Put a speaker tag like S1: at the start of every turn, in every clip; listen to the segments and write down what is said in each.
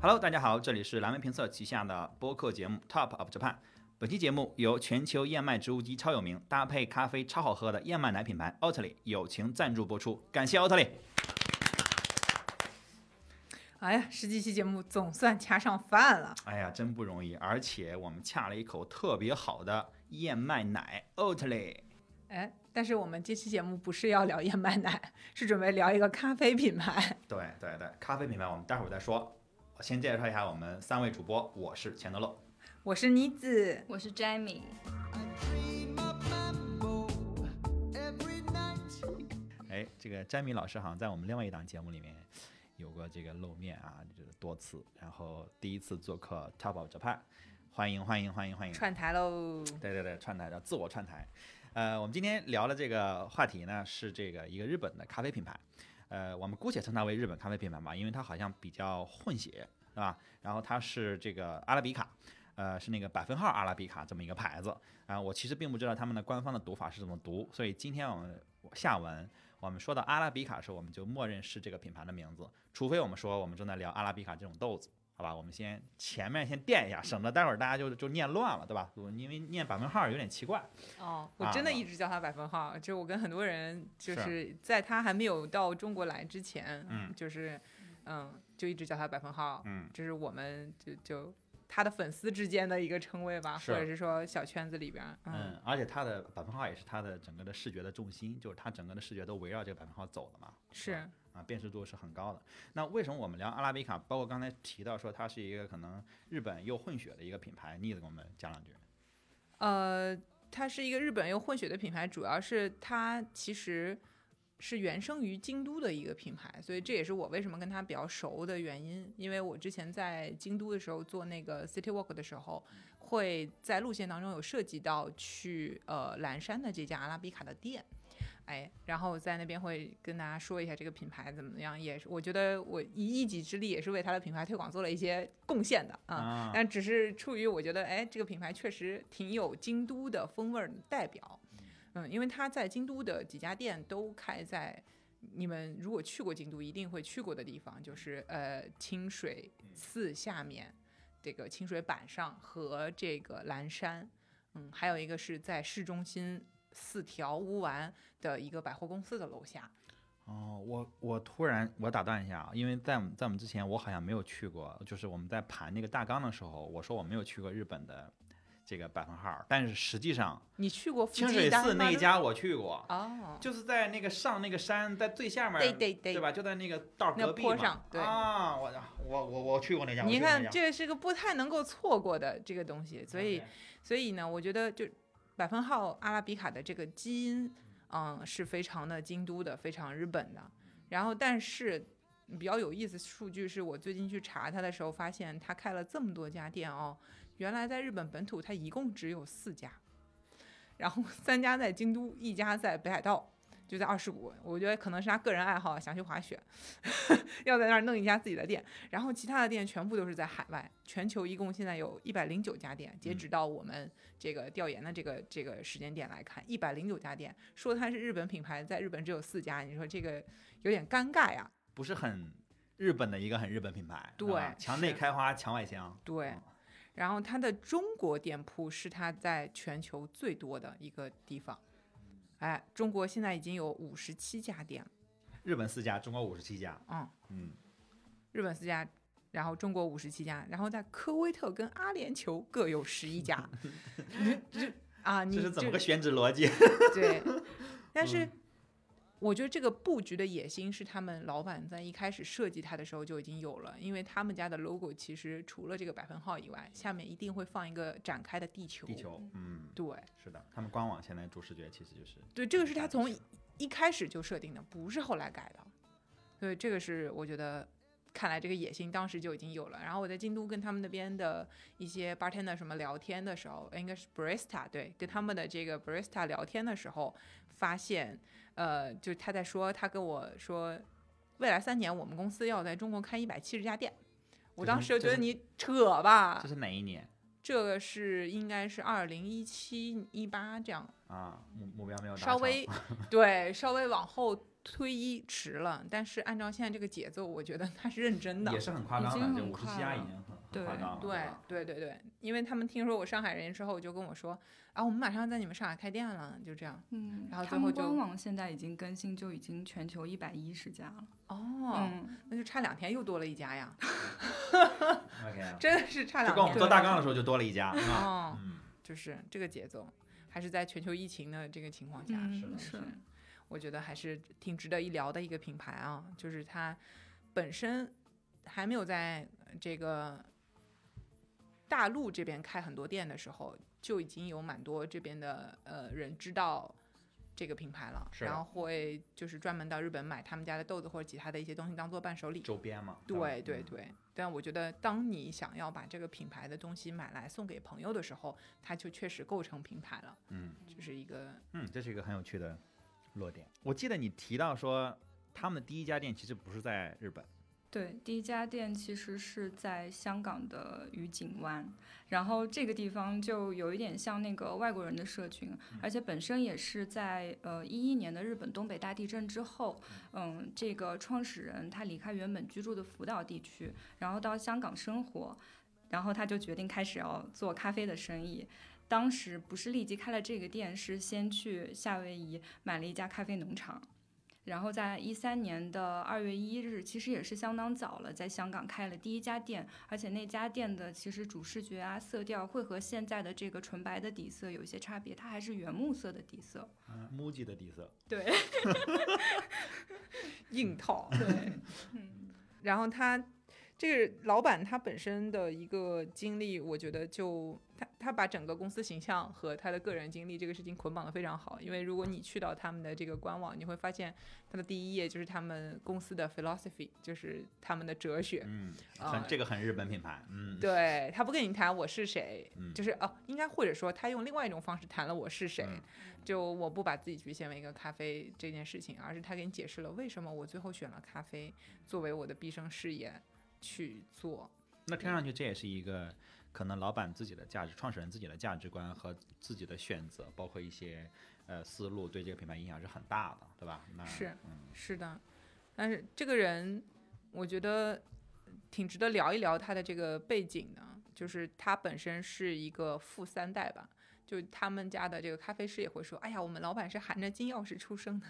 S1: Hello，大家好，这里是蓝莓评测旗下的播客节目 Top of Japan。本期节目由全球燕麦植物基超有名，搭配咖啡超好喝的燕麦奶品牌奥特利友情赞助播出，感谢奥特利。
S2: 哎呀，十几期节目总算掐上饭了。
S1: 哎呀，真不容易，而且我们恰了一口特别好的燕麦奶奥特利。
S2: 哎，但是我们这期节目不是要聊燕麦奶，是准备聊一个咖啡品牌。
S1: 对对对，咖啡品牌我们待会儿再说。我先介绍一下我们三位主播，我是钱德勒。
S2: 我是妮子，
S3: 我是 Jamie，
S1: 哎，这个詹米老师好像在我们另外一档节目里面有过这个露面啊，就是多次，然后第一次做客 Top of Japan，欢迎欢迎欢迎欢迎！
S2: 串台喽。
S1: 对对对，串台的自我串台。呃，我们今天聊的这个话题呢是这个一个日本的咖啡品牌，呃，我们姑且称它为日本咖啡品牌吧，因为它好像比较混血，是吧？然后它是这个阿拉比卡。呃，是那个百分号阿拉比卡这么一个牌子啊、我其实并不知道他们的官方的读法是怎么读，所以今天我们下文我们说到阿拉比卡的时候，我们就默认是这个品牌的名字，除非我们说我们正在聊阿拉比卡这种豆子，好吧？我们先前面先垫一下，省得待会儿大家就就念乱了，对吧？我因为念百分号有点奇怪。
S2: 哦，我真的
S1: 啊
S2: 一直叫它百分号，就我跟很多人，就是是在它还没有到中国来之前，
S1: 嗯
S2: 就是，嗯，就一直叫它百分号，
S1: 嗯，
S2: 这是我们就就他的粉丝之间的一个称谓吧，
S1: 是
S2: 或者是说小圈子里边儿，嗯，
S1: 嗯，而且它的百分号也是它的整个的视觉的重心，就是它整个的视觉都围绕这个百分号走的嘛。
S2: 是。
S1: 啊，辨识度是很高的。那为什么我们聊阿拉比卡，包括刚才提到说它是一个可能日本又混血的一个品牌，你也给我们讲两句。
S2: 呃，它是一个日本又混血的品牌，主要是它其实是原生于京都的一个品牌，所以这也是我为什么跟它比较熟的原因。因为我之前在京都的时候做那个 City Walk 的时候，会在路线当中有涉及到去呃岚山的这家阿拉比卡的店。哎，然后在那边会跟大家说一下这个品牌怎么样，也是我觉得我以一己之力也是为它的品牌推广做了一些贡献的啊。
S1: 啊，
S2: 但只是出于我觉得，哎，这个品牌确实挺有京都的风味儿的代表。嗯，因为它在京都的几家店都开在你们如果去过京都一定会去过的地方，就是呃清水
S1: 嗯
S2: 寺下面这个清水板上和这个岚山，嗯，还有一个是在市中心四条乌丸的一个百货公司的楼下。
S1: 哦，我我突然我打断一下啊，因为在我们在我们之前，我好像没有去过，就是我们在盘那个大纲的时候，我说我没有去过日本的这个百分号，但是实际上
S2: 你去过
S1: 清水寺那一
S2: 家？
S1: 家我去过，
S2: 哦，
S1: 就是在那个上那个山，在最下面，
S2: 对对对
S1: 吧？就在那个道儿
S2: 那
S1: 隔壁
S2: 坡
S1: 嘛
S2: 上对
S1: 啊，我我我我去过那家，我
S2: 你
S1: 去过那
S2: 看
S1: 家，
S2: 这是个不太能够错过的这个东西，所以
S1: OK
S2: 所以呢，我觉得就百分号阿拉比卡的这个基因，嗯，是非常的京都的，非常日本的。然后，但是比较有意思数据是我最近去查它的时候，发现它开了这么多家店哦，原来在日本本土它一共只有四家，然后 三家在京都，一家在北海道。就在二世谷，我觉得可能是他个人爱好，啊想去滑雪， 要在那儿弄一家自己的店。然后其他的店全部都是在海外，全球一共现在有一百零九家店，
S1: 嗯
S2: 截止到我们这个调研的这个这个时间点来看，一百零九家店，说它是日本品牌，在日本只有四家，你说这个有点尴尬呀。
S1: 不是很日本的一个很日本品牌，
S2: 对
S1: 是吧墙内
S2: 是
S1: 开花墙外香，
S2: 对
S1: 嗯，
S2: 然后它的中国店铺是它在全球最多的一个地方，
S1: 嗯
S2: 哎，中国现在已经有五十七家店了，
S1: 日本四家，中国五十七家，
S2: 嗯
S1: 嗯，
S2: 日本四家。然后中国五十七家，然后在科威特跟阿联酋各有十 一家，你这啊，你
S1: 这是怎么
S2: 这
S1: 个选址逻辑？啊
S2: 对，但
S1: 嗯
S2: 是我觉得这个布局的野心是他们老板在一开始设计它的时候就已经有了，因为他们家的 logo 其实除了这个百分号以外，下面一定会放一个展开的地球。
S1: 地球，嗯，
S2: 对
S1: 是的，他们官网现在主视觉其实就是
S2: 对，这个是他
S1: 展
S2: 从
S1: 示
S2: 一一开始就设定的，不是后来改的。所以这个是我觉得。看来这个野心当时就已经有了。然后我在京都跟他们那边的一些 bartender 什么聊天的时候，应该是 barista 对，跟他们的这个 barista 聊天的时候，发现，呃，就他在说，他跟我说，未来三年我们公司要在中国开一百七十家店。我
S1: 这
S2: 当
S1: 是
S2: 时就觉
S1: 这
S2: 得
S1: 是
S2: 你扯吧
S1: 这，是哪一年？
S2: 这个是应该是二零一七一八这样，
S1: 啊，目目标没有达
S2: 稍
S1: 成
S2: 微 对稍微往后推一迟了，但是按照现在这个节奏，我觉得他是认真的
S1: 也。是很夸
S3: 已
S1: 张
S3: 经
S1: 的，这
S3: 很
S1: 五十
S3: 快
S1: 七家已
S3: 了
S1: 经很很
S3: 对
S1: 夸张了，啊
S2: 对
S1: 吧
S2: 对对对，因为他们听说我上海人之后，就跟我说啊，我们马上在你们上海开店了，就这样。
S3: 嗯，
S2: 然后
S3: 他
S2: 最后
S3: 们
S2: 就
S3: 官网现在已经更新，就已经全球一百一十家了。
S2: 哦，
S3: 嗯，
S2: 那就差两天又多了一家呀，
S1: ，OK，啊
S2: 真的是差
S1: 就
S2: 两
S1: 跟我们
S2: 天。
S1: 做大纲的时候就多了一家，啊
S2: 哦，
S1: 嗯，
S2: 就是这个节奏，还是在全球疫情的这个情况下，
S3: 嗯
S1: 是的
S3: 是
S2: 我觉得还是挺值得一聊的一个品牌啊，就是它本身还没有在呃这个大陆这边开很多店的时候，就已经有蛮多这边的呃人知道这个品牌了，
S1: 是的
S2: 然后会就是专门到日本买他们家的豆子或者其他的一些东西当做伴手礼。
S1: 周边嘛，吧
S2: 对对
S1: 嗯
S2: 对，但我觉得当你想要把这个品牌的东西买来送给朋友的时候，它就确实构成品牌了，
S1: 嗯
S2: 就是一个
S1: 嗯，这是一个很有趣的落点。我记得你提到说，他们的第一家店其实不是在日本，
S3: 对，第一家店其实是在香港的愉景湾，然后这个地方就有一点像那个外国人的社群，而且本身也是在呃一一年的日本东北大地震之后，嗯，这个创始人他离开原本居住的福岛地区，然后到香港生活，然后他就决定开始要做咖啡的生意。当时不是立即开了这个店，是先去夏威夷买了一家咖啡农场。然后在一三年的二月一日，其实也是相当早了，在香港开了第一家店，而且那家店的其实主视觉啊、色调会和现在的这个纯白的底色有一些差别，它还是原木色的底色。
S1: 嗯，MUJI 的底色，
S3: 对
S2: 硬套。
S3: 对，嗯
S2: 然后他这个老板他本身的一个经历，我觉得就他他把整个公司形象和他的个人经历这个事情捆绑的非常好。因为如果你去到他们的这个官网，你会发现他的第一页就是他们公司的 philosophy，就是他们的哲学。
S1: 嗯，
S2: 啊
S1: 很这个很日本品牌，嗯，
S2: 对他不跟你谈我是谁，
S1: 嗯
S2: 就是哦，应该或者说他用另外一种方式谈了我是谁，
S1: 嗯
S2: 就我不把自己局限为一个咖啡这件事情，而是他给你解释了为什么我最后选了咖啡作为我的毕生事业去做。
S1: 那听上去这也是一个可能老板自己的价值、创始人自己的价值观和自己的选择，包括一些呃思路，对这个品牌影响是很大的，对吧？那
S2: 是
S1: 嗯，
S2: 是的，但是这个人，我觉得挺值得聊一聊他的这个背景的，就是他本身是一个富三代吧。就他们家的这个咖啡师也会说：“哎呀，我们老板是含着金钥匙出生的。”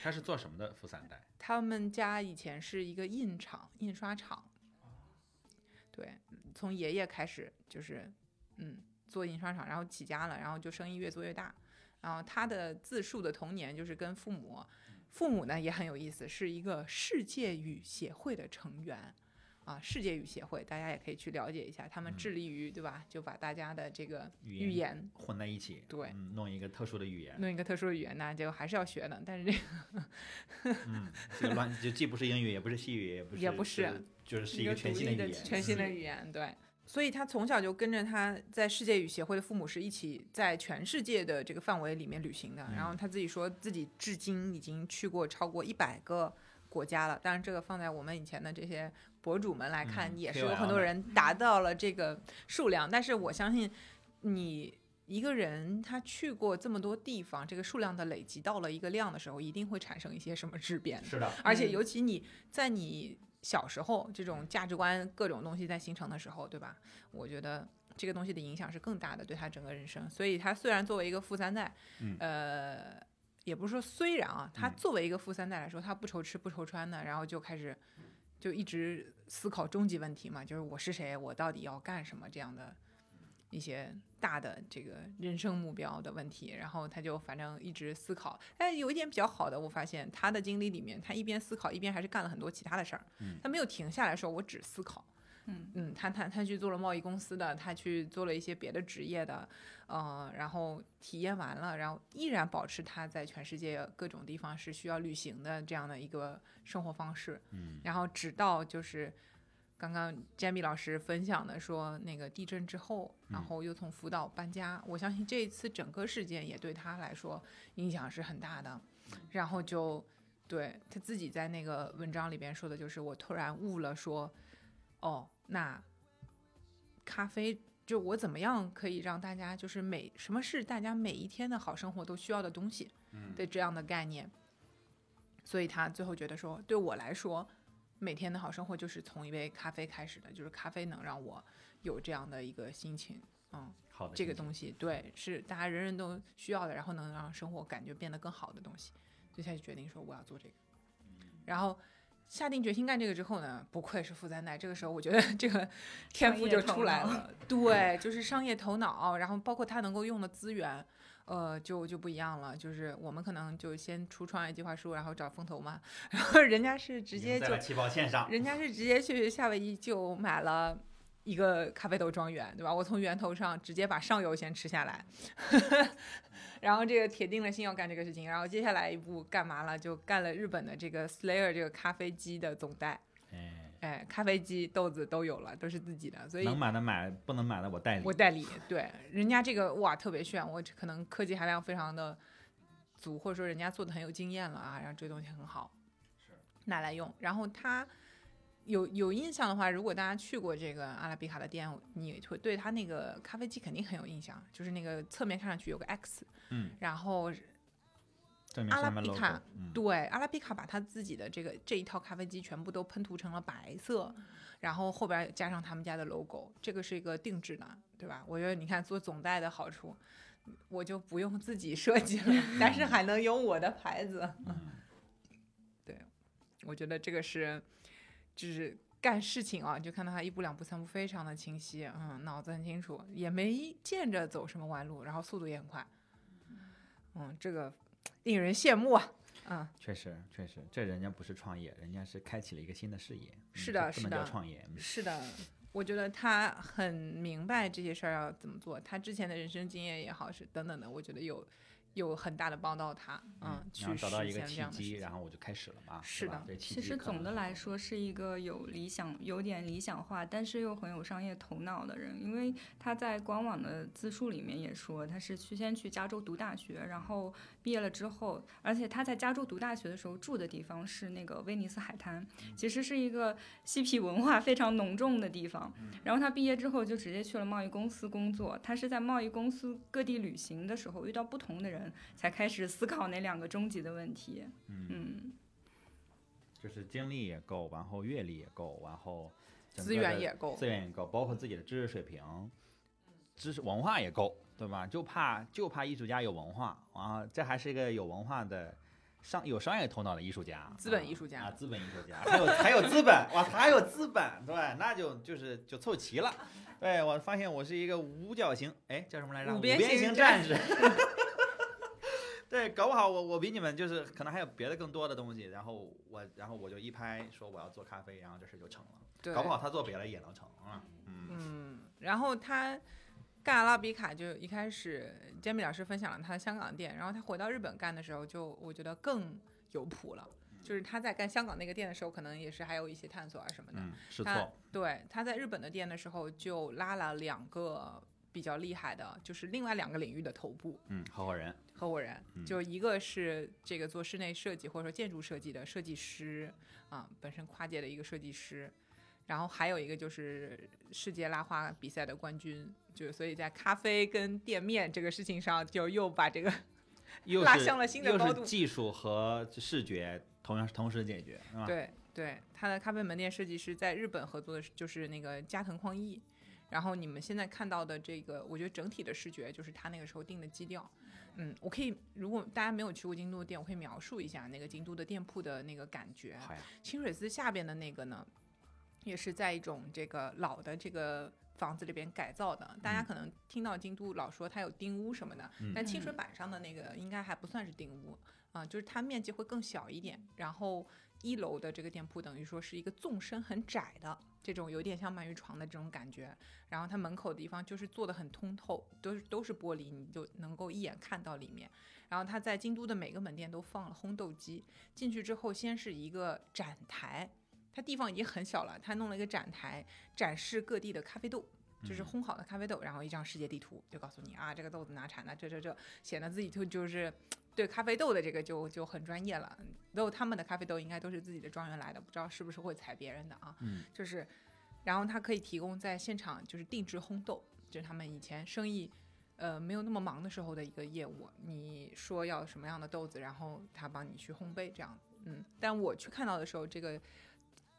S1: 他是做什么的？富三代，
S2: 他们家以前是一个印厂、印刷厂，
S1: 哦
S2: 对，从爷爷开始就是，嗯，做印刷厂，然后起家了，然后就生意越做越大。然后他的自述的童年就是跟父母，父母呢也很有意思，是一个世界语协会的成员。啊，世界语协会，大家也可以去了解一下，他们
S1: 嗯
S2: 致力于，对吧？就把大家的这个
S1: 语嗯
S2: 语言
S1: 混在一起，
S2: 对
S1: 嗯，弄一个特殊的语 言，
S2: 弄一个特殊的语言，那就还是要学的。但是这
S1: 嗯，就乱就既不是英语，也不是西语，也不是
S2: 也不是
S1: 是，就是是
S3: 一
S1: 一
S3: 个
S1: 个全
S3: 独
S1: 新
S3: 立
S1: 语
S3: 的
S1: 言，
S2: 全新的
S1: 嗯
S2: 语言，对。所以他从小就跟着他在世界语协会的父母是一起在全世界的这个范围里面旅行的。
S1: 嗯
S2: 然后他自己说自己至今已经去过超过一百个国家了。当然，这个放在我们以前的这些博主们来看，
S1: 嗯
S2: 也是
S1: KOL
S2: 有很多人达到了这个数量。但是我相信你。一个人他去过这么多地方，这个数量的累积到了一个量的时候，一定会产生一些什么质变。
S1: 是的，
S2: 而且
S3: 嗯
S2: 尤其你在你小时候这种价值观各种东西在形成的时候，对吧？我觉得这个东西的影响是更大的，对他整个人生。所以他虽然作为一个富三代，
S1: 嗯
S2: 呃，也不是说虽然啊，他
S1: 嗯
S2: 作为一个富三代来说，他不愁吃不愁穿的，然后就开始就一直思考终极问题嘛，就是我是谁，我到底要干什么这样的。一些大的这个人生目标的问题，然后他就反正一直思考。但有一点比较好的，我发现他的经历里面，他一边思考一边还是干了很多其他的事儿，
S1: 嗯
S2: 他没有停下来说我只思考。
S3: 嗯
S2: 嗯，他他他去做了贸易公司的，他去做了一些别的职业的，呃，然后体验完了，然后依然保持他在全世界各种地方是需要旅行的这样的一个生活方式。
S1: 嗯，
S2: 然后直到就是刚刚 Jamie 老师分享的说，那个地震之后，然
S1: 嗯
S2: 后又从福岛搬家，我相信这一次整个事件也对他来说影响是很大的。
S1: 嗯
S2: 然后就对他自己在那个文章里边说的就是，我突然悟了说，哦，那咖啡就我怎么样可以让大家就是每什么是大家每一天的好生活都需要的东西，
S1: 嗯
S2: 的这样的概念。所以他最后觉得说，对我来说，每天的好生活就是从一杯咖啡开始的，就是咖啡能让我有这样的一个心情。嗯，
S1: 好的，
S2: 这个
S1: 东西。
S2: 东西对是大家人人都需要的，然后能让生活感觉变得更好的东西，所以他就决定说我要做这个。
S1: 嗯
S2: 然后下定决心干这个之后呢，不愧是富三代，这个时候我觉得这个天
S3: 商
S2: 赋
S3: 业
S2: 就
S3: 头
S2: 出来
S3: 脑
S2: 了，对，就是商业头脑，然后包括他能够用的资源。呃，就就不一样了，就是我们可能就先出创业计划书，然后找风投嘛，然后人家是直接就
S1: 起跑线上，
S2: 人家是直接去夏威夷就买了一个咖啡豆庄园，对吧？我从源头上直接把上游先吃下来， 然后这个铁定了心要干这个事情，然后接下来一步干嘛了？就干了日本的这个 Slayer 这个咖啡机的总代，
S1: 哎，
S2: 哎，咖啡机豆子都有了，都是自己的，所以
S1: 能买的买，不能买的我代理
S2: 我。代理，对，人家这个哇特别炫，我可能科技含量非常的足，或者说人家做的很有经验了啊，然后这个东西很好，拿来用。然后它有有印象的话，如果大家去过这个阿拉比卡的店，你会对它那个咖啡机肯定很有印象，就是那个侧面看上去有个 X，
S1: 嗯，
S2: 然后
S1: 证明是他们
S2: 阿拉比
S1: logo
S2: 卡。
S1: 嗯，
S2: 对，阿拉比卡把他自己的这个这一套咖啡机全部都喷涂成了白色，然后后边儿加上他们家的 logo，这个是一个定制的，对吧？我觉得你看做总代的好处，我就不用自己设计了，但是还能有我的牌子。
S1: 嗯
S2: 我觉得这个是，就是干事情啊，就看到他一步两步三步非常的清晰，嗯，脑子很清楚，也没见着走什么弯路，然后速度也很快，嗯，这个令人羡慕啊，嗯。
S1: 确实确实，这人家不是创业，人家是开启了一个新的事业。嗯
S2: 是
S1: 这
S2: 的
S1: 不
S2: 是
S1: 能叫
S2: 的
S1: 创业。嗯
S2: 是的，我觉得他很明白这些事儿要怎么做，他之前的人生经验也好，是等等的，我觉得有有很大的帮到他，嗯，
S1: 然后
S2: 去实
S1: 找到一个
S2: 现这
S1: 契
S2: 样的事
S1: 机，
S2: 情。
S1: 然后我就开始了嘛。
S2: 是
S1: 对吧
S2: 的
S1: 这契
S3: 其
S1: 机
S3: 实
S1: 可
S3: 总
S1: 能
S3: 的
S1: 是
S3: 来说是一个有理想、有点理想化，但是又很有商业头脑的人，因为他在官网的自述里面也说，他是去先去加州读大学，然后毕业了之后，而且他在加州读大学的时候住的地方是那个威尼斯海滩，其实是一个嬉皮文化非常浓重的地方。然后他毕业之后就直接去了贸易公司工作，他是在贸易公司各地旅行的时候遇到不同的人，才开始思考那两个终极的问题。嗯
S1: 就是精力也够，然后阅历也够，然后整
S2: 资
S1: 个
S2: 源
S1: 的
S2: 也够
S1: 资源也够，包括自己的知识水平、知识文化也够，对吧？就怕就怕艺术家有文化啊，这还是一个有文化的商有商业头脑的艺术家，
S2: 资本艺术家
S1: 啊，啊资本艺术家，还有还有资本，哇，还有资本，对，那就就是就凑齐了。对我发现我是一个五角形，哎，叫什么来着？
S2: 五
S1: 五
S2: 边
S1: 边
S2: 形
S1: 形战士。
S2: 战
S1: 对，搞不好我我比你们就是可能还有别的更多的东西，然后我然后我就一拍说我要做咖啡，然后这事就成了。
S2: 对，
S1: 搞不好他做别的也能成啊。嗯
S2: 嗯，然后他干阿拉比卡就一开始煎饼老师分享了他香港店，然后他回到日本干的时候就，我觉得更有谱了。就是他在干香港那个店的时候，可能也是还有一些探索啊什么的。
S1: 嗯，试
S2: 他
S1: 错。
S2: 对，他在日本的店的时候就拉了两个比较厉害的，就是另外两个领域的头部
S1: 嗯，合伙人。
S2: 合伙人，
S1: 嗯
S2: 就一个是这个做室内设计或者说建筑设计的设计师啊，本身跨界的一个设计师，然后还有一个就是世界拉花比赛的冠军，就是所以在咖啡跟店面这个事情上，就又把这个
S1: 又
S2: 拉
S1: 是
S2: 向了新的
S1: 又
S2: 高
S1: 是
S2: 度
S1: 技术和视觉同样同时解决，是吧？
S2: 对对，他的咖啡门店设计师在日本合作的是就是那个加藤匡一，然后你们现在看到的这个，我觉得整体的视觉就是他那个时候定的基调。嗯，我可以，如果大家没有去过京都的店，我可以描述一下那个京都的店铺的那个感觉。
S1: 好呀，
S2: 清水寺下边的那个呢，也是在一种这个老的这个房子里边改造的。大家
S1: 嗯
S2: 可能听到京都老说它有丁屋什么的，
S1: 嗯
S2: 但清水板上的那个应该还不算是丁屋啊、就是它面积会更小一点。然后一楼的这个店铺等于说是一个纵深很窄的。这种有点像鳗鱼床的这种感觉，然后它门口的地方就是做的很通透，都是都是玻璃，你就能够一眼看到里面。然后它在京都的每个门店都放了烘豆机，进去之后，先是一个展台，它地方已经很小了，它弄了一个展台，展示各地的咖啡豆。就是
S1: 嗯
S2: 烘好的咖啡豆，然后一张世界地图，就告诉你啊，这个豆子哪产的，这这这，显得自己就就是对咖啡豆的这个就就很专业了。然后他们的咖啡豆应该都是自己的庄园来的，不知道是不是会采别人的啊。
S1: 嗯，
S2: 就是，然后它可以提供在现场就是定制烘豆，就是他们以前生意。呃，没有那么忙的时候的一个业务，你说要什么样的豆子，然后他帮你去烘焙这样子，嗯。但我去看到的时候，这个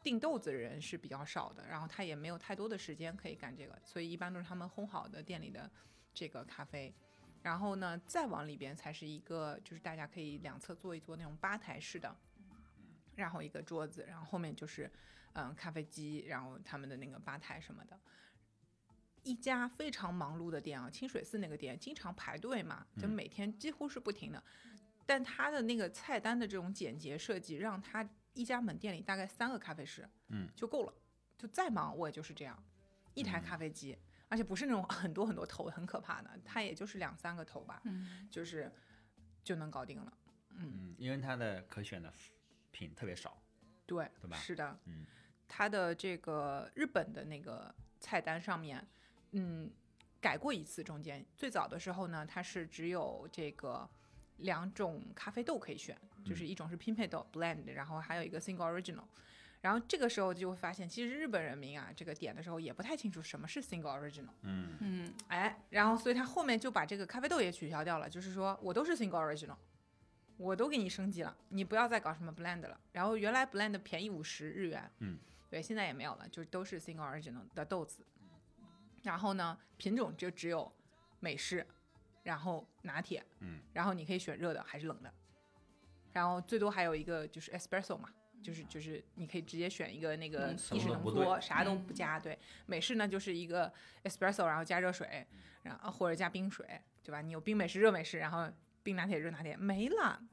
S2: 订豆子的人是比较少的，然后他也没有太多的时间可以干这个，所以一般都是他们烘好的店里的这个咖啡。然后呢，再往里边才是一个，就是大家可以两侧坐一坐那种吧台式的，
S1: 嗯
S2: 然后一个桌子，然后后面就是嗯咖啡机，然后他们的那个吧台什么的。一家非常忙碌的店啊，清水寺那个店经常排队嘛，就
S1: 嗯
S2: 每天几乎是不停的。但它的那个菜单的这种简洁设计，让它一家门店里大概三个咖啡师，
S1: 嗯，
S2: 就够了。就再忙我也就是这样，一台
S1: 嗯
S2: 咖啡机，而且不是那种很多很多头，很可怕的，它也就是两三个头吧，
S3: 嗯，
S2: 就是就能搞定了。嗯，
S1: 嗯，因为它的可选的品特别少，
S2: 对，
S1: 对吧
S2: 是的，
S1: 嗯，
S2: 它的这个日本的那个菜单上面，嗯，改过一次。中间最早的时候呢，它是只有这个两种咖啡豆可以选，
S1: 嗯
S2: 就是一种是拼配豆 （blend），然后还有一个 single original。然后这个时候就会发现，其实日本人民啊，这个点的时候也不太清楚什么是 single original。
S1: 嗯
S3: 嗯，
S2: 哎，然后所以他后面就把这个咖啡豆也取消掉了，就是说我都是 single original，我都给你升级了，你不要再搞什么 blend 了。然后原来 blend 便宜五十日元，
S1: 嗯，
S2: 对，现在也没有了，就是都是 single original 的豆子。然后呢，品种就只有美式，然后拿铁，
S1: 嗯，
S2: 然后你可以选热的还是冷的，然后最多还有一个就是 espresso 嘛。就是就是，你可以直接选一个那个
S3: 浓缩
S2: 意式浓
S1: 嗯不
S2: 缩，
S1: 对
S2: 啥都
S3: 嗯
S2: 不加。对，美式呢就是一个 espresso，然后加热水，
S1: 嗯
S2: 然后或者加冰水，对吧？你有冰美式、热美式，然后冰拿铁、热拿铁，没了。
S1: 嗯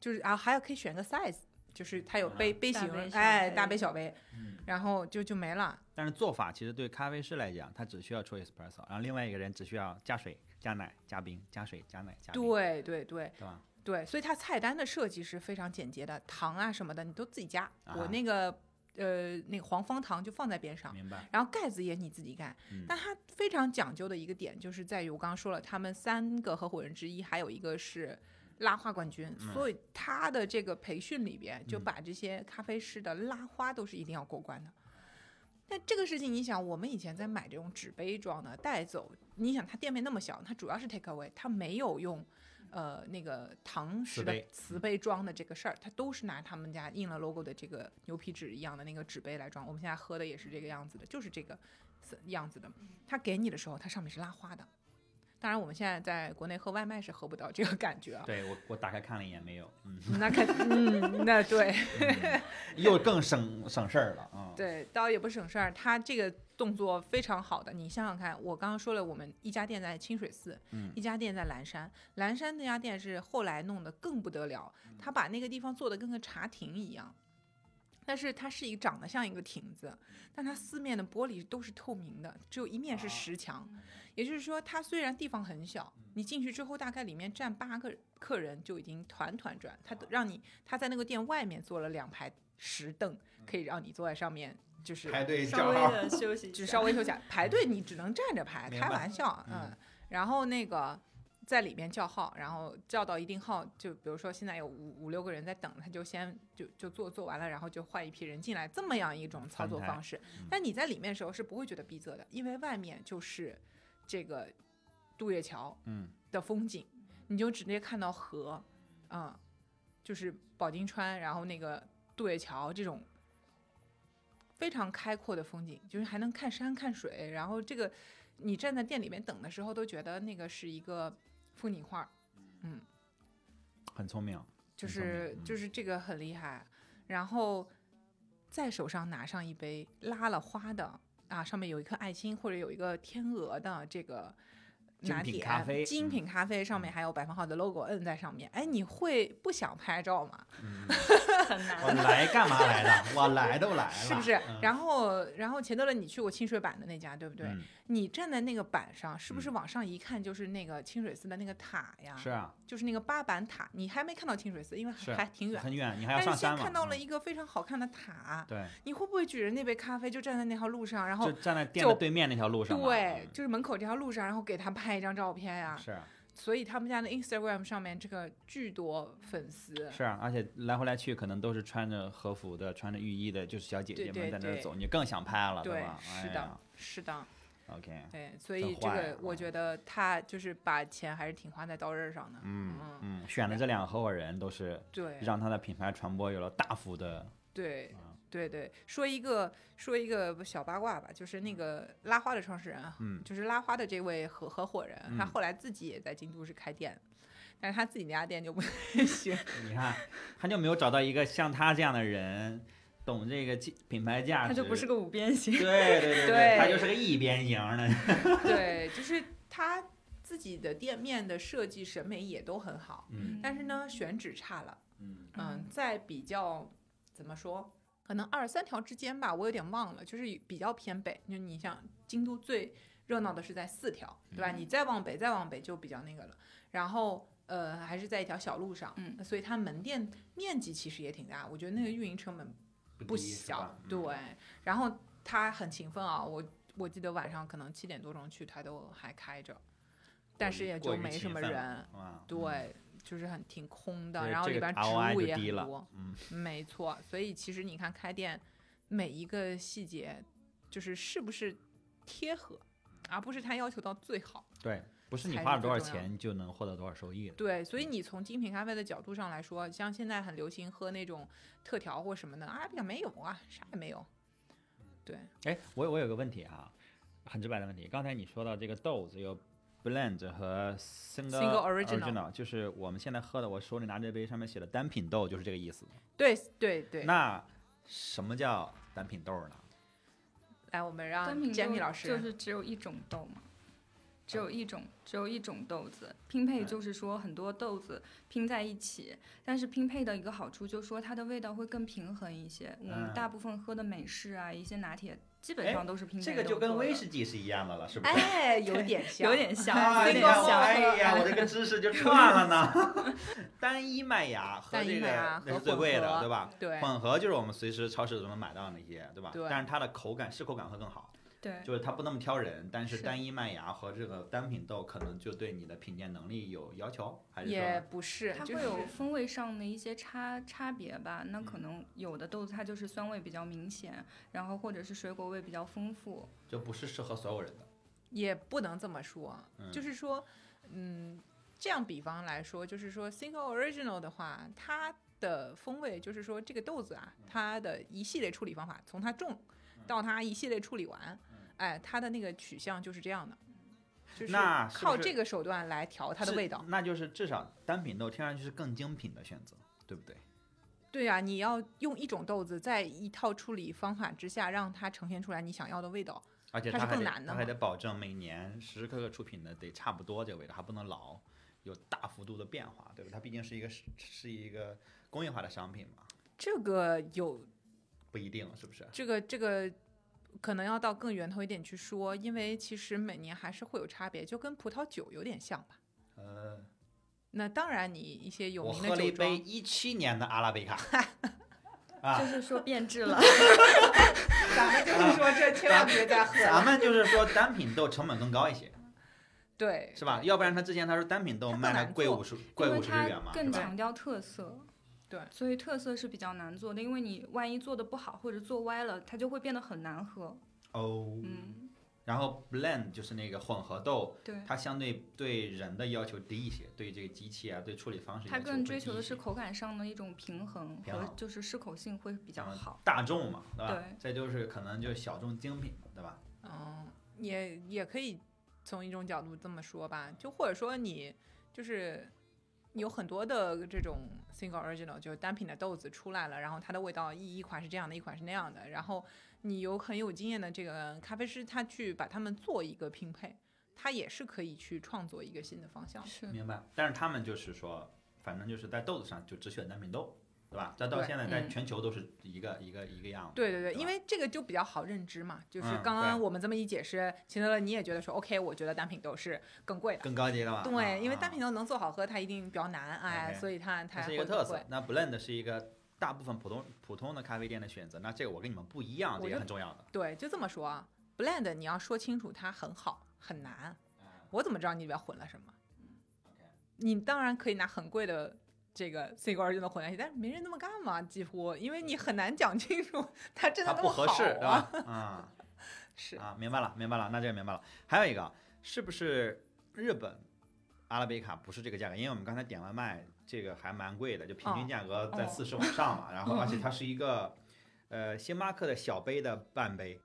S2: 就是啊，还有可以选个 size，就是它有
S1: 啊
S2: 杯、杯
S3: 大
S2: 型，
S3: 杯小
S2: 哎，
S3: 杯
S2: 大杯、小杯，
S1: 嗯。
S2: 然后就就没了。
S1: 但是做法其实对咖啡师来讲，他只需要出 espresso，然后另外一个人只需要加水、加奶、加冰、加水、加奶、加冰，
S2: 对对对
S1: 对吧？
S2: 对，所以它菜单的设计是非常简洁的，糖啊什么的你都自己加。我
S1: 啊
S2: 那个呃那个黄方糖就放在边上。
S1: 明白。
S2: 然后盖子也你自己盖。
S1: 嗯
S2: 但它非常讲究的一个点，就是在于我刚刚说了，他们三个合伙人之一，还有一个是拉花冠军，
S1: 嗯
S2: 所以他的这个培训里边就
S1: 嗯
S2: 把这些咖啡师的拉花都是一定要过关的。但这个事情，你想，我们以前在买这种纸杯装的带走，你想它店面那么小，它主要是 take away，它没有用，呃，那个堂
S1: 瓷
S2: 食的
S1: 杯嗯
S2: 瓷杯装的这个事儿，它都是拿他们家印了 logo 的这个牛皮纸一样的那个纸杯来装。我们现在喝的也是这个样子的，就是这个色样子的。它给你的时候，它上面是拉花的。当然，我们现在在国内喝外卖是喝不到这个感 觉啊。
S1: 对我，我打开看了一眼，没有，嗯，
S2: 那肯，嗯，那对，
S1: 嗯又更省省事儿了啊。嗯，
S2: 对，倒也不省事儿，他这个动作非常好的。你想想看，我刚刚说了，我们一家店在清水寺，
S1: 嗯
S2: 一家店在蓝山。蓝山那家店是后来弄得更不得了，
S1: 嗯
S2: 他把那个地方做的跟个茶亭一样，但是它是一个长得像一个亭子，
S1: 嗯
S2: 但它四面的玻璃都是透明的，只有一面是
S1: 啊
S2: 石墙。也就是说，它虽然地方很小，
S1: 嗯
S2: 你进去之后大概里面站八个客人就已经团团转，他
S1: 哦
S2: 都让你他在那个店外面做了两排石凳，可以让你坐在上面，就是
S1: 排队
S3: 稍
S1: 叫
S3: 微
S1: 号，
S3: 的休息一
S2: 只
S3: 下，
S2: 稍微休息下，排队你只能站着排，
S1: 明
S2: 开
S1: 白
S2: 玩笑，
S1: 嗯
S2: 嗯，然后那个。在里面叫号，然后叫到一定号，就比如说现在有五五六个人在等，他就先就就做做完了，然后就换一批人进来，这么样一种操作
S1: 翻台
S2: 方式
S1: 嗯。
S2: 但你在里面的时候是不会觉得逼仄的，因为外面就是这个渡月桥，
S1: 嗯，
S2: 的风景，你就直接看到河，嗯，就是保定川，然后那个渡月桥这种非常开阔的风景，就是还能看山看水。然后这个你站在店里面等的时候，都觉得那个是一个风景画，
S1: 很聪明，
S2: 就
S1: 很聪明
S2: 是
S1: 嗯
S2: 就是这个很厉害。然后在手上拿上一杯拉了花的啊，上面有一颗爱心或者有一个天鹅的这个
S1: 精
S2: 拿
S1: 品
S2: 铁
S1: 咖啡嗯
S2: 精品咖啡上面还有百分号的 logo 摁在上面。哎，你会不想拍照吗？
S1: 嗯，
S3: 很
S1: 我
S3: 难。
S1: 来干嘛来 的？我来都来了，
S2: 是不是？
S1: 嗯
S2: 然后然后钱德勒，你去过清水板的那家对不对？
S1: 嗯
S2: 你站在那个板上，是不是往上一看就是那个清水寺的那个塔呀？
S1: 是啊，
S2: 就是那个八板塔。你还没看到清水寺，因为
S1: 是
S2: 还还挺远。
S1: 很远，你还要
S2: 但是
S1: 上
S2: 先
S1: 山嘛。
S2: 看到了
S1: 嗯
S2: 一个非常好看的塔，
S1: 对，
S2: 你会不会举着那杯咖啡就站在那条路上，然后
S1: 就站在店的
S2: 就
S1: 对面那条路上嘛。
S2: 对，
S1: 嗯
S2: 就是门口这条路上，然后给他拍一张照片呀、
S1: 是啊
S2: 所以他们家的 Instagram 上面这个巨多粉丝，
S1: 是啊，而且来回来去可能都是穿着和服的、穿着浴衣的，就是小姐
S2: 对
S1: 姐
S2: 对
S1: 们在那
S2: 对
S1: 儿走，你就更想拍了，
S2: 对
S1: 吧？，哎
S2: 是的
S1: 呀，
S2: 是的，
S1: OK，
S2: 对，所
S1: 真
S2: 以这
S1: 坏
S2: 个
S1: 啊
S2: 我觉得他就是把钱还是挺花在刀刃上的。
S1: 嗯
S2: 嗯
S1: 嗯，选的这两个合伙人都是
S2: 对，
S1: 让他的品牌传播有了大幅的，
S2: 对
S1: 啊
S2: 对对，说一个说一个小八卦吧，就是那个拉花的创始人啊，
S1: 嗯
S2: 就是拉花的这位合合伙人，他
S1: 嗯
S2: 后来自己也在京都是开店，但是他自己那家店就 不太行。
S1: 你看他就没有找到一个像他这样的人，懂这个价品牌价值，
S3: 它就不是个五边形。
S1: 对对对
S2: 对
S1: 他就是个一边形的，
S2: 对，就是他自己的店面的设计审美也都很好，
S1: 嗯
S2: 但是呢，选址差了。
S1: 嗯
S2: 嗯
S3: 嗯，
S2: 在比较怎么说，可能二三条之间吧，我有点忘了，就是比较偏北。就你像京都最热闹的是在四条，对吧？
S3: 嗯
S2: 你再往北，再往北就比较那个了。然后呃，还是在一条小路上，
S3: 嗯
S2: 所以它门店面积其实也挺大，我觉得那个运营成本不
S1: 低是吧嗯
S2: 小，对。然后他很勤奋啊，我我记得晚上可能七点多钟去，他都还开着，但是也
S1: 过
S2: 就
S1: 于
S2: 没什
S1: 勤
S2: 么
S1: 奋了
S2: 人，
S1: 哇，嗯，
S2: 对，就是很挺空
S1: 就
S2: 的，
S1: 是
S2: 然后
S1: 这个
S2: 里边植
S1: ROI
S2: 物
S1: 就
S2: 也
S1: 低
S2: 很
S1: 了
S2: 多，
S1: 嗯
S2: 没错。所以其实你看开店每一个细节，就是是不是贴合，而不是他要求到最好。
S1: 对，不是你
S2: 才
S1: 花
S2: 是
S1: 了
S2: 最
S1: 多少
S2: 重要
S1: 钱就能获得多少收益的，
S2: 对，所以你从精品咖啡的角度上来说，像现在很流行喝那种特调或什么的，阿拉比卡没有啊，啥也没有。对，
S1: 哎，我我有个问题啊，很直白的问题。刚才你说到这个豆子有 blend 和 single,
S2: Single original
S1: 就是我们现在喝的，我手里拿这杯上面写的单品豆，就是这个意思。
S2: 对，对，对。
S1: 那什么叫单品豆呢？
S2: 来，我们
S3: 单
S2: 让
S3: 品
S2: 啊 Jamie
S3: 豆
S2: 老师，
S3: 就是只有一种豆嘛，只有一种只有一种豆子拼配，就是说很多豆子拼在一起，但是拼配的一个好处就是说它的味道会更平衡一些。我
S1: 嗯
S3: 们大部分喝的美式啊，一些拿铁基
S1: 哎
S3: 本上都是拼配
S1: 这个
S3: 豆
S1: 就跟
S3: 做
S1: 威
S3: 的
S1: 士忌是一样的了，是不是？
S2: 哎，有点像，
S3: 有点像，
S1: 啊，
S3: 有
S1: 你
S3: 点
S1: 看我
S3: 像。
S1: 哎呀，我这个知 识就串了呢。 单一麦芽和
S2: 单一
S1: 这个
S2: 麦芽
S1: 那
S2: 和
S1: 是最
S2: 混
S1: 贵的，
S2: 合
S1: 对吧？
S2: 对，
S1: 混合就是我们随时超市都能买到那些，对吧？
S2: 对哎
S1: 但是它的口感是口感会更好。
S3: 对
S1: 就是它不那么挑人，但是
S3: 是
S1: 单一麦芽和这个单品豆可能就对你的品鉴能力有要求，还是
S2: 也
S1: 说
S2: 不是，
S3: 它
S2: 就
S3: 会
S2: 是
S3: 有风味上的一些差差别吧，那可能有的豆子它就是酸味比较明显，然后或者是水果味比较丰富，
S1: 就不是适合所有人的？
S2: 也不能这么说，
S1: 嗯
S2: 就是说，嗯，这样比方来说，就是说 single original 的话，它的风味就是说这个豆子
S1: 嗯
S2: 啊，它的一系列处理方法，从它种到它一系列处理完
S1: 嗯，
S2: 哎，它的那个取向就是这样的，就是
S1: 那是不
S2: 靠
S1: 是
S2: 这个手段来调它的
S1: 是
S2: 味道。
S1: 那就是至少单品豆听上去是更精品的选择，对不对？
S2: 对呀、你要用一种豆子，在一套处理方法之下，让它呈现出来你想要的味道。
S1: 而且
S2: 它
S1: 它
S2: 是
S1: 还
S2: 更
S1: 得
S2: 难的
S1: 它还
S2: 嘛
S1: 得保证每年时时刻刻出品的得差不多这个味道，还不能老有大幅度的变化，对吧？它毕竟是一个是是一个工业化的商品嘛，
S2: 这个有
S1: 不一定是不是？
S2: 这个这个可能要到更源头一点去说，因为其实每年还是会有差别，就跟葡萄酒有点像吧。
S1: 呃，
S2: 那当然，你一些有
S1: 我
S2: 名
S1: 喝
S2: 的
S1: 了一
S2: 酒
S1: 杯
S2: 庄，
S1: 一七年的阿拉比卡， 啊
S3: 就，是说变质 了。
S2: 咱们就是说 这千万别再喝
S1: 咱。们就是说单品豆成本更高一些。
S2: 对，
S1: 是吧？
S2: 对？
S1: 要不然他之前他说单品豆
S2: 它更
S1: 卖了
S2: 难
S1: 贵
S2: 做
S1: 五十贵
S3: 因为
S1: 五十日
S3: 它
S1: 元嘛，
S3: 更
S1: 是吧？
S3: 强调特色。
S2: 对
S3: 所以特色是比较难做的，因为你万一做的不好或者做歪了，它就会变得很难喝。
S1: 哦，
S3: 嗯，
S1: 然后 blend 就是那个混合豆，
S2: 嗯
S3: 对，
S1: 它相对对人的要求低一些，对这个机器啊，对处理方式
S3: 它
S1: 要求
S3: 更
S1: 会
S3: 追
S1: 低
S3: 求
S1: 一
S3: 的
S1: 些
S3: 是口感上的一种平衡
S1: 平
S3: 和
S1: 衡
S3: 就是适口性会比较
S1: 嗯
S3: 好。
S1: 大众嘛，对吧？
S3: 对
S1: 这就是可能就是小众精品，对吧？
S2: 嗯，也也可以从一种角度这么说吧，就或者说你就是。有很多的这种 single original 就是单品的豆子出来了，然后它的味道一一款是这样的，一款是那样的。然后你有很有经验的这个咖啡师，他去把它们做一个拼配，他也是可以去创作一个新的方向。
S3: 是，
S1: 明白。但是他们就是说，反正就是在豆子上就只选单品豆，对吧？这到
S2: 对
S1: 现在在
S3: 嗯
S1: 全球都是一个一个一个样子。
S2: 对对对，
S1: 吧
S2: 因为这个就比较好认知嘛，就是
S1: 嗯
S2: 刚刚
S1: 对
S2: 我们这么一解释，秦德勒你也觉得说 OK，我觉得单品豆是更贵的。
S1: 更高级了嘛。啊
S2: 对，因为单
S1: 啊
S2: 品豆能做好喝，它一定比较难，哎，
S1: OK
S2: 所以它它
S1: 它是
S2: 会
S1: 一个特
S2: 更贵
S1: 色。。那 blend 是一个大部分普通普通的咖啡店的选择，那这个我跟你们不一样，
S2: 我
S1: 这也
S2: 就
S1: 很重要的。
S2: 对，就这么说啊，blend 你要说清楚它很好很难，我怎么知道你里边混了什么？你当然可以拿很贵的这个 C 罐就能混在一起，但是没人那么干嘛，几乎因为你很难讲清楚它真
S1: 它
S2: 的那
S1: 不
S2: 么
S1: 合
S2: 好
S1: 适，对
S2: 啊，
S1: 吧？啊，
S2: 是
S1: 啊，明白了，明白了，那这个明白了。还有一个，是不是日本阿拉比卡不是这个价格？因为我们刚才点外卖，这个还蛮贵的，就平均价格在
S3: 哦
S1: 四十往上嘛。然后，而且 它是一个呃星巴克的小杯的半杯，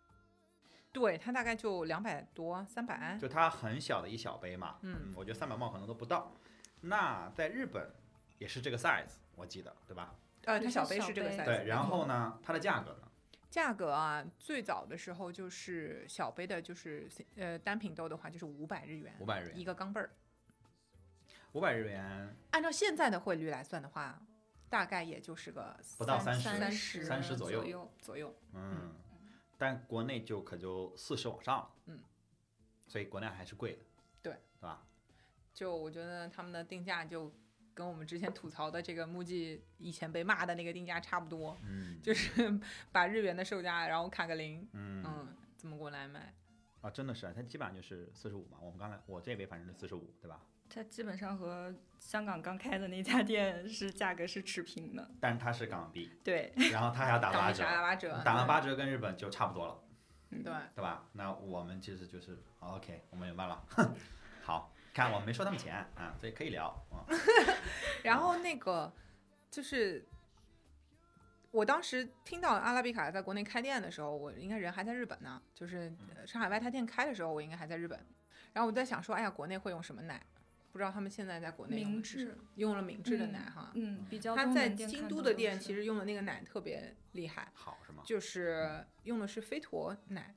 S2: 对，它大概就两百多、三百。
S1: 就它很小的一小杯嘛。
S2: 嗯，
S1: 我觉得三百磅可能都不到。那在日本也是这个 size，我记得对吧？
S2: 呃，
S3: 也
S2: 它
S3: 是
S2: 小杯
S3: 小
S2: 是这个
S3: 杯
S2: size。嗯
S1: 对，然后呢，它的价格呢？
S2: 价格啊，最早的时候就是小杯的，就是呃单品豆的话就是五百日元
S1: 五百日
S2: 一
S1: 元，
S2: 个钢镚儿。
S1: 五百日元
S2: 按照现在的汇率来算的话，大概也就是个
S1: 不到三
S2: 三
S1: 十
S3: 三
S2: 十
S1: 三十左
S3: 左
S1: 右
S2: 左右。
S1: 嗯，但国内就可就四十往上了，
S2: 嗯，
S1: 所以国内还是贵的，
S2: 对，
S1: 对吧？
S2: 就我觉得他们的定价就跟我们之前吐槽的这个木记以前被骂的那个定价差不多，
S1: 嗯
S2: 就是 把日元的售价然后砍个零，
S1: 嗯
S2: 嗯，怎么过来买？
S1: 啊，真的是，它基本上就是四十五嘛。我们刚才我这位反正是四十五，对吧？
S3: 它基本上和香港刚开的那家店是价格是持平的。
S1: 但是它是港
S2: 嗯
S1: 币，
S3: 对，
S1: 然后它还要打
S2: 港
S1: 八
S2: 币
S1: 折，
S2: 打八折，
S1: 打完八折跟日本就差不多了，
S3: 嗯
S2: 对，
S1: 对吧？那我们其实就是哦 OK，我们明白了。 好，看我没收他们钱啊，所以可以聊啊。
S2: 然后那个就是。我当时听到阿拉比卡在国内开店的时候，我应该人还在日本呢，就是
S1: 嗯
S2: 呃上海外滩店开的时候，我应该还在日本。然后我在想说，哎呀，国内会用什么奶？不知道他们现在在国内用
S3: 明
S2: 的是什么
S3: 治，
S2: 用了明治的
S3: 嗯
S2: 奶哈，
S3: 嗯，比较
S2: 他
S3: 东
S2: 在
S3: 南店
S2: 京
S3: 看
S2: 都
S3: 到
S2: 的
S3: 都
S2: 店
S3: 是
S2: 其实用的那个奶特别厉害，
S1: 好是吗？嗯
S2: 就是用的是飞驼奶，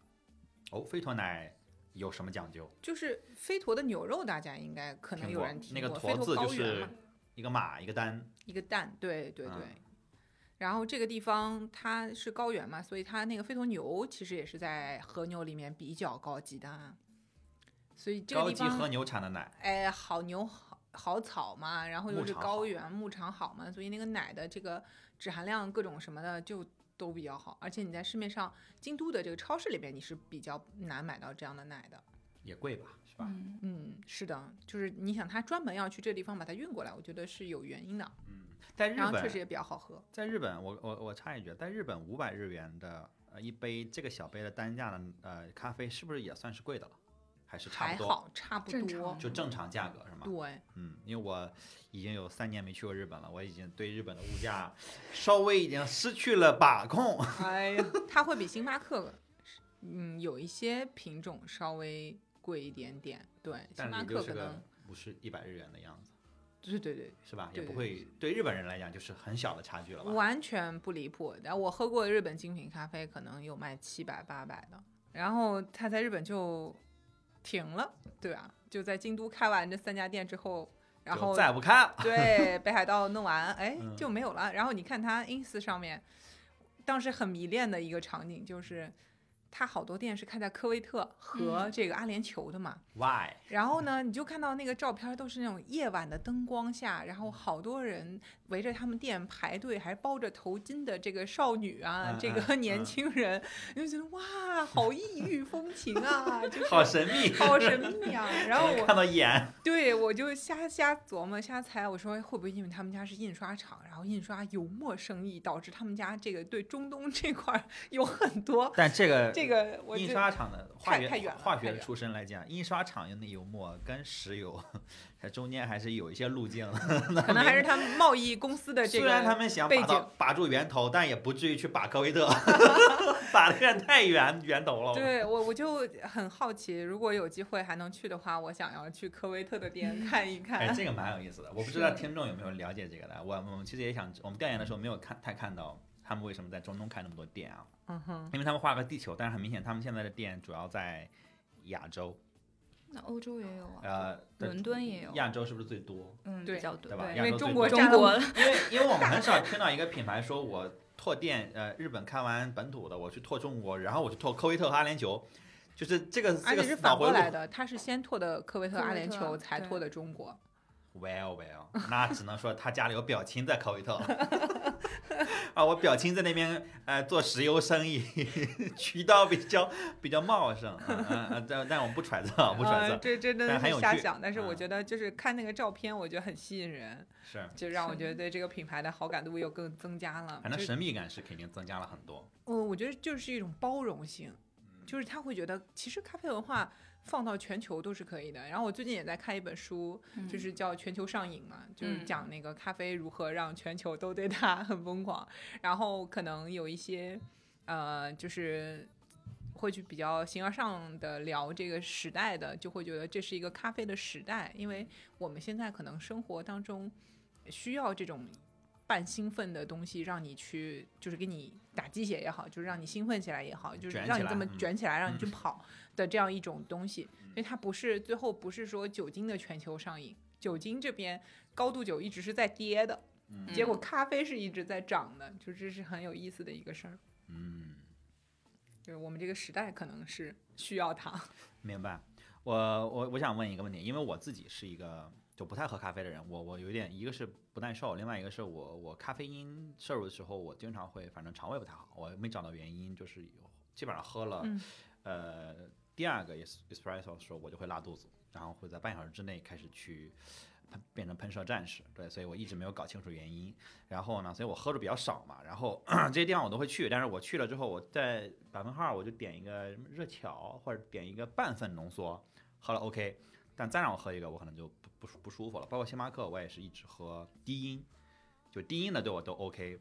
S1: 哦，飞驼奶有什么讲究？
S2: 就是飞驼的牛肉，大家应该可能
S1: 听
S2: 有
S1: 过
S2: 人听
S1: 那个
S2: 过，
S1: 驼
S2: 飞
S1: 字
S2: 驼
S1: 就
S2: 高原
S1: 是
S2: 嘛，
S1: 一个马一个单，
S2: 一个蛋，对对对。
S1: 嗯
S2: 然后这个地方它是高原嘛，所以它那个飞驼牛其实也是在和牛里面比较高级的啊，所以这个
S1: 高
S2: 地
S1: 级和
S2: 方
S1: 牛产的奶。
S2: 哎好牛好好草嘛，然后
S1: 牧
S2: 又是
S1: 场
S2: 高
S1: 好
S2: 原牧场好嘛，所以那个奶的这个脂含量各种什么的就都比较好，而且你在市面上京都的这个超市里边你是比较难买到这样的奶的。
S1: 也贵吧，是吧？
S3: 嗯，
S2: 嗯，是的，就是你想他专门要去这地方把它运过来，我觉得是有原因的，
S1: 嗯在日
S2: 嗯然后确实
S1: 本，
S2: 也比较好喝。
S1: 在日本，我我我插一句，在日本五百日元的呃一杯这个小杯的单价的呃咖啡，是不是也算是贵的了？还是差
S2: 还
S1: 不多，
S2: 好，差不
S3: 正
S2: 多
S3: 常。
S1: 就正常价格是吗？
S2: 对，
S1: 嗯，因为我已经有三年没去过日本了，我已经对日本的物价稍微已经失去了把控。
S2: 哎呀， 它会比星巴克，嗯，有一些品种稍微贵一点点。对，星
S1: 但
S2: 巴
S1: 也就
S2: 克
S1: 是
S2: 可
S1: 个
S2: 能，
S1: 五十一百日元的样子，
S2: 对对对，
S1: 是吧？也
S2: 对
S1: 不
S2: 对
S1: 会对日本人来讲就是很小的差距了吧？
S2: 完全不离谱。然后我喝过的日本精品咖啡，可能有卖七百八百的，然后它在日本就停了，对吧？就在京都开完这三家店之后，然
S1: 就
S2: 后
S1: 再不开了，
S2: 对，北海道弄完，哎
S1: 嗯，
S2: 就没有了。然后你看他 ins 上面，当时很迷恋的一个场景就是，他好多店是开在科威特和
S3: 嗯
S2: 这个阿联酋的嘛。
S1: why？
S2: 然后呢，你就看到那个照片都是那种夜晚的灯光下，然后好多人围着他们店排队，还包着头巾的这个少女啊，
S1: 嗯
S2: 这
S1: 嗯
S2: 个
S1: 嗯
S2: 年轻人，你就觉得哇，好异域风情 啊，就是
S1: 好神秘，
S2: 好神秘啊。然后 我
S1: 看到 眼，
S2: 对，我就瞎瞎琢磨、瞎猜，我说会不会因为他们家是印刷厂，然后印刷油墨生意，导致他们家这个对中东这块儿 有很多
S1: 但这个
S2: 这个，我
S1: 印
S2: 就
S1: 刷厂的化
S2: 太太
S1: 学
S2: 远了
S1: 化
S2: 太
S1: 学
S2: 远
S1: 出身来讲，印刷厂用的油墨跟石油，它中间还是有一些路径的。
S2: 可能还是他们贸易公司的这
S1: 虽
S2: 个，
S1: 然他们想
S2: 背
S1: 把到把住源头，但也不至于去把科威 特， 打的有点太远源头了。
S2: 对啊我我就很好奇，如果有机会还能去的话，我想要去科威特的店
S3: 嗯
S2: 看一
S1: 哎，
S2: 看。
S1: 这个蛮有意思的，我不知道听众有没有了解这个的。我我们其实也想，我们调研的时候没有看太看到他们为什么在中东开那么多店啊，
S2: 嗯哼，
S1: 因为他们画个地球，但是很明显他们现在的店主要在亚洲，
S3: 那欧洲也有
S2: 哦
S3: 啊，
S1: 呃，
S3: 伦敦也有，
S1: 亚洲是不是最多？
S3: 嗯，
S2: 对
S3: 比较多，
S1: 对吧
S2: 因
S1: 亚
S2: 为
S1: 洲
S2: 中
S1: 最
S2: 国
S1: 多
S2: 占
S3: 中国
S2: 了
S1: 因为因为我们很少听到一个品牌说我拓店，呃，日本开完本土的，我去拓中国，然后我去拓科威特和阿联酋，就是这个这
S2: 而且
S1: 个
S2: 是
S1: 死
S2: 反
S1: 脑回
S2: 过
S1: 路。
S2: 来的，他是先拓的科威特、
S3: 科
S2: 阿
S3: 威
S2: 联
S3: 特
S2: 酋，才
S3: 对
S2: 拓的中国。
S1: Well well，那只能说他家里有表亲在科威特 了。啊，我表亲在那边呃做石油生意，渠道比较比较茂盛。嗯嗯嗯，但但我们不揣测，啊不揣
S2: 呃，
S1: 测，
S2: 这这真的
S1: 但很
S2: 是
S1: 有
S2: 瞎
S1: 趣
S2: 想，但是我
S1: 嗯
S2: 觉得就是看那个照片，我觉得很吸引人，
S1: 是，
S2: 就让我
S3: 是
S2: 觉得对这个品牌的好感度又更增加了。
S1: 反正
S2: 啊就，嗯
S1: 神秘感是肯定增加了很多。
S2: 我我觉得就是一种包容性，就是他会觉得其实咖啡文化放到全球都是可以的。然后我最近也在看一本书， 就是叫《全球上瘾》嘛，就是
S3: 嗯
S2: 讲那个咖啡如何让全球都对它很疯狂。然后可能有一些呃，就是会去比较形而上的聊这个时代的，就会觉得这是一个咖啡的时代，因为我们现在可能生活当中呃需要这种半兴奋的东西，让你去就是给你打鸡血也好，就是让你兴奋起来也好，就是
S1: 卷
S2: 让
S1: 起
S2: 你这
S1: 来
S2: 么
S1: 嗯
S2: 卷起来，让你去
S1: 嗯
S2: 跑的这样一种东西。所以它不是最后不是说酒精的全球上瘾，酒精这边高度酒一直是在跌的，
S1: 嗯
S2: 结果咖啡是一直在涨的，就这是很有意思的一个事儿。
S1: 嗯，
S2: 就是我们这个时代可能是需要它。
S1: 明白。我我我想问一个问题，因为我自己是一个就不太喝咖啡的人，我我有点一个是不耐受，另外一个是我我咖啡因摄入的时候，我经常会反正肠胃不太好，我没找到原因，就是有基本上喝了，
S2: 嗯
S1: 呃，第二个 es- espresso 的时候我就会拉肚子，然后会在半小时之内开始去。喷变成喷射战士，对，所以我一直没有搞清楚原因。然后呢，所以我喝的比较少嘛。然后这些地方我都会去，但是我去了之后，我在百分号我就点一个什么热巧或者点一个半份浓缩，喝了 OK。但再让我喝一个，我可能就不不舒不舒服了。包括星巴克，我也是一直喝低因，就低因的对我都 OK。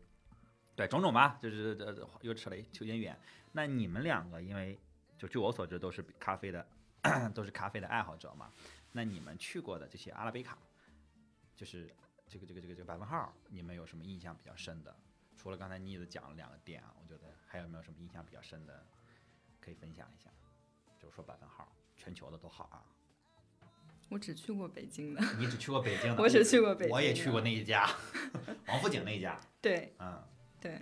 S1: 对，种种吧，就是呃又扯了一有点远。那你们两个，因为就据我所知都是咖啡的， 都是咖啡的爱好者嘛。那你们去过的这些阿拉比卡，就是这个这个这个这个百分号，你们有什么印象比较深的？除了刚才你也讲了两个店啊，我觉得还有没有什么印象比较深的可以分享一下？就是说百分号，全球的都好啊。
S3: 我只去过北京的，
S1: 你只去过北京的，
S3: 我只去过北京，
S1: 我也去过。那一家， 王府井那一家，
S3: 对
S1: 嗯
S3: 对，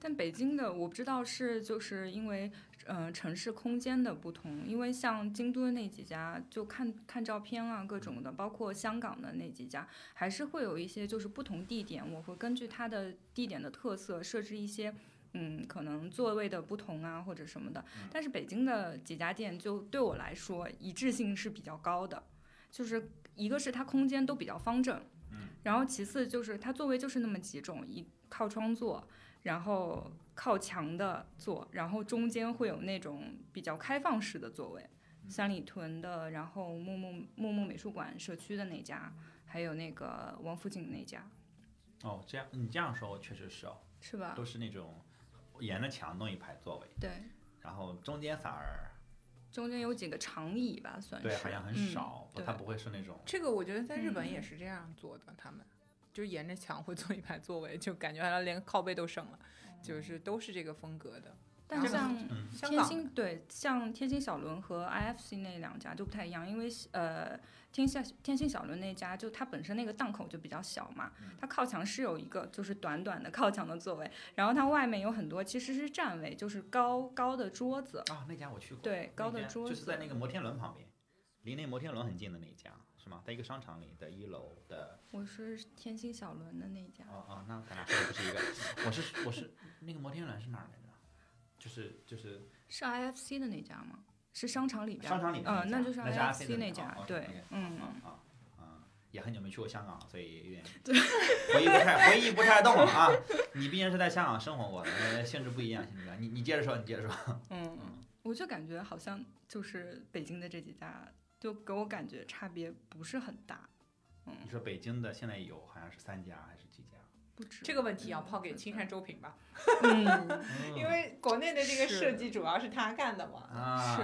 S3: 但北京的我不知道是就是因为呃城市空间的不同，因为像京都的那几家，就看看照片啊各种的，包括香港的那几家，还是会有一些就是不同地点，我会根据它的地点的特色设置一些。嗯，可能座位的不同啊，或者什么的，但是北京的几家店就对我来说一致性是比较高的，就是一个是它空间都比较方正，
S1: 嗯，
S3: 然后其次就是它座位就是那么几种，一靠窗座，然后靠墙的座，然后中间会有那种比较开放式的座位，
S1: 嗯
S3: 三里屯的，然后木木木木美术馆社区的那家，还有那个王府井那家，
S1: 哦，这样你这样说，我确实是哦，
S3: 是吧
S1: 都？是那种沿着墙弄一排座位，
S3: 对，
S1: 然后中间反而
S3: 中间有几个长椅吧，算是。
S1: 对好像很
S3: 嗯
S1: 少，不
S3: 对
S1: 它不会是那种
S2: 这个我觉得在日本
S3: 嗯
S2: 也是这样做的，他们就沿着墙会坐一排座位，就感觉好像连靠背都省了，就是都是这个风格的。
S3: 但
S2: 然后
S3: 像
S1: 嗯
S2: 香
S3: 天
S2: 港
S3: 星对，像天星小轮和 IFC 那两家就不太一样，因为呃，天下天星小轮那家就它本身那个档口就比较小嘛，
S1: 嗯
S3: 它靠墙是有一个就是短短的靠墙的座位，然后它外面有很多其实是站位，就是高高的桌子，
S1: 啊那家我去过，
S3: 对，高
S1: 那
S3: 的
S1: 家
S3: 桌
S1: 就是
S3: 子
S1: 在，那个摩天轮旁边，离那摩天轮很近的那一家是吗？在一个商场里的一楼的，
S3: 我是天星小轮的那家
S1: 哦，哦，那咱俩说的不是一个，我是我是那个摩天轮是哪儿来着？就是就是
S3: 是 IFC 的那家吗？是商场里边儿，
S1: 商场里面
S3: 嗯、
S1: 那家
S3: 那就是 IFC
S1: 那
S3: 那
S1: 家
S3: 家
S1: 哦，
S3: 对，
S1: OK，
S3: 嗯，
S1: 啊啊啊！也很久没去过香港了，所以有点回忆不太回忆不太动了啊。你毕竟是在香港生活过的，呃性质不一样，性质不一样。你你接着说，你接着说。
S3: 嗯，我就感觉好像就是北京的这几家，就给我感觉差别不是很大，
S1: 你说北京的现在有好像是三家还是几家？
S3: 不止
S2: 这个问题要抛给青山周平吧，
S3: 嗯，
S1: 嗯
S2: 因为国内的这个
S3: 是
S2: 设计主要是他干的嘛，
S1: 啊
S3: 是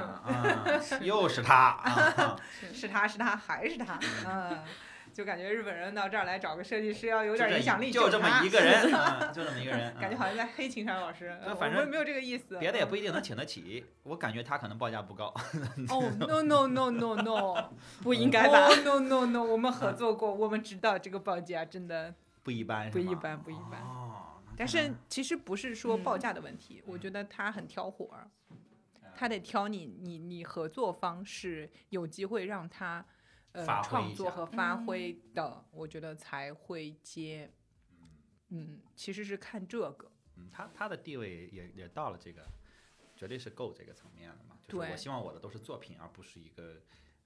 S1: 啊，又是他 啊！
S2: 是他是他还是他，嗯，就感觉日本人到这儿来找个设计师要有
S1: 就
S2: 点
S1: 这
S2: 影响力，
S1: 就这么一
S2: 个，
S1: 个 人，啊就这么一个人，
S2: 感觉
S1: 啊
S2: 好像在黑秦山老师，
S1: 对
S2: 呃
S1: 反
S2: 我
S1: 正
S2: 们没有这个意思，
S1: 别的也
S2: 嗯
S1: 不一定能请得起。我感觉他可能报价不高。
S2: 哦、no no no no no，
S1: 嗯
S3: 不应该吧
S2: 哦 no no no，我们合作过，我们知道这个报价真的
S1: 不一般，
S2: 不
S1: 是吗
S2: 一般不一般
S1: 哦，那
S2: 但
S1: 看来
S2: 是其实不是说
S1: 嗯
S2: 报价的问题，我觉得他很挑活儿，他得挑你你你合作方是有机会让他呃
S1: 发挥一
S2: 创作
S1: 下
S2: 和发
S3: 嗯
S2: 挥的，我觉得才会接。嗯，其实是看这个，
S1: 嗯，他他的地位也也到了这个，绝对是够这个层面了嘛。就是
S2: 对
S1: 我希望我的都是作品，而不是一个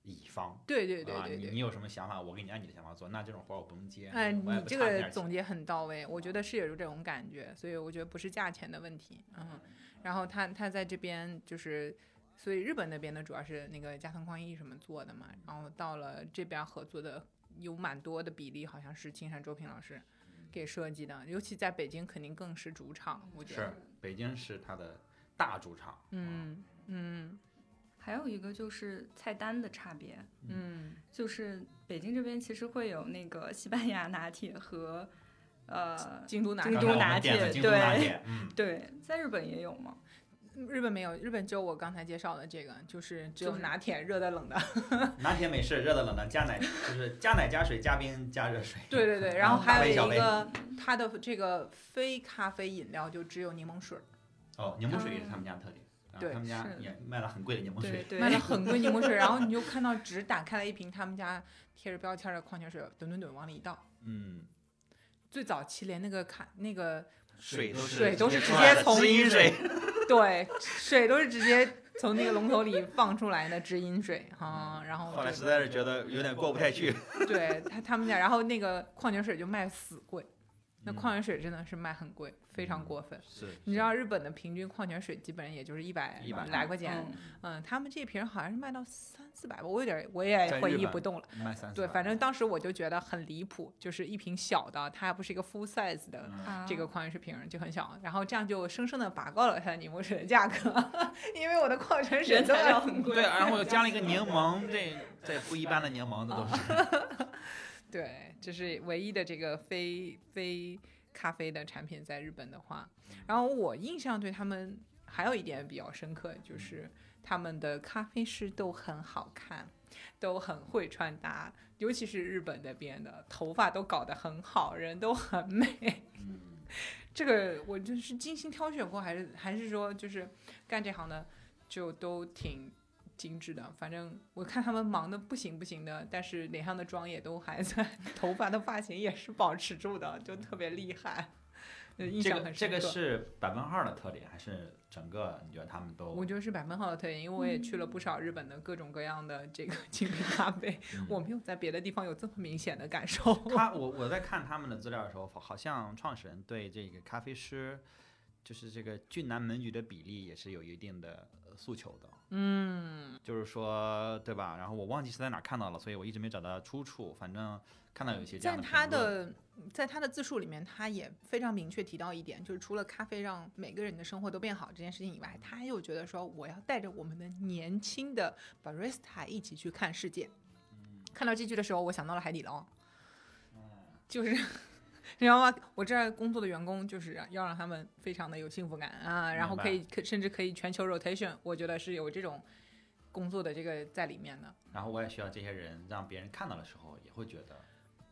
S1: 乙方。
S2: 对对对
S1: 啊，
S2: 对
S1: 你
S2: 对。
S1: 你有什么想法，我给你按你的想法做。那这种活儿我不用接。
S2: 哎，你
S1: 我也不
S2: 这
S1: 差
S2: 个
S1: 点
S2: 总
S1: 钱啊
S2: 结很到位，我觉得是有这种嗯感觉，所以我觉得不是价钱的问题，嗯。然后他他在这边就是所以日本那边呢，主要是那个加藤宽一什么做的嘛，然后到了这边合作的有蛮多的比例，好像是青山周平老师给设计的，尤其在北京肯定更是主场，我觉得
S1: 是，北京是它的大主场，啊，
S2: 嗯嗯
S3: 还有一个就是菜单的差别，
S2: 嗯，
S3: 就是北京这边其实会有那个西班牙拿铁和呃
S2: 京都拿
S1: 嗯
S3: 京
S1: 刚
S3: 都
S1: 才我
S3: 拿
S1: 们点
S3: 铁
S1: 了京都拿
S3: 对
S1: 铁，嗯，
S3: 对，在日本也有吗？
S2: 日本没有，日本只有我刚才介绍的这个，就是只有
S3: 就是
S2: 拿铁热的冷的，
S1: 拿铁美式热的冷的加奶，就是加奶加水加冰加热水，
S2: 对对对，然后
S1: 啊大
S2: 还
S1: 杯小
S2: 有一
S1: 杯
S2: 个它的这个非咖啡饮料就只有柠檬水儿，
S1: 哦，柠檬水也是他们家的特点，啊
S2: 嗯对
S1: 他们家
S3: 是
S1: 也卖了很贵的柠檬
S3: 对
S1: 水，
S3: 对，
S2: 卖了很贵柠檬水，然后你就看到只打开了一瓶他们家贴着标签的矿泉水，吨吨吨往里一倒。
S1: 嗯，
S2: 最早期连那个卡那个
S1: 水都是
S2: 水都是
S1: 直
S2: 直
S1: 接
S2: 接从
S1: 直饮水，
S2: 对水都是直接从那个龙头里放出来的直饮水啊，然后
S1: 后来
S2: 就
S1: 实在是觉得有点过不太去，
S2: 对他他们家，然后那个矿泉水就卖死贵， 那
S1: 嗯
S2: 矿泉水真的是卖很贵，非常过分。
S1: 是，
S2: 你知道日本的平均矿泉水基本上也就是一百
S1: 100
S2: 来块钱，
S3: 嗯，
S2: 嗯，他们这瓶好像是卖到三四百吧，我有点我也
S1: 在
S2: 回
S1: 日
S2: 忆
S1: 本
S2: 不动了。
S1: 卖三
S2: 对，反正当时我就觉得很离谱，就是一瓶小的，它还不是一个 full size 的
S1: 嗯
S3: 啊
S2: 这个矿泉水瓶儿，就很小，然后这样就生生的拔高了它的柠檬水的价格， 因为我的矿泉水
S3: 原
S2: 都
S3: 材料
S2: 要
S3: 很贵，
S1: 对，然后又加了一个柠檬，这这不一般的柠檬，这都
S2: 啊
S1: 是。
S2: 对，这是唯一的这个非非咖啡的产品在日本的话，
S1: 嗯
S2: 然后我印象对他们还有一点比较深刻，就是他们的咖啡师都很好看，都很会穿搭，尤其是日本那边的，头发都搞得很好，人都很美。
S1: 嗯
S2: 这个我就是精心挑选过，还是还是说就是干这行的就都挺精致的。反正我看他们忙的不行不行的，但是脸上的妆也都还在， 头发的发型也是保持住的，就特别厉害。就印
S1: 这
S2: 象
S1: 个
S2: 很
S1: 这
S2: 深刻。
S1: 个是百分号的特点，还是整个你觉得他们都？
S2: 我觉得是百分号的特点，因为我也去了不少日本的各种各样的这个精品咖啡，
S1: 嗯
S2: 我没有在别的地方有这么明显的感受。
S1: 他我我在看他们的资料的时候，好像创始人对这个咖啡师，就是这个俊男美女的比例也是有一定的呃诉求的。
S2: 嗯，
S1: 就是说，对吧？然后我忘记是在哪儿看到了，所以我一直没找到出处。反正看到有一些这
S2: 在
S1: 样
S2: 他
S1: 评论
S2: 的在他的自述里面，他也非常明确提到一点，就是除了咖啡让每个人的生活都变好这件事情以外，他又觉得说我要带着我们的年轻的 barista 一起去看世界。
S1: 嗯
S2: 看到这句的时候，我想到了海底捞， 就是。你知道吗？我这儿工作的员工就是要让他们非常的有幸福感啊，然后
S1: 明白
S2: 可以可甚至可以全球 rotation，我觉得是有这种工作的这个在里面的。
S1: 然后我也需要这些人，让别人看到的时候也会觉得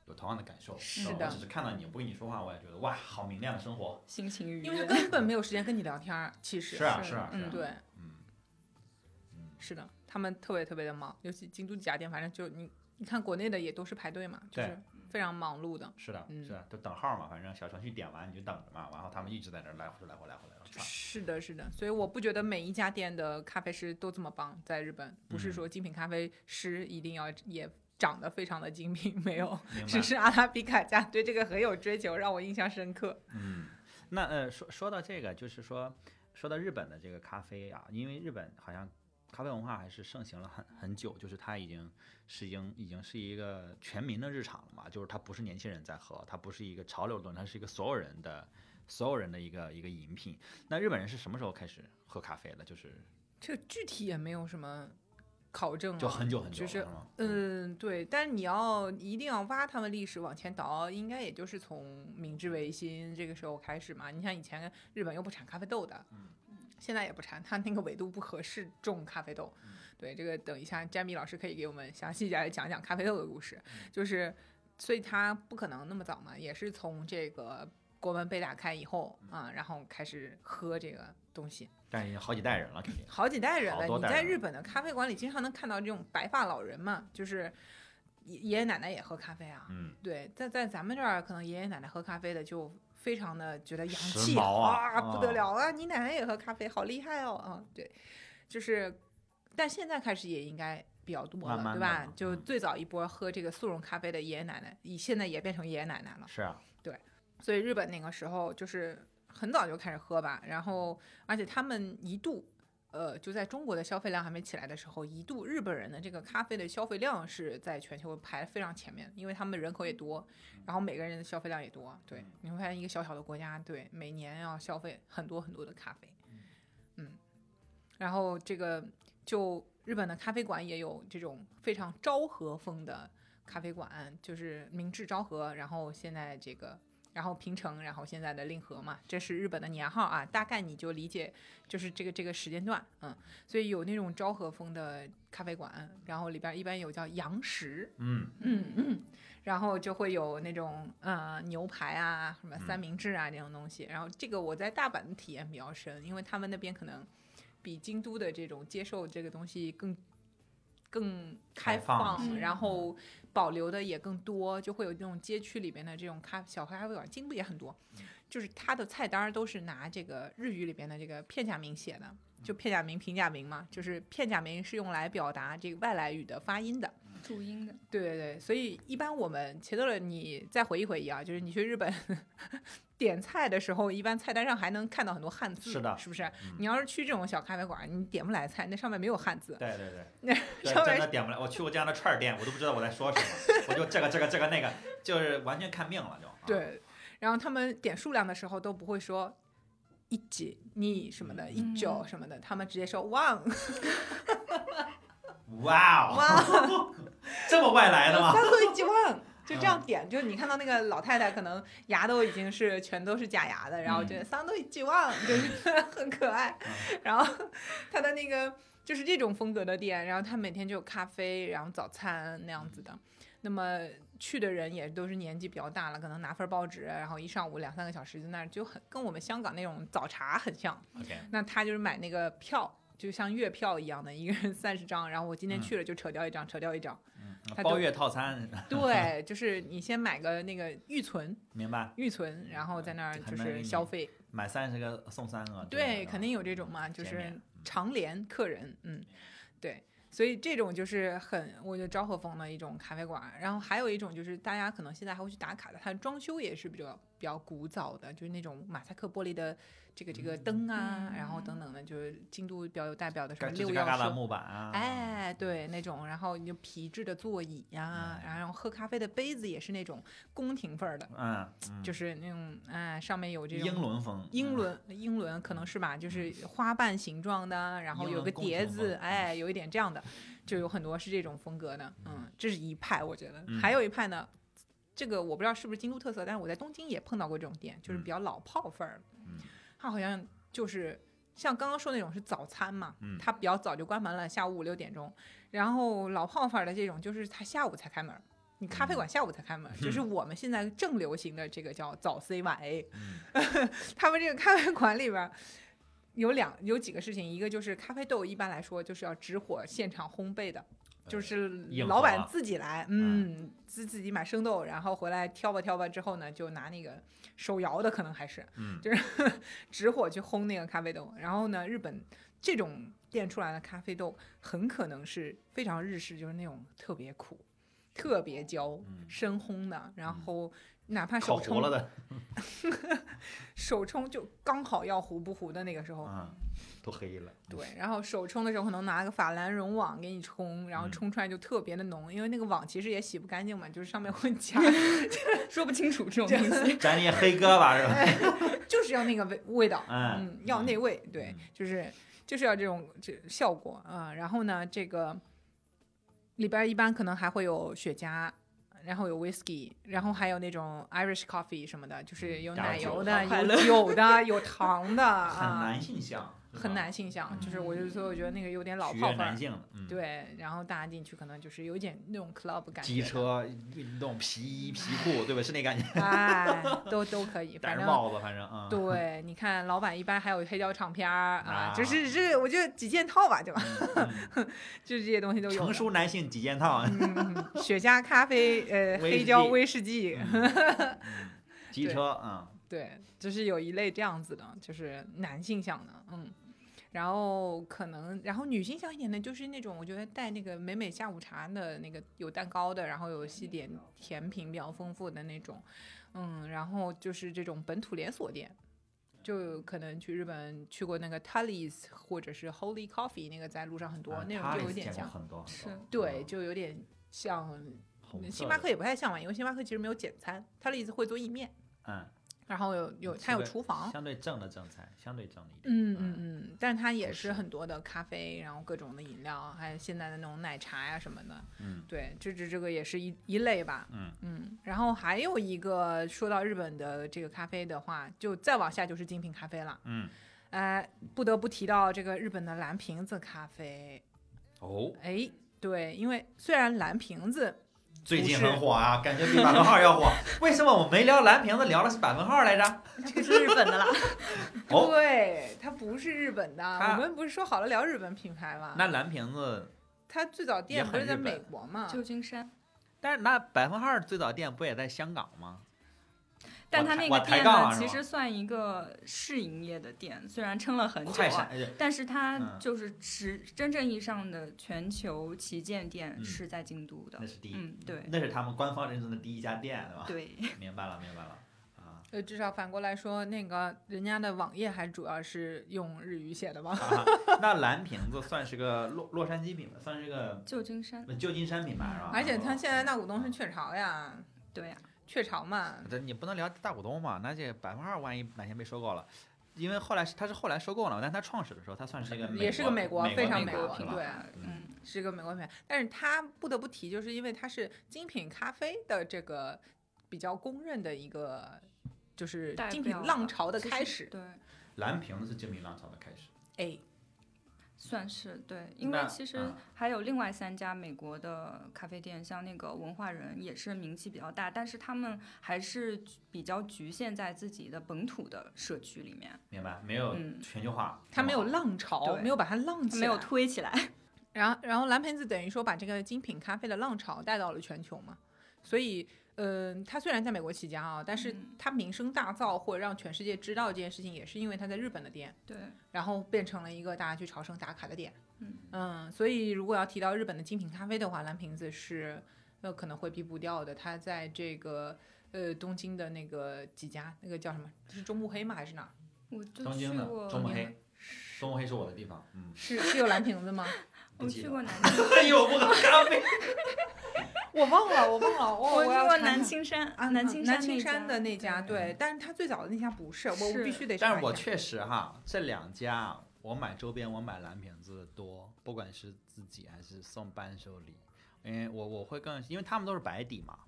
S1: 有同样的感受。
S2: 是
S1: 吧
S2: 的
S1: 我只是看到你，不跟你说话，我也觉得哇，好明亮的生活。
S3: 心情愉
S2: 因为
S3: 悦
S2: 他。根本没有时间跟你聊天儿，其实
S1: 是啊，
S3: 是
S1: 是啊，是啊。
S3: 嗯
S2: 对，
S1: 嗯，嗯，
S2: 是的，他们特别特别的忙，尤其京都几家店，反正就你你看国内的也都是排队嘛，就
S1: 对
S2: 是非常忙碌的。
S1: 是的，
S2: 嗯
S1: 是啊的，就等号嘛，反正小程序点完你就等着嘛，然后他们一直在那儿来回来回来回来回窜。
S2: 是的，是的，所以我不觉得每一家店的咖啡师都这么棒，在日本不是
S1: 嗯
S2: 说精品咖啡师一定要也长得非常的精品，没有，
S1: 明
S2: 只
S1: 白。
S2: 是阿拉比卡家对这个很有追求，让我印象深刻。
S1: 嗯，那呃，说说到这个，就是说说到日本的这个咖啡啊，因为日本好像咖啡文化还是盛行了很很久，就是它已经是已经已经是一个全民的日常了嘛，就是它不是年轻人在喝，它不是一个潮流的东西，它是一个所有人的所有人的一个一个饮品。那日本人是什么时候开始喝咖啡的？就是
S2: 这具体也没有什么考证、啊，
S1: 就很久很久
S2: 就
S1: 了，
S2: 是
S1: 吗？
S2: 嗯，对，但是你要一定要挖他们历史往前倒，应该也就是从明治维新这个时候开始嘛。你像以前日本又不产咖啡豆的，
S1: 嗯
S2: 现在也不产，它那个纬度不合适种咖啡豆。
S1: 嗯
S2: 对，这个等一下詹米老师可以给我们详细来讲讲咖啡豆的故事，
S1: 嗯
S2: 就是所以它不可能那么早嘛，也是从这个国门被打开以后
S1: 嗯
S2: 啊、然后开始喝这个东西。
S1: 但已经好几代人了，肯定。
S2: 好几代人
S1: 好
S2: 了。
S1: 多
S2: 你
S1: 代
S2: 在
S1: 人
S2: 日本的咖啡馆里经常能看到这种白发老人嘛，就是爷爷爷奶奶也喝咖啡啊。
S1: 嗯，
S2: 对，在在咱们这儿，可能爷爷奶奶喝咖啡的就非常的觉得洋
S1: 时
S2: 气
S1: 髦啊
S2: 不得了啊！你奶奶也喝咖啡，好厉害哦啊！对，就是，但现在开始也应该比较多了，
S1: 慢慢
S2: 对
S1: 的
S2: 吧
S1: 嘛？
S2: 就
S1: 嗯
S2: 最早一波喝这个速溶咖啡的爷爷奶奶，以现在也变成爷爷奶奶了。
S1: 是啊，
S2: 所以日本那个时候就是很早就开始喝吧，然后而且他们一度，呃，就在中国的消费量还没起来的时候，一度日本人的这个咖啡的消费量是在全球排非常前面的，因为他们人口也多，然后每个人的消费量也多。对
S1: 嗯，
S2: 你会发现一个小小的国家，对每年要消费很多很多的咖啡
S1: 嗯，
S2: 嗯，然后这个就日本的咖啡馆也有这种非常昭和风的咖啡馆，就是明治昭和，然后现在这个。然后平成，然后现在的令和嘛，这是日本的年号啊，大概你就理解就是这个这个时间段，嗯，所以有那种昭和风的咖啡馆，然后里边一般有叫洋食，
S1: 嗯
S2: 嗯嗯，然后就会有那种呃牛排啊、什么
S1: 嗯
S2: 三明治啊这种东西，然后这个我在大阪的体验比较深，因为他们那边可能比京都的这种接受这个东西更。更开
S1: 开放嗯
S2: 放，
S3: 一些
S2: 然后保留的也更多，就会有这种街区里边的这种咖小咖啡馆，京都也很多，
S1: 嗯
S2: 就是它的菜单儿都是拿这个日语里边的这个片假名写的，
S1: 嗯
S2: 就片假名、平假名嘛，就是片假名是用来表达这个外来语的发音的，
S3: 注音的，
S2: 对对对，所以一般我们切到了，你再回忆回忆啊，就是你去日本 点菜的时候，一般菜单上还能看到很多汉字，
S1: 是的
S2: 是不是？
S1: 嗯
S2: 你要是去这种小咖啡馆，你点不来菜，那上面没有汉字，
S1: 对对对，
S2: 那
S1: 对
S2: 稍微
S1: 真的点不来。我去过这样的串儿店，我都不知道我在说什么，我就这个这个这个那个，就是完全看命了就。啊，
S2: 对。然后他们点数量的时候都不会说一几、你什么的、一九
S3: 嗯
S2: 什么的，他们直接说 one
S1: 哇哦，
S2: one
S1: 这么外来的吗？
S2: 三个 一 one。就这样点，就你看到那个老太太，可能牙都已经是全都是假牙的，然后
S1: 嗯
S2: 觉得三都一起望， 就是很可爱。 然后她的那个就是这种风格的店，然后她每天就有咖啡，然后早餐那样子
S1: 嗯
S2: 的。那么去的人也都是年纪比较大了，可能拿份报纸，然后一上午两三个小时就那儿，就很跟我们香港那种早茶很像。
S1: OK，
S2: 那他就是买那个票，就像月票一样的，一个人三十张，然后我今天去了就扯掉一张，扯掉一张。
S1: 嗯
S2: 他
S1: 包
S2: 就
S1: 月套餐，
S2: 对，就是你先买个那个预存，
S1: 明白？
S2: 预存，然后在那儿
S1: 还
S2: 就
S1: 能给
S2: 是
S1: 你
S2: 消费。
S1: 买三十个送三个。
S2: 对，肯定有这种嘛，就
S1: 减
S2: 是
S1: 免
S2: 常连客人，嗯，对。所以这种就是很，我觉得昭和风的一种咖啡馆。然后还有一种就是大家可能现在还会去打卡的，它的装修也是比较比较古早的，就是那种马赛克玻璃的这个
S1: 嗯
S2: 这个灯啊，然后等等的，就是京都比较有代表的什
S1: 嘎
S2: 么
S1: 吱
S2: 六
S1: 吱嘎嘎
S2: 要
S1: 的
S2: 社
S1: 木板啊，
S2: 哎，对，那种，然后你就皮质的座椅呀、然后喝咖啡的杯子也是那种宫廷范儿的，
S1: 嗯，嗯，
S2: 就是那种，哎，上面有这种
S1: 英伦风，嗯
S2: 英伦英伦可能是吧，就是花瓣形状的，然后
S1: 英
S2: 有
S1: 伦
S2: 个
S1: 宫
S2: 碟
S1: 廷风嗯
S2: 子，哎，有一点这样的，就有很多是这种风格的，嗯，这是一派，我觉得，
S1: 嗯
S2: 还有一派呢。这个我不知道是不是京都特色，但是我在东京也碰到过这种店，就是比较老炮范儿的
S1: 嗯。
S2: 它好像就是像刚刚说那种是早餐嘛，
S1: 嗯
S2: 它比较早就关门了，下午五六点钟。然后老炮范儿的这种，就是它下午才开门儿，你咖
S1: 嗯
S2: 啡馆下午才开门儿，就是我们现在正流行的这个叫早 C 晚 A。
S1: 嗯，
S2: 他们这个咖啡馆里边儿有两有几个事情，一个就是咖啡豆一般来说就是要直火现场烘焙的，就是
S1: 哎硬
S2: 老
S1: 核
S2: 板
S1: 啊哎
S2: 自己来，嗯，自自己买生豆，然后回来挑吧挑吧之后呢，就拿那个手摇的，可能还是，
S1: 嗯
S2: 就是直火去烘那个咖啡豆。然后呢，日本这种店出来的咖啡豆很可能是非常日式，就是那种特别苦。特别焦
S1: 嗯，
S2: 深烘的，然后哪怕
S1: 烤
S2: 手
S1: 糊
S2: 冲
S1: 了的，
S2: 手冲就刚好要糊不糊的那个时候，
S1: 嗯，都黑了，
S2: 对，然后手冲的时候可能拿个法兰绒网给你冲，然后
S1: 嗯
S2: 冲出来就特别的浓，因为那个网其实也洗不干净嘛，就是上面 会夹，
S3: 说不清楚 这种东西。
S1: 咱也黑胳膊是吧？
S2: 就是要那个味味道，
S1: 嗯
S2: 嗯，要那味， 对
S1: 嗯，
S2: 就是就是要这种这效果啊、然后呢，这个里边儿一般可能还会有雪茄。然后有 whisky，然后还有那种 Irish coffee 什么的，就是有
S1: 加了嗯
S2: 奶
S1: 酒
S2: 油
S1: 好
S2: 的、
S1: 快
S2: 有酒 的、有糖的
S1: 嗯很
S2: 啊，
S1: 男性向，是吧
S2: 很男性向。就是我就所以我觉得那个有点老
S1: 取
S2: 炮
S1: 悦
S2: 范儿
S1: 男，性的，嗯，
S2: 对，然后大家进去可能就是有一点那种 club 感觉，
S1: 机，车、运动皮衣、皮裤，对吧？是那感觉，
S2: 哎，都都 可以，
S1: 戴
S2: 反
S1: 着
S2: 正。
S1: 帽子，反正啊，嗯
S2: 对，你看，老板一般还有黑胶唱片儿
S1: 啊
S2: 啊，就是这，我觉得几件套吧，对吧？
S1: 嗯
S2: 就是这些东西 都有的。
S1: 成熟男性几件套，
S2: 嗯，雪茄、咖啡、呃，
S1: 威士
S2: 黑胶、
S1: 忌嗯
S2: 威士忌，
S1: 机车，嗯。
S2: 对，就是有一类这样子的，就是男性向的，嗯。然后可能，然后女性向一点的，就是那种我觉得带那个美美下午茶的那个有蛋糕的，然后有西点甜品比较丰富的那种，嗯，然后就是这种本土连锁店，就可能去日本去过那个 Tully's 或者是 Holy Coffee 那个，在路上很多、
S1: 啊
S2: 那
S1: 它
S2: 种就
S1: 也
S2: 有
S1: 是
S2: 点
S1: 见过
S2: 像，
S1: 很多，很多
S3: 是
S2: 对，
S1: 嗯
S2: 就有点像
S1: 红
S2: 星
S1: 色
S2: 巴
S1: 的
S2: 克也不太像吧，因为星巴克其实没有简餐，Tully's 会做意面，
S1: 嗯，
S2: 然后有有
S1: 是
S2: 它有
S1: 个
S2: 厨房，
S1: 相对正的正餐，相对正的一点，
S2: 嗯嗯嗯，但它也
S1: 不
S2: 是
S1: 是
S2: 很多的咖啡，然后各种的饮料，还有现在的那种奶茶呀、什么的。
S1: 嗯，
S2: 对，这这这个也是一一类吧。
S1: 嗯
S2: 嗯，然后还有一个说到日本的这个咖啡的话，就再往下就是精品咖啡了。
S1: 嗯，
S2: 呃，不得不提到这个日本的蓝瓶子咖啡。
S1: 哦，
S2: 哎，对，因为虽然蓝瓶子
S1: 最
S2: 不
S1: 近
S2: 是
S1: 很火啊，感觉比百分号要 火。为什么我没聊蓝瓶子，聊的是百分号来
S2: 啊
S1: 着？
S3: 这个是日本的啦。
S1: 哦
S2: 对它不是日本的，
S1: 它
S2: 我们不是说好了聊日本品牌吗？
S1: 那蓝瓶子，
S2: 它最早店不
S1: 很
S2: 是在
S1: 日
S2: 美
S1: 本
S2: 国吗？
S3: 旧金山，
S1: 但是那百分号最早店不也在香港吗？
S3: 但
S1: 我
S3: 它
S1: 抬
S3: 那
S1: 我
S3: 个
S1: 抬
S3: 店
S1: 杠了啊
S3: 呢，
S1: 是
S3: 其
S1: 吧
S3: 实算一个试营业的店，虽然撑了很久
S1: 快闪
S3: 啊，，
S1: 哎
S3: 但是它
S1: 嗯
S3: 就是实真正意义上的全球旗舰店
S1: 嗯
S3: 是在京都的
S1: 那。是第啊一，
S3: 嗯，对
S1: 那是他们官方认证的第一家店，对吧？
S3: 对，
S1: 明白了，明白了啊。
S2: 呃，至少反过来说，那个人家的网页还主要是用日语写的吗？
S1: 啊那蓝瓶子算是个洛洛杉矶品牌，算是个
S3: 旧金山，
S1: 旧金山品牌是吧？
S2: 而且他现在大股东是雀巢呀，
S3: 对啊呀、
S2: 雀巢嘛，
S1: 这你不能聊大股东嘛，那这百分号万一哪天被收购了，因为后来是他是后来收购了，但他创始的时候他算是一个
S2: 也是个美国
S1: 国
S2: 非常
S1: 美
S2: 美
S1: 国
S2: 国
S1: 是
S2: 品
S1: 吧
S2: 牌对
S3: 嗯，
S2: 是个美国品牌。但是它不得不提，就是因为它是精品咖啡的这个比较公认的一个，就是
S3: 代
S2: 精品
S3: 表
S2: 浪
S3: 吧
S2: 潮的
S3: 其
S2: 开
S3: 实
S2: 始。
S3: 对，
S1: 蓝瓶子是精品浪潮的开始。
S2: 哎，
S3: 算是对，因为
S1: 那
S3: 其实
S1: 嗯
S3: 还有另外三家美国的咖啡店，像那个文化人也是名气比较大，但是他们还是比较局限在自己的本土的社区里面，
S1: 明白，没有
S3: 嗯
S1: 全球化，
S2: 它没有
S1: 浪。
S2: 浪潮，
S3: 对
S2: 没有把它浪起来。
S3: 没有推起来。
S2: 然后，然后蓝瓶子等于说把这个精品咖啡的浪潮带到了全球嘛，所以，嗯、它虽然在美国起家啊，但是
S3: 嗯
S2: 它名声大噪或者让全世界知道这件事情，也是因为它在日本的店，
S3: 对，
S2: 然后变成了一个大家去朝圣打卡的点。
S3: 嗯
S2: 所以如果要提到日本的精品咖啡的话，蓝瓶子是呃可能会避不掉的。它在这个呃东京的那个几家，那个叫什么？是中目黑吗？还是哪儿？
S3: 我就
S1: 东
S3: 去
S1: 京的
S3: 过
S1: 中目
S3: 南
S1: 黑，中目黑是我的地方，嗯，
S2: 是是有蓝瓶子吗？
S1: 不
S3: 我
S1: 记
S3: 去
S1: 得
S3: 过南京，
S1: 哎呦，我喝咖啡，
S2: 我忘了，我忘了，我
S3: 我去
S2: 要
S3: 过
S2: 查
S3: 南
S2: 查
S3: 青山
S2: 啊，
S3: 南
S2: 南
S3: 青
S2: 南
S3: 山那
S2: 山的那家，
S1: 对
S2: 对，但是他最早的那家不是，我我
S3: 是
S2: 必须得查一
S1: 但
S2: 下。
S1: 是我确实哈，这两家我买周边，我买蓝瓶子多，不管是自己还是送伴手礼，因为我我会更，因为他们都是白底嘛，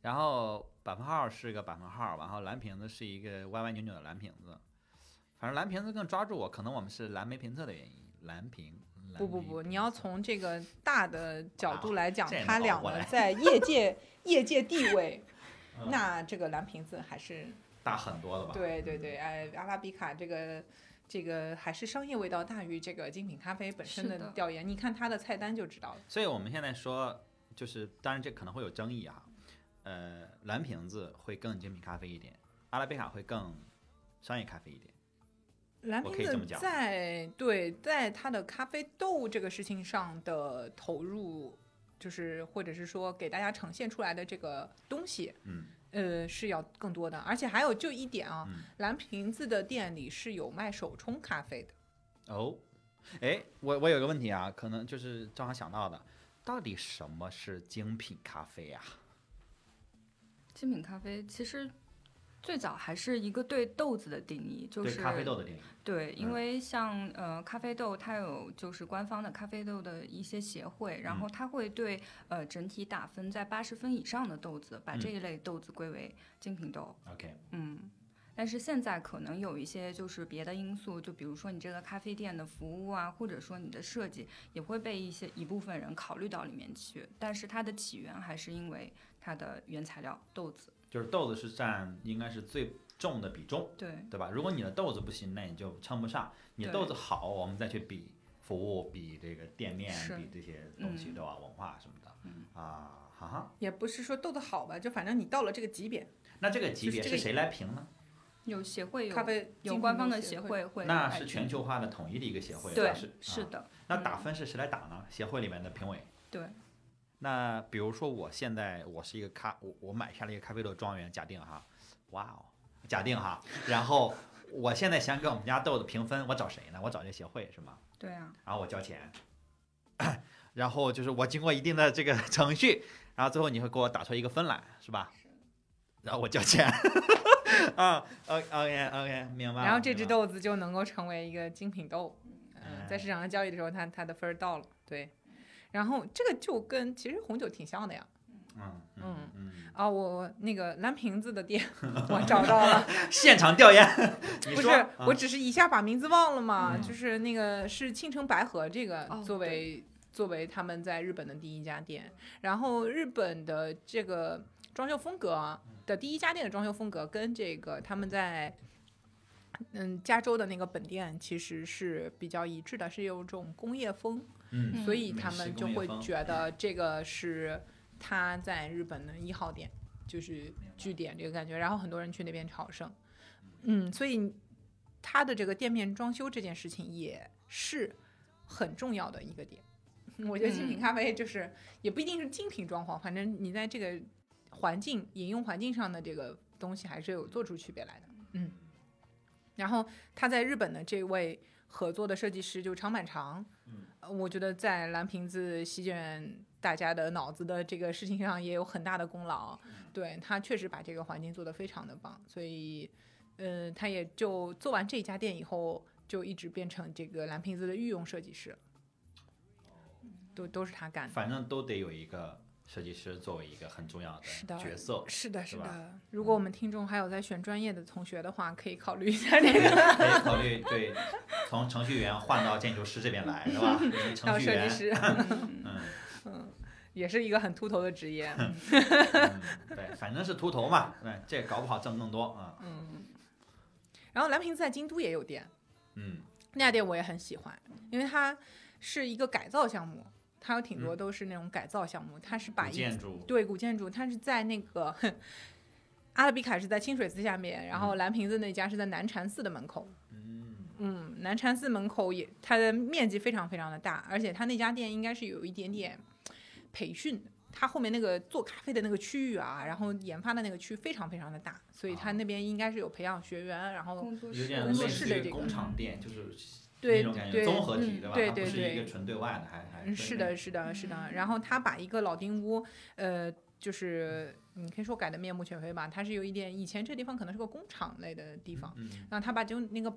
S1: 然后百分号是个百分号，然后蓝瓶子是一个歪歪扭扭的蓝瓶子，反正蓝瓶子更抓住我，可能我们是蓝莓评测的原因，蓝瓶。蓝
S2: 不不
S1: 莓
S2: 不，
S1: 评
S2: 你要
S1: 测
S2: 从这个大的角度来讲
S1: 啊这也，能
S2: 他
S1: 熬
S2: 俩
S1: 过
S2: 呢
S1: 来
S2: 在业界业界地位，
S1: 嗯
S2: 那这个蓝瓶子还是
S1: 大很多了吧？
S2: 对对
S1: 嗯，
S2: 对，哎，阿拉比卡这个。这个还是商业味道大于这个精品咖啡本身
S3: 是
S2: 的
S3: 的
S2: 调研，你看它的菜单就知道了。
S1: 所以我们现在说，就是当然这可能会有争议啊，呃，蓝瓶子会更精品咖啡一点，阿拉比卡会更商业咖啡一点。
S2: 蓝
S1: 我
S2: 瓶
S1: 可以这么
S2: 子
S1: 讲
S2: 在对在它的咖啡豆这个事情上的投入，就是或者是说给大家呈现出来的这个东西，
S1: 嗯
S2: 呃，是要更多的。而且还有就一点啊，
S1: 嗯，
S2: 蓝瓶子的店里是有卖手冲咖啡的。
S1: 哦，哎，我我有个问题啊，可能就是正好想到的，到底什么是精品咖啡啊呀、
S3: 精品咖啡其实最早还是一个对豆子的定义，就
S1: 对
S3: 是
S1: 咖啡豆的定义。
S3: 对，
S1: 嗯
S3: 因为像呃咖啡豆，它有就是官方的咖啡豆的一些协会，然
S1: 嗯
S3: 后它会对呃整体打分在八十分以上的豆子，把这
S1: 嗯
S3: 一类豆子归为精品豆。
S1: OK，
S3: 嗯，但是现在可能有一些就是别的因素，就比如说你这个咖啡店的服务啊，或者说你的设计，也会被一些一部分人考虑到里面去。但是它的起源还是因为它的原材料豆子。
S1: 就是豆子是占应该是最重的比重，
S3: 对，
S1: 对吧？如果你的豆子不行，那你就称不上；你
S3: 对
S1: 豆子好，我们再去比服务、比这个店面、
S3: 是
S1: 比这些东西，
S3: 嗯
S1: 对吧？文化什么的，
S3: 嗯
S1: 啊，哈哈。
S2: 也不是说豆子好吧，就反正你到了这个级别，
S1: 那这个级别
S2: 就是这
S1: 是
S2: 个
S1: 谁来评呢？
S3: 有协会有
S2: 咖啡
S3: 有官方的
S2: 协
S3: 协，会会
S1: 那
S3: 来
S1: 是
S3: 评
S1: 全球化的统一的一个协会，
S3: 对
S1: 是
S3: 是
S1: 啊
S3: 的，
S1: 那打分是谁来打呢？协会里面的评委。
S3: 对。
S1: 那比如说，我现在我是一个咖，我我买下了一个咖啡豆庄园，假定哈，哇哦，假定哈，然后我现在想给我们家豆子评分，我找谁呢？我找这协会是吗？
S3: 对啊，
S1: 然后我交钱， 然后就是我经过一定的这个程序， 然后最后你会给我打出一个分来，是吧？然后我交钱， 啊，OK OK OK，明白了。
S2: 然后这只
S1: 明白了
S2: 豆子就能够成为一个精品豆，
S1: 哎
S2: 嗯，在市场上交易的时候，它它的分儿到了，对。然后这个就跟其实红酒挺像的呀，
S1: 嗯嗯
S2: 嗯
S1: 嗯，
S2: 啊，我那个蓝瓶子 的店我找到了，
S1: 现场调研，你
S2: 不
S1: 说
S2: 是，我
S1: 嗯
S2: 只是一下把名字忘了嘛，
S1: 嗯
S2: 就是那个是青城白河这个
S3: 哦
S2: 作为、作为他们在日本的第一家店，然后日本的这个装修风格啊
S1: 嗯
S2: 的第一家店的装修风格跟这个他们在。嗯，加州的那个本店其实是比较一致的，是有种工业风，
S1: 嗯
S2: 所以
S1: 美
S2: 他
S1: 式
S2: 们
S1: 工
S2: 就
S1: 业
S2: 会
S1: 风
S2: 觉得这个是他在日本的一号店，就是据点这个感觉。然后很多人去那边朝圣，嗯，所以他的这个店面装修这件事情也是很重要的一个点。我觉得精品
S3: 嗯
S2: 咖啡就是也不一定是精品装潢，反正你在这个环境饮用环境上的这个东西还是有做出区别来的。嗯，然后他在日本的这位合作的设计师就长坂长，
S1: 嗯
S2: 呃我觉得在蓝瓶子席卷大家的脑子的这个事情上也有很大的功劳。
S1: 嗯
S2: 对他确实把这个环境做得非常的棒，所以，嗯、他也就做完这家店以后，就一直变成这个蓝瓶子的御用设计师了，
S1: 哦
S2: 都都是他干的。
S1: 反正都得有一个设计师作为一个很重要
S2: 是的，
S1: 角色
S2: 是的，
S1: 哦是
S2: 是
S1: 吧嗯
S2: 的。如果我们听众还有在选专业的同学的话，可以考虑一下这个。
S1: 可以考虑对从程序员换到建筑师这边来，是 吧？你
S2: 当
S1: 程序
S2: 哦设计
S1: 员，
S2: 师，
S1: 嗯
S2: 嗯，也是一个很秃头的职业。
S1: 嗯，对，反正是秃头嘛，对，这搞不好挣更多啊，
S2: 嗯，然后蓝瓶子在京都也有店，
S1: 嗯
S2: 那家店我也很喜欢，因为它是一个改造项目，它有挺多都是那种改造项目，它是把
S1: 嗯，
S2: 一
S1: 建筑，
S2: 对古建筑，它是在那个阿拉比卡是在清水寺下面，然后蓝瓶子那家是在南禅寺的门口。
S1: 嗯
S2: 嗯，南禅寺门口也它的面积非常非常的大，而且它那家店应该是有一点点培训的。它后面那个做咖啡的那个区域啊，然后研发的那个区非常非常的大，所
S1: 啊
S2: 以它那边应该是有培养学员，然后
S3: 工作室
S1: 有点
S2: 工作
S1: 类
S2: 室
S1: 似
S2: 的
S1: 于
S2: 这个
S1: 工厂店，就是那
S2: 对
S1: 种感觉，
S2: 对
S1: 综合体
S3: 嗯
S1: 对吧？
S2: 对
S1: 它不
S2: 对
S1: 是一
S2: 对
S1: 个纯对外的，还还
S2: 嗯，是的，，是的，是的。然后他把一个老丁屋，呃，就是你可以说改的面目全非吧，它是有一点以前这地方可能是个工厂类的地方，
S1: 嗯
S2: 然后他把就那个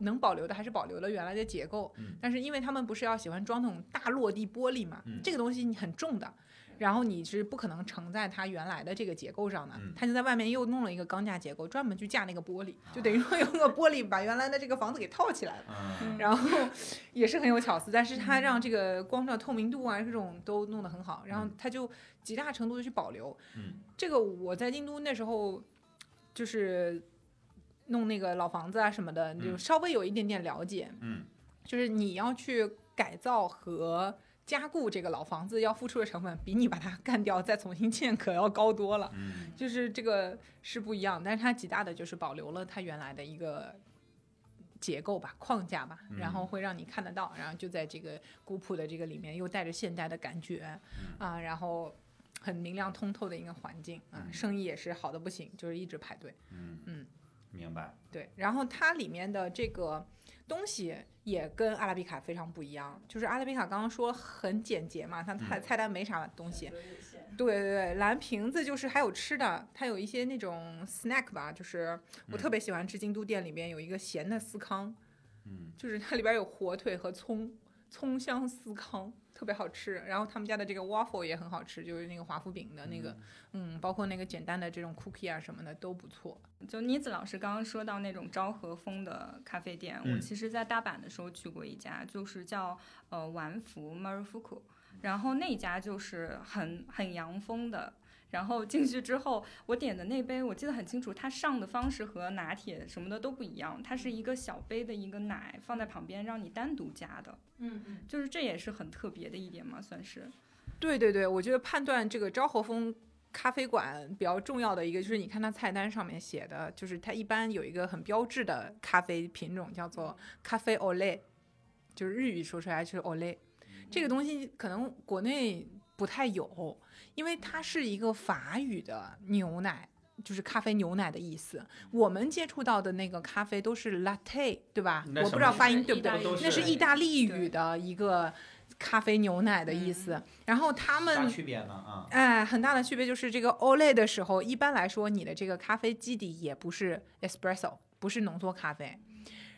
S2: 能保留的还是保留了原来的结构，
S1: 嗯
S2: 但是因为他们不是要喜欢装那种大落地玻璃嘛，
S1: 嗯
S2: 这个东西你很重的。然后你是不可能承在它原来的这个结构上的
S1: 嗯，啊
S2: 他就在外面又弄了一个钢架结构，专门去架那个玻璃，就等于说用个玻璃把原来的这个房子给套起来了。
S1: 嗯，
S2: 然后也是很有巧思，但是它让这个光照透明度啊这种都弄得很好，然后它就极大程度的去保留。
S1: 嗯，
S2: 这个我在京都那时候就是弄那个老房子啊什么的，就
S1: 嗯
S2: 稍微有一点点了解。
S1: 嗯，
S2: 就是你要去改造和。加固这个老房子要付出的成本，比你把它干掉再重新建可要高多了。
S1: 嗯
S2: 就是这个是不一样，但是它极大的就是保留了它原来的一个结构吧、框架吧，
S1: 嗯
S2: 然后会让你看得到，然后就在这个古朴的这个里面又带着现代的感觉
S1: 嗯
S2: 啊，然后很明亮通透的一个环境啊
S1: 嗯，
S2: 生意也是好的不行，就是一直排队。
S1: 嗯
S2: 嗯，
S1: 明白，
S2: 对，然后它里面的这个东西也跟阿拉比卡非常不一样，就是阿拉比卡刚刚说很简洁嘛，它菜
S1: 嗯
S2: 菜单没啥东西，对对对，蓝瓶子就是还有吃的，它有一些那种 snack 吧，就是
S1: 嗯
S2: 我特别喜欢吃京都店里面有一个咸的司康，
S1: 嗯
S2: 就是它里边有火腿和葱，葱香司康特别好吃。然后他们家的这个 waffle 也很好吃，就是那个华夫饼的那个，嗯包括那个简单的这种 cookie 啊什么的都不错。
S3: 就妮子老师刚刚说到那种昭和风的咖啡店，
S1: 嗯
S3: 我其实在大阪的时候去过一家，就是叫呃丸福 Marufuku，然后那家就是很很洋风的。然后进去之后，我点的那杯我记得很清楚，它上的方式和拿铁什么的都不一样，它是一个小杯的一个奶放在旁边让你单独加的，
S2: 嗯嗯，
S3: 就是这也是很特别的一点嘛，算是。
S2: 对对对，我觉得判断这个昭和风咖啡馆比较重要的一个就是，你看它菜单上面写的，就是它一般有一个很标志的咖啡品种叫做咖啡 Olay，就是日语说出来就是 Olay，这个东西可能国内不太有，因为它是一个法语的牛奶。就是咖啡牛奶的意思。我们接触到的那个咖啡都是 latte，对吧？
S1: 那
S2: 我
S1: 什
S2: 不知道
S1: 么
S2: 发
S3: 是
S2: 音对不对
S3: 意大利，
S1: 都
S2: 那是
S1: 是
S2: 意大利
S3: 对
S2: 语的一个咖啡牛奶的意思。然后他
S1: 啥
S2: 们
S1: 区别呢？啊，
S2: 哎，很大的区别就是这个 Olay 的时候，一般来说你的这个咖啡基底也不是 espresso，不是浓缩咖啡，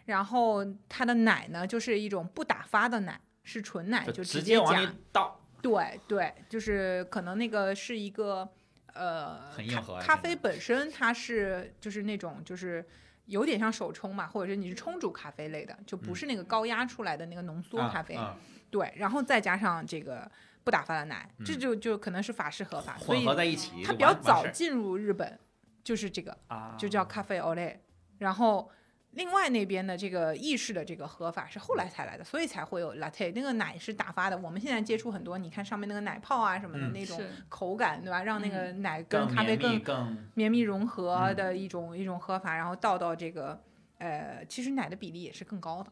S2: 然后它的奶呢就是一种不打发的奶，是纯奶，哎就
S1: 直
S2: 接
S1: 接
S2: 加
S1: 往里。倒，
S2: 对对，就是可能那个是一个呃，
S1: 很硬核啊
S2: 咖
S1: 这
S2: 啡本身它是就是那种就是。有点像手冲嘛，或者是你是冲煮咖啡类的，就不
S1: 嗯
S2: 是那个高压出来的那个浓缩
S1: 啊
S2: 咖啡。
S1: 啊
S2: 对，然后再加上这个不打发的奶，这
S1: 嗯
S2: 就就可能是法式和法，所
S1: 混
S2: 以
S1: 合在一起
S2: 它
S1: 就
S2: 比较
S1: 完完
S2: 早
S1: 事儿
S2: 进入日本，就是这个
S1: 啊，
S2: 就叫咖啡 Olay。然后另外那边的这个意式的这个喝法是后来才来的，所以才会有 latte。那个奶是打发的，我们现在接触很多，你看上面那个奶泡啊什么的
S1: 嗯
S2: 那种
S3: 是
S2: 口感，对吧？让那个奶跟
S1: 更
S2: 咖啡
S1: 绵密
S2: 更
S1: 更
S2: 绵密融合
S1: 嗯
S2: 的一种一种喝法，然后倒到这个呃，其实奶的比例也是更高的。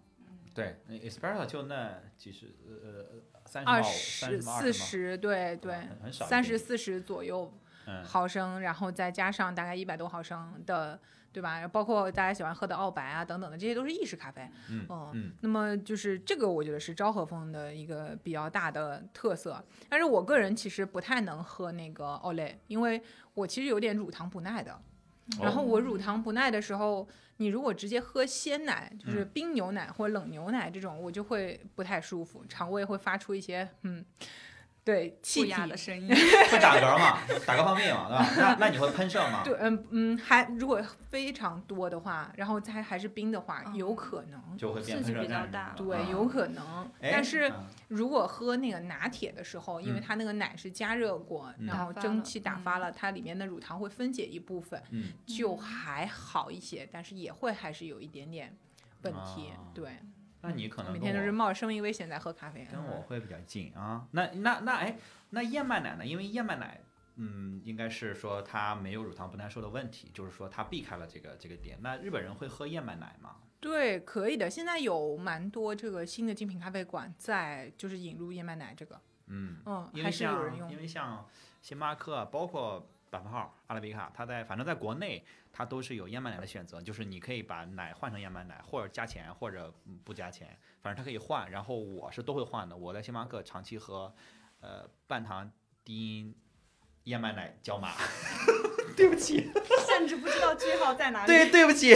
S1: 对那，espresso 就那几十呃三十
S2: 二
S1: 十
S2: 十四十，对对，
S1: 很很少一
S2: 三
S1: 点
S2: 十
S1: 点
S2: 四十左右
S1: 嗯
S2: 毫升，然后再加上大概一百多毫升的，对吧？包括大家喜欢喝的澳白啊等等的，这些都是意式咖啡。
S1: 嗯
S2: 哦
S1: 嗯
S2: 那么就是这个，我觉得是昭和风的一个比较大的特色。但是我个人其实不太能喝那个 Olay，因为我其实有点乳糖不耐
S1: 哦
S2: 的。然后我乳糖不耐的时候，你如果直接喝鲜奶，
S1: 嗯
S2: 就是冰牛奶或冷牛奶这种，我就会不太舒服，肠胃会发出一些嗯，对气
S3: 不
S2: 体
S3: 雅的声音，
S1: 会打嗝嘛，打嗝放屁嘛，对吧？那那你会喷射吗？
S2: 对，嗯嗯，还如果非常多的话，然后它还是冰的话，有
S3: 嗯
S2: 可能，
S1: 就会变
S3: 刺
S1: 喷射
S3: 激比较
S1: 站是
S3: 大
S1: 吗
S2: 对，
S1: 啊
S2: 有可能。
S1: 哎
S2: 但是
S1: 嗯
S2: 如果喝那个拿铁的时候，因为
S1: 嗯
S2: 它那个奶是加热过，
S1: 嗯
S2: 然
S3: 打
S2: 后
S3: 发
S2: 蒸
S3: 了
S2: 汽打发了，它里面的乳糖会分解一部分，
S1: 嗯
S2: 就
S3: 嗯
S2: 还好一些，但是也会还是有一点点问题。
S1: 啊
S2: 对，嗯
S1: 那你可能
S2: 每
S1: 跟
S2: 天都
S1: 我
S2: 是冒着生命危险在喝咖啡。
S1: 跟
S2: 嗯
S1: 我会比较近啊。那那那哎，那燕麦奶呢？因为燕麦奶，嗯，应该是说它没有乳糖不耐受的问题，就是说它避开了这个这个点。那日本人会喝燕麦奶吗？
S2: 对，可以的。现在有蛮多这个新的精品咖啡馆在就是引入燕麦奶这个，
S1: 嗯，
S2: 嗯，
S1: 因
S2: 还
S1: 为
S2: 是有人
S1: 像
S2: 用
S1: 因。为像星巴克，包括百分号、阿拉比卡，它在反正在国内它都是有燕麦奶的选择，就是你可以把奶换成燕麦奶，或者加钱，或者嗯不加钱，反正它可以换。然后我是都会换的，我在星巴克长期喝，呃，半糖低因燕麦奶焦麻。 对不起，
S3: 甚至不知道句号 在哪里。
S1: 对对不 起，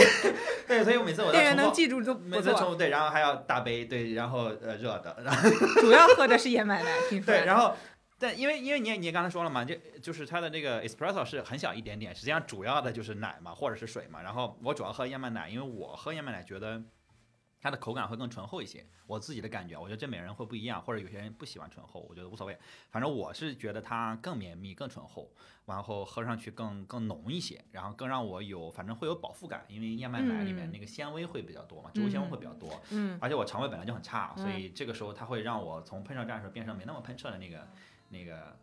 S1: 对，所以我每次我
S2: 啊店
S1: 在
S2: 员
S1: 重
S2: 能
S1: 复，
S2: 记住就
S1: 每
S2: 不
S1: 次重
S2: 错，
S1: 复对，然后还要大杯对，然后呃热的，然后。
S2: 主要喝的是燕麦奶，听说。
S1: 对，然后但因为因为你也你也刚才说了嘛，就就是它的那个 espresso 是很小一点点，实际上主要的就是奶嘛，或者是水嘛。然后我主要喝燕麦奶，因为我喝燕麦奶觉得它的口感会更醇厚一些，我自己的感觉，我觉得这每人会不一样，或者有些人不喜欢醇厚，我觉得无所谓。反正我是觉得它更绵密、更醇厚，然后喝上去更更浓一些，然后更让我有反正会有饱腹感，因为燕麦奶里面
S2: 嗯
S1: 那个纤维会比较多嘛，植物纤维会比较多。
S2: 嗯，
S1: 而且我肠胃本来就很差，啊所
S2: 嗯
S1: 以这个时候它会让我从喷射站的时候变成没那么喷射的那个那个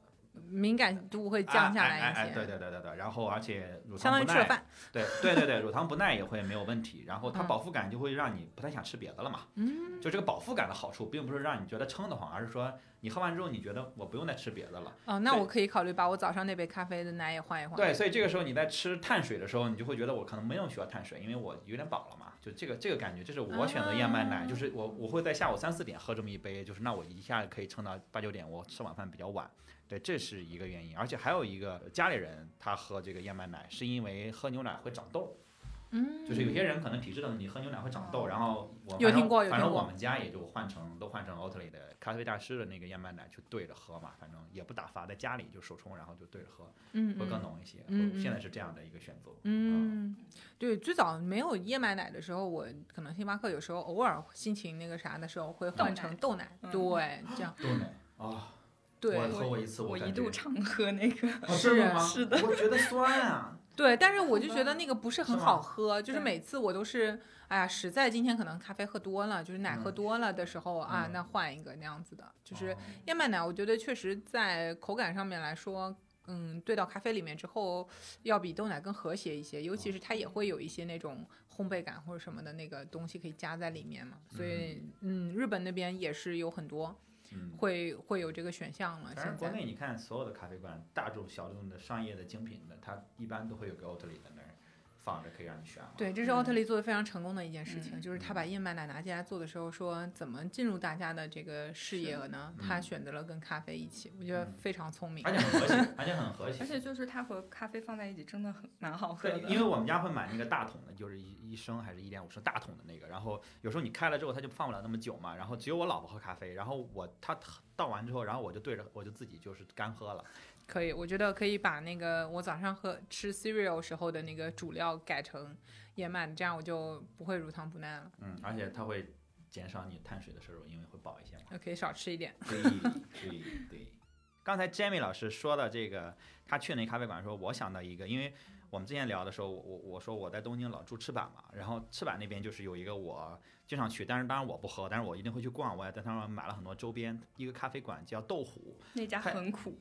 S2: 敏感度会降下
S1: 哎哎哎
S2: 来一
S1: 哎
S2: 些，
S1: 对对对对对，然后而且乳
S2: 相当
S1: 糖
S2: 于
S1: 不
S2: 吃了
S1: 耐，
S2: 饭。
S1: 对对对对，乳糖不耐也会没有问题，然后它
S2: 嗯
S1: 饱腹感就会让你不太想吃别的了嘛。
S2: 嗯，
S1: 就这个饱腹感的好处，并不是让你觉得撑得慌，而是说你喝完之后你觉得我不用再吃别的了。
S2: 哦，那
S1: 对
S2: 我可以考虑把我早上那杯咖啡的奶也换一换。
S1: 对，所以这个时候你在吃碳水的时候，你就会觉得我可能没有需要碳水，因为我有点饱了嘛。就这个这个感觉，这是我选择燕麦奶，
S2: 啊
S1: 就是我我会在下午三四点喝这么一杯，就是那我一下可以撑到八九点，我吃晚饭比较晚。对，这是一个原因，而且还有一个家里人他喝这个燕麦奶是因为喝牛奶会长痘，
S2: 嗯，
S1: 就是有些人可能体质的问题喝牛奶会长痘，然后我
S2: 有
S1: 反正
S2: 听过有
S1: 反正
S2: 听过
S1: 我们家也就换成都换成 Oatly 的咖啡大师的那个燕麦奶去兑着喝嘛，反正也不打发，在家里就手冲，然后就兑着喝。
S2: 嗯
S1: 会更
S2: 嗯
S1: 浓一些。
S2: 嗯
S1: 会现
S2: 嗯
S1: 在是这样的一个选择。
S2: 嗯，对，最早没有燕麦奶的时候，我可能星巴克有时候偶尔心情那个啥的时候会换
S3: 奶
S2: 成豆奶，
S3: 嗯
S2: 对，这样
S1: 豆奶啊，
S2: 对
S1: 我喝过一次，
S3: 我一
S1: 感
S3: 度
S1: 觉
S3: 常喝那个，
S1: 啊真的吗？
S3: 是的
S1: 我觉得酸 啊。
S2: 对，但是我就
S3: 好
S2: 觉得
S3: 吧
S2: 那个不是
S1: 是
S2: 很
S1: 吗
S2: 好喝，就是
S3: 嗯对
S2: 每次我都是，哎呀，实在今天可能咖啡喝多了，就是奶喝
S1: 嗯
S2: 多了的时候啊
S1: 嗯，
S2: 那换一个那样子的，就是
S1: 哦
S2: 燕麦奶，我觉得确实在口感上面来说，嗯，兑到咖啡里面之后，要比豆奶更和谐一些，尤其是它也会有一些那种烘焙感或嗯者什么的那个东西可以加在里面嘛，所以嗯，日本那边也是有很多
S1: 嗯
S2: 会会有这个选项了。
S1: 反正
S2: 现
S1: 国
S2: 在
S1: 内你看所有的咖啡馆，大众、小众的、商业的、精品的，它一般都会有个 outlet 在那儿放着，可以让你选嘛。
S2: 对，这是
S3: 嗯
S2: 奥特利做的非常成功的一件事情，
S3: 嗯
S2: 就是他把燕麦奶拿进来做的时候说，怎么进入大家的这个视野呢？
S1: 是
S2: 他
S1: 嗯
S2: 选择了跟咖啡一起，我觉得
S1: 嗯
S2: 非常聪明
S1: 而。且很和谐，而且很和谐
S3: 而。且就是它和咖啡放在一起真的很蛮好喝
S1: 对，
S3: 的。
S1: 因为我们家会买那个大桶的，就是一一升还是一点五升大桶的那个。然后有时候你开了之后，它就放不了那么久嘛。然后只有我老婆喝咖啡，然后我她倒完之后，然后我就对着我就自己就是干喝了。
S2: 可以，我觉得可以把那个我早上喝吃 cereal 时候的那个主料改成燕麦，这样我就不会乳糖不耐了，
S1: 嗯，而且它会减少你碳水的摄入，因为会饱一些嘛。
S2: 我可以少吃一点。
S1: 对对对。刚才 Jamie 老师说到这个，他去那咖啡馆说，我想到一个，因为我们之前聊的时候，我我我说我在东京老住赤坂嘛，然后赤坂那边就是有一个我经常去，但是当然我不喝，但是我一定会去逛，我也在他们买了很多周边，一个咖啡馆叫豆虎，
S3: 那家
S1: 太
S3: 很苦，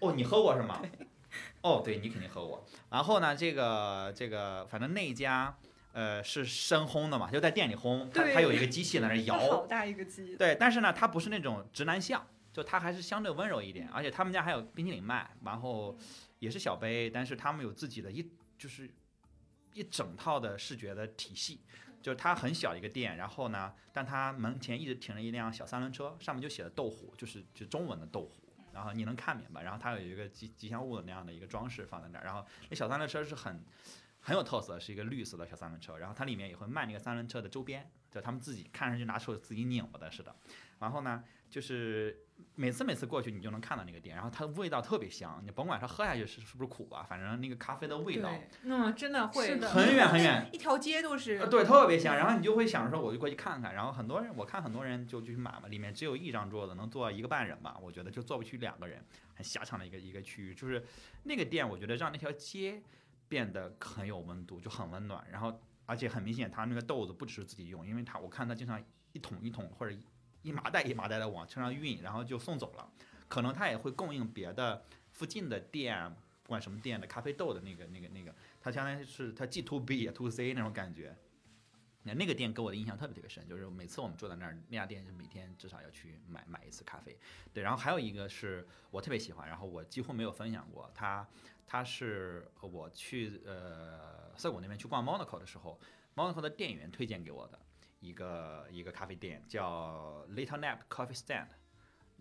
S1: 哦，你喝过是吗？ 哦，对你肯定喝过。然后呢，这个这个，反正那一家呃是深烘的嘛，就在店里烘，它
S3: 对
S1: 它有一个机器在那儿
S3: 它好
S1: 摇。
S3: 大一个鸡。
S1: 对，但是呢，它不是那种直男像，就它还是相对温柔一点。而且他们家还有冰淇淋卖，然后也是小杯，但是他们有自己的一就是一整套的视觉的体系。就是它很小一个店，然后呢，但它门前一直停着一辆小三轮车，上面就写了“豆虎”，就是就中文的“豆虎”，然后你能看明白。然后它有一个吉吉祥物的那样的一个装饰放在那儿，然后那小三轮车是很很有特色，是一个绿色的小三轮车，然后它里面也会卖那个三轮车的周边，就他们自己看上去拿手自己拧巴的似的。然后呢，就是每次每次过去你就能看到那个店，然后它味道特别香，你甭管它喝下去是是不是苦吧，反正那个咖啡的味道
S3: 对
S2: 嗯，真的会
S3: 是的
S1: 很远很远。
S2: 一条街都是
S1: 呃，。对，特别香。然后你就会想说，我就过去看看。然后很多人，我看很多人就就去买嘛，里面只有一张桌子，能坐一个半人吧，我觉得就坐不去两个人，很狭长的一个一个区域。就是那个店，我觉得让那条街变得很有温度，就很温暖。然后而且很明显，他那个豆子不只是自己用，因为他我看他经常一桶一桶或者一麻袋一麻袋的往车上运，然后就送走了。可能他也会供应别的附近的店，不管什么店的咖啡豆的那个那个那个，它相当于是它既 to B 也 to C 那种感觉。那那个店给我的印象特别特别深，就是每次我们坐在那儿，那家店就每天至少要去买买一次咖啡。对，然后还有一个是我特别喜欢，然后我几乎没有分享过，它它是我去呃涩谷那边去逛 Monaco 的时候，Monaco 的店员推荐给我的一个一个咖啡店，叫 Little Nap Coffee Stand。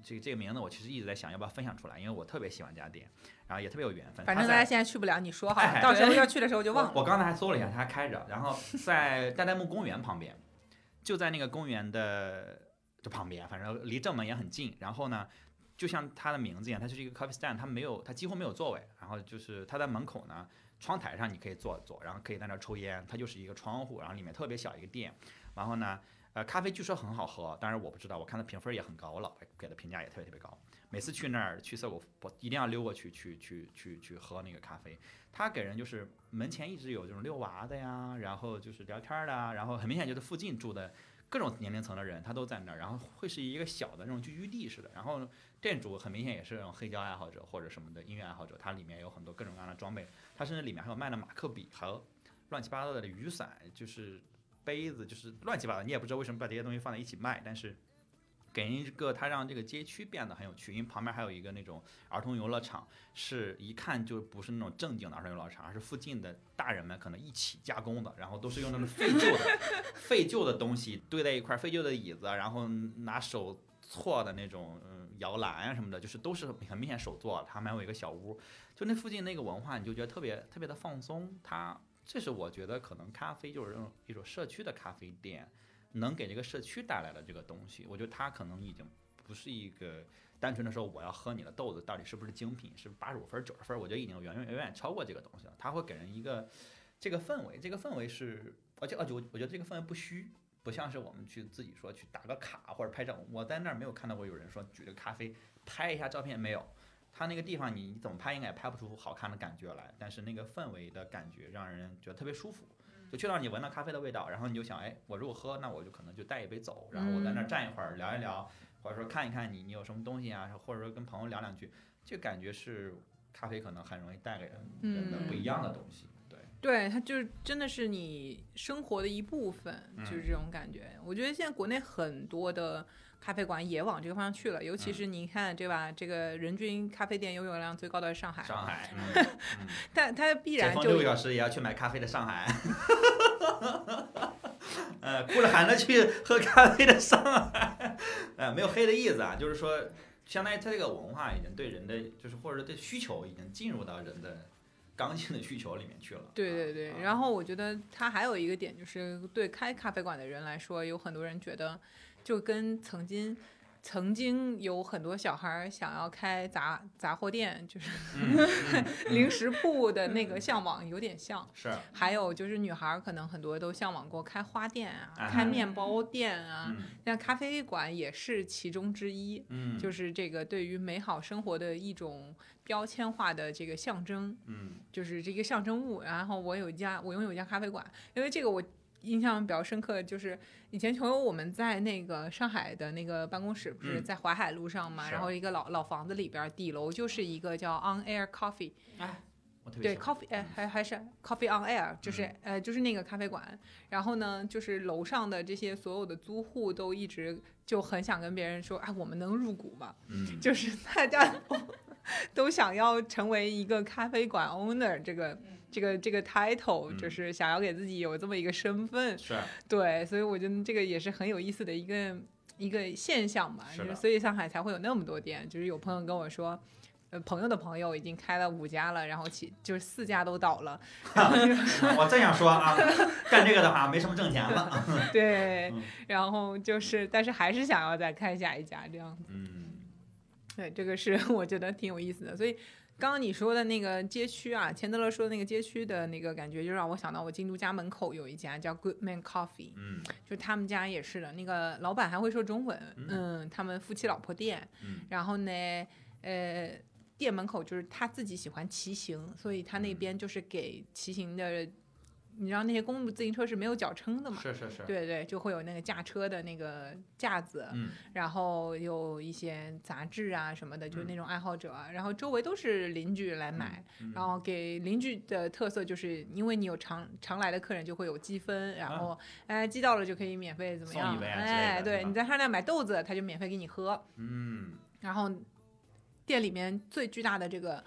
S1: 这个这个名字我其实一直在想要不要分享出来，因为我特别喜欢这家店，然后也特别有缘分。
S2: 反
S1: 它
S2: 正大
S1: 在
S2: 家现在去不了，你说好
S1: 哎
S2: 了，到时候
S3: 对
S2: 要去的时候就忘了。
S1: 我刚才还搜了一下，它还开着，然后在代代木公园旁边，就在那个公园的这旁边，反正离正门也很近。然后呢，就像它的名字一样，它就是一个 coffee stand，它没有，它几乎没有座位。然后就是它在门口呢，窗台上你可以坐坐，然后可以在那儿抽烟，它就是一个窗户，然后里面特别小一个店。然后呢，呃，咖啡据说很好喝，当然我不知道，我看它评分也很高，我老婆给的评价也特别特别高。每次去那儿去涩谷，我一定要溜过去去去去去喝那个咖啡。他给人就是门前一直有这种遛娃的呀，然后就是聊天儿的啊，然后很明显就是附近住的各种年龄层的人，他都在那儿，然后会是一个小的那种聚居地似的。然后店主很明显也是那种黑胶爱好者或者什么的音乐爱好者，它里面有很多各种各样的装备，它甚至里面还有卖的马克笔，还有乱七八糟的雨伞，就是杯子，就是乱七八糟，你也不知道为什么把这些东西放在一起卖，但是。给人一个，它让这个街区变得很有趣，因为旁边还有一个那种儿童游乐场，是一看就不是那种正经的儿童游乐场，而是附近的大人们可能一起加工的，然后都是用那种废旧的、废旧的东西堆在一块儿，废旧的椅子啊，然后拿手搓的那种嗯摇篮啊什么的，就是都是很明显手做的。他们还有一个小屋，就那附近那个文化，你就觉得特别特别的放松。它这是我觉得可能咖啡就是这种一种社区的咖啡店能给这个社区带来的这个东西，我觉得它可能已经不是一个。单纯的说我要喝你的豆子到底是不是精品，是八十五分九十分，我觉得已经远远远远超过这个东西了。它会给人一个这个氛围，这个氛围是，而且而且我我觉得这个氛围不虚，不像是我们去自己说去打个卡或者拍照。我在那儿没有看到过有人说举着咖啡拍一下照片，没有。他那个地方你你怎么拍应该也拍不出好看的感觉来，但是那个氛围的感觉让人觉得特别舒服。就去到你闻到咖啡的味道，然后你就想，哎，我如果喝，那我就可能就带一杯走，然后我在那儿站一会儿，聊一聊，或者说看一看你你有什么东西啊，或者说跟朋友聊两句，这感觉是咖啡可能很容易带给人人的不一样的东西。对，
S2: 对，它就是真的是你生活的一部分，就是这种感觉。
S1: 嗯
S2: 我觉得现在国内很多的咖啡馆也往这个方向去了，尤其
S1: 嗯
S2: 是你看，对吧？这个人均咖啡店拥有量最高的是上海，
S1: 上海，嗯
S2: 但它必
S1: 解
S2: 然
S1: 放
S2: 就
S1: 六个
S2: 有
S1: 小时也要去买咖啡的上海， 呃，哭着喊着去喝咖啡的上海，呃，没有黑的意思啊，就是说，相当于他这个文化已经对人的，就是或者是对需求已经进入到人的刚性的需求里面去了。
S2: 对对对
S1: 啊，
S2: 然后我觉得它还有一个点，就是对开咖啡馆的人来说，有很多人觉得，就跟曾经曾经有很多小孩儿想要开杂杂货店，就是
S1: 嗯嗯
S2: 零食铺的那个向往有点像。
S1: 是，
S2: 还有就是女孩儿可能很多都向往过开花店
S1: 啊
S2: 啊、开面包店啊，
S1: 嗯
S2: 那咖啡馆也是其中之一。
S1: 嗯，
S2: 就是这个对于美好生活的一种标签化的这个象征，
S1: 嗯
S2: 就是这个象征物。然后我有一家，我拥有一家咖啡馆，因为这个我印象比较深刻，就是以前球友我们在那个上海的那个办公室，不是
S1: 嗯
S2: 在淮海路上嘛，
S1: 是
S2: 然后一个老老房子里边儿，底楼就是一个叫 On Air Coffee，
S1: 我特别
S2: 对
S1: 喜欢
S2: Coffee，哎，还还是 Coffee on Air，就是、
S1: 嗯
S2: 呃就是那个咖啡馆。然后呢，就是楼上的这些所有的租户都一直就很想跟别人说，啊，我们能入股吗？
S1: 嗯
S2: 就是大家都 都想要成为一个咖啡馆 owner 这个这个这个 title，
S1: 嗯
S2: 就是想要给自己有这么一个身份。
S1: 是啊
S2: 对，所以我觉得这个也是很有意思的一个一个现象吧。
S1: 是
S2: 就
S1: 的
S2: 是所以上海才会有那么多店。就是有朋友跟我说。呃，朋友的朋友已经开了五家了，然后其就是四家都倒了，
S1: 我正想说啊， 干这个的话没什么挣钱 了。啊
S2: 对
S1: 嗯，
S2: 然后就是，但是还是想要再开下一家这样
S1: 嗯
S2: 对，这个是 我觉得挺有意思的。所以刚刚你说的那个街区啊，钱德勒说的那个街区的那个感觉，就让我想到我京都家门口有一家叫 Goodman Coffee，
S1: 嗯
S2: 就他们家也是的，那个老板还会说中文，
S1: 嗯
S2: 嗯，他们夫妻老婆店，
S1: 嗯
S2: 然后呢，呃。店门口就是他自己喜欢骑行，所以他那
S1: 嗯
S2: 边就是给骑行的，你知道那些公路自行车是没有脚撑的嘛？
S1: 嗯是是是，
S2: 对对，就会有那个驾车的那个架子，
S1: 嗯
S2: 然后有一些杂志啊什么的，就是
S1: 嗯
S2: 那种爱好者，啊然后周围都是邻居来买，
S1: 嗯
S2: 然后给邻居的特色就是因为你有常常来的客人就会有积分，然后、哎积到了就可以免费怎么
S1: 啊送
S2: 样？
S1: 一杯啊之类
S2: 哎，
S1: 的是
S2: 对，
S1: 吧
S2: 你在他那买豆子，他就免费给你喝，
S1: 嗯
S2: 然后店里面最巨大的这个。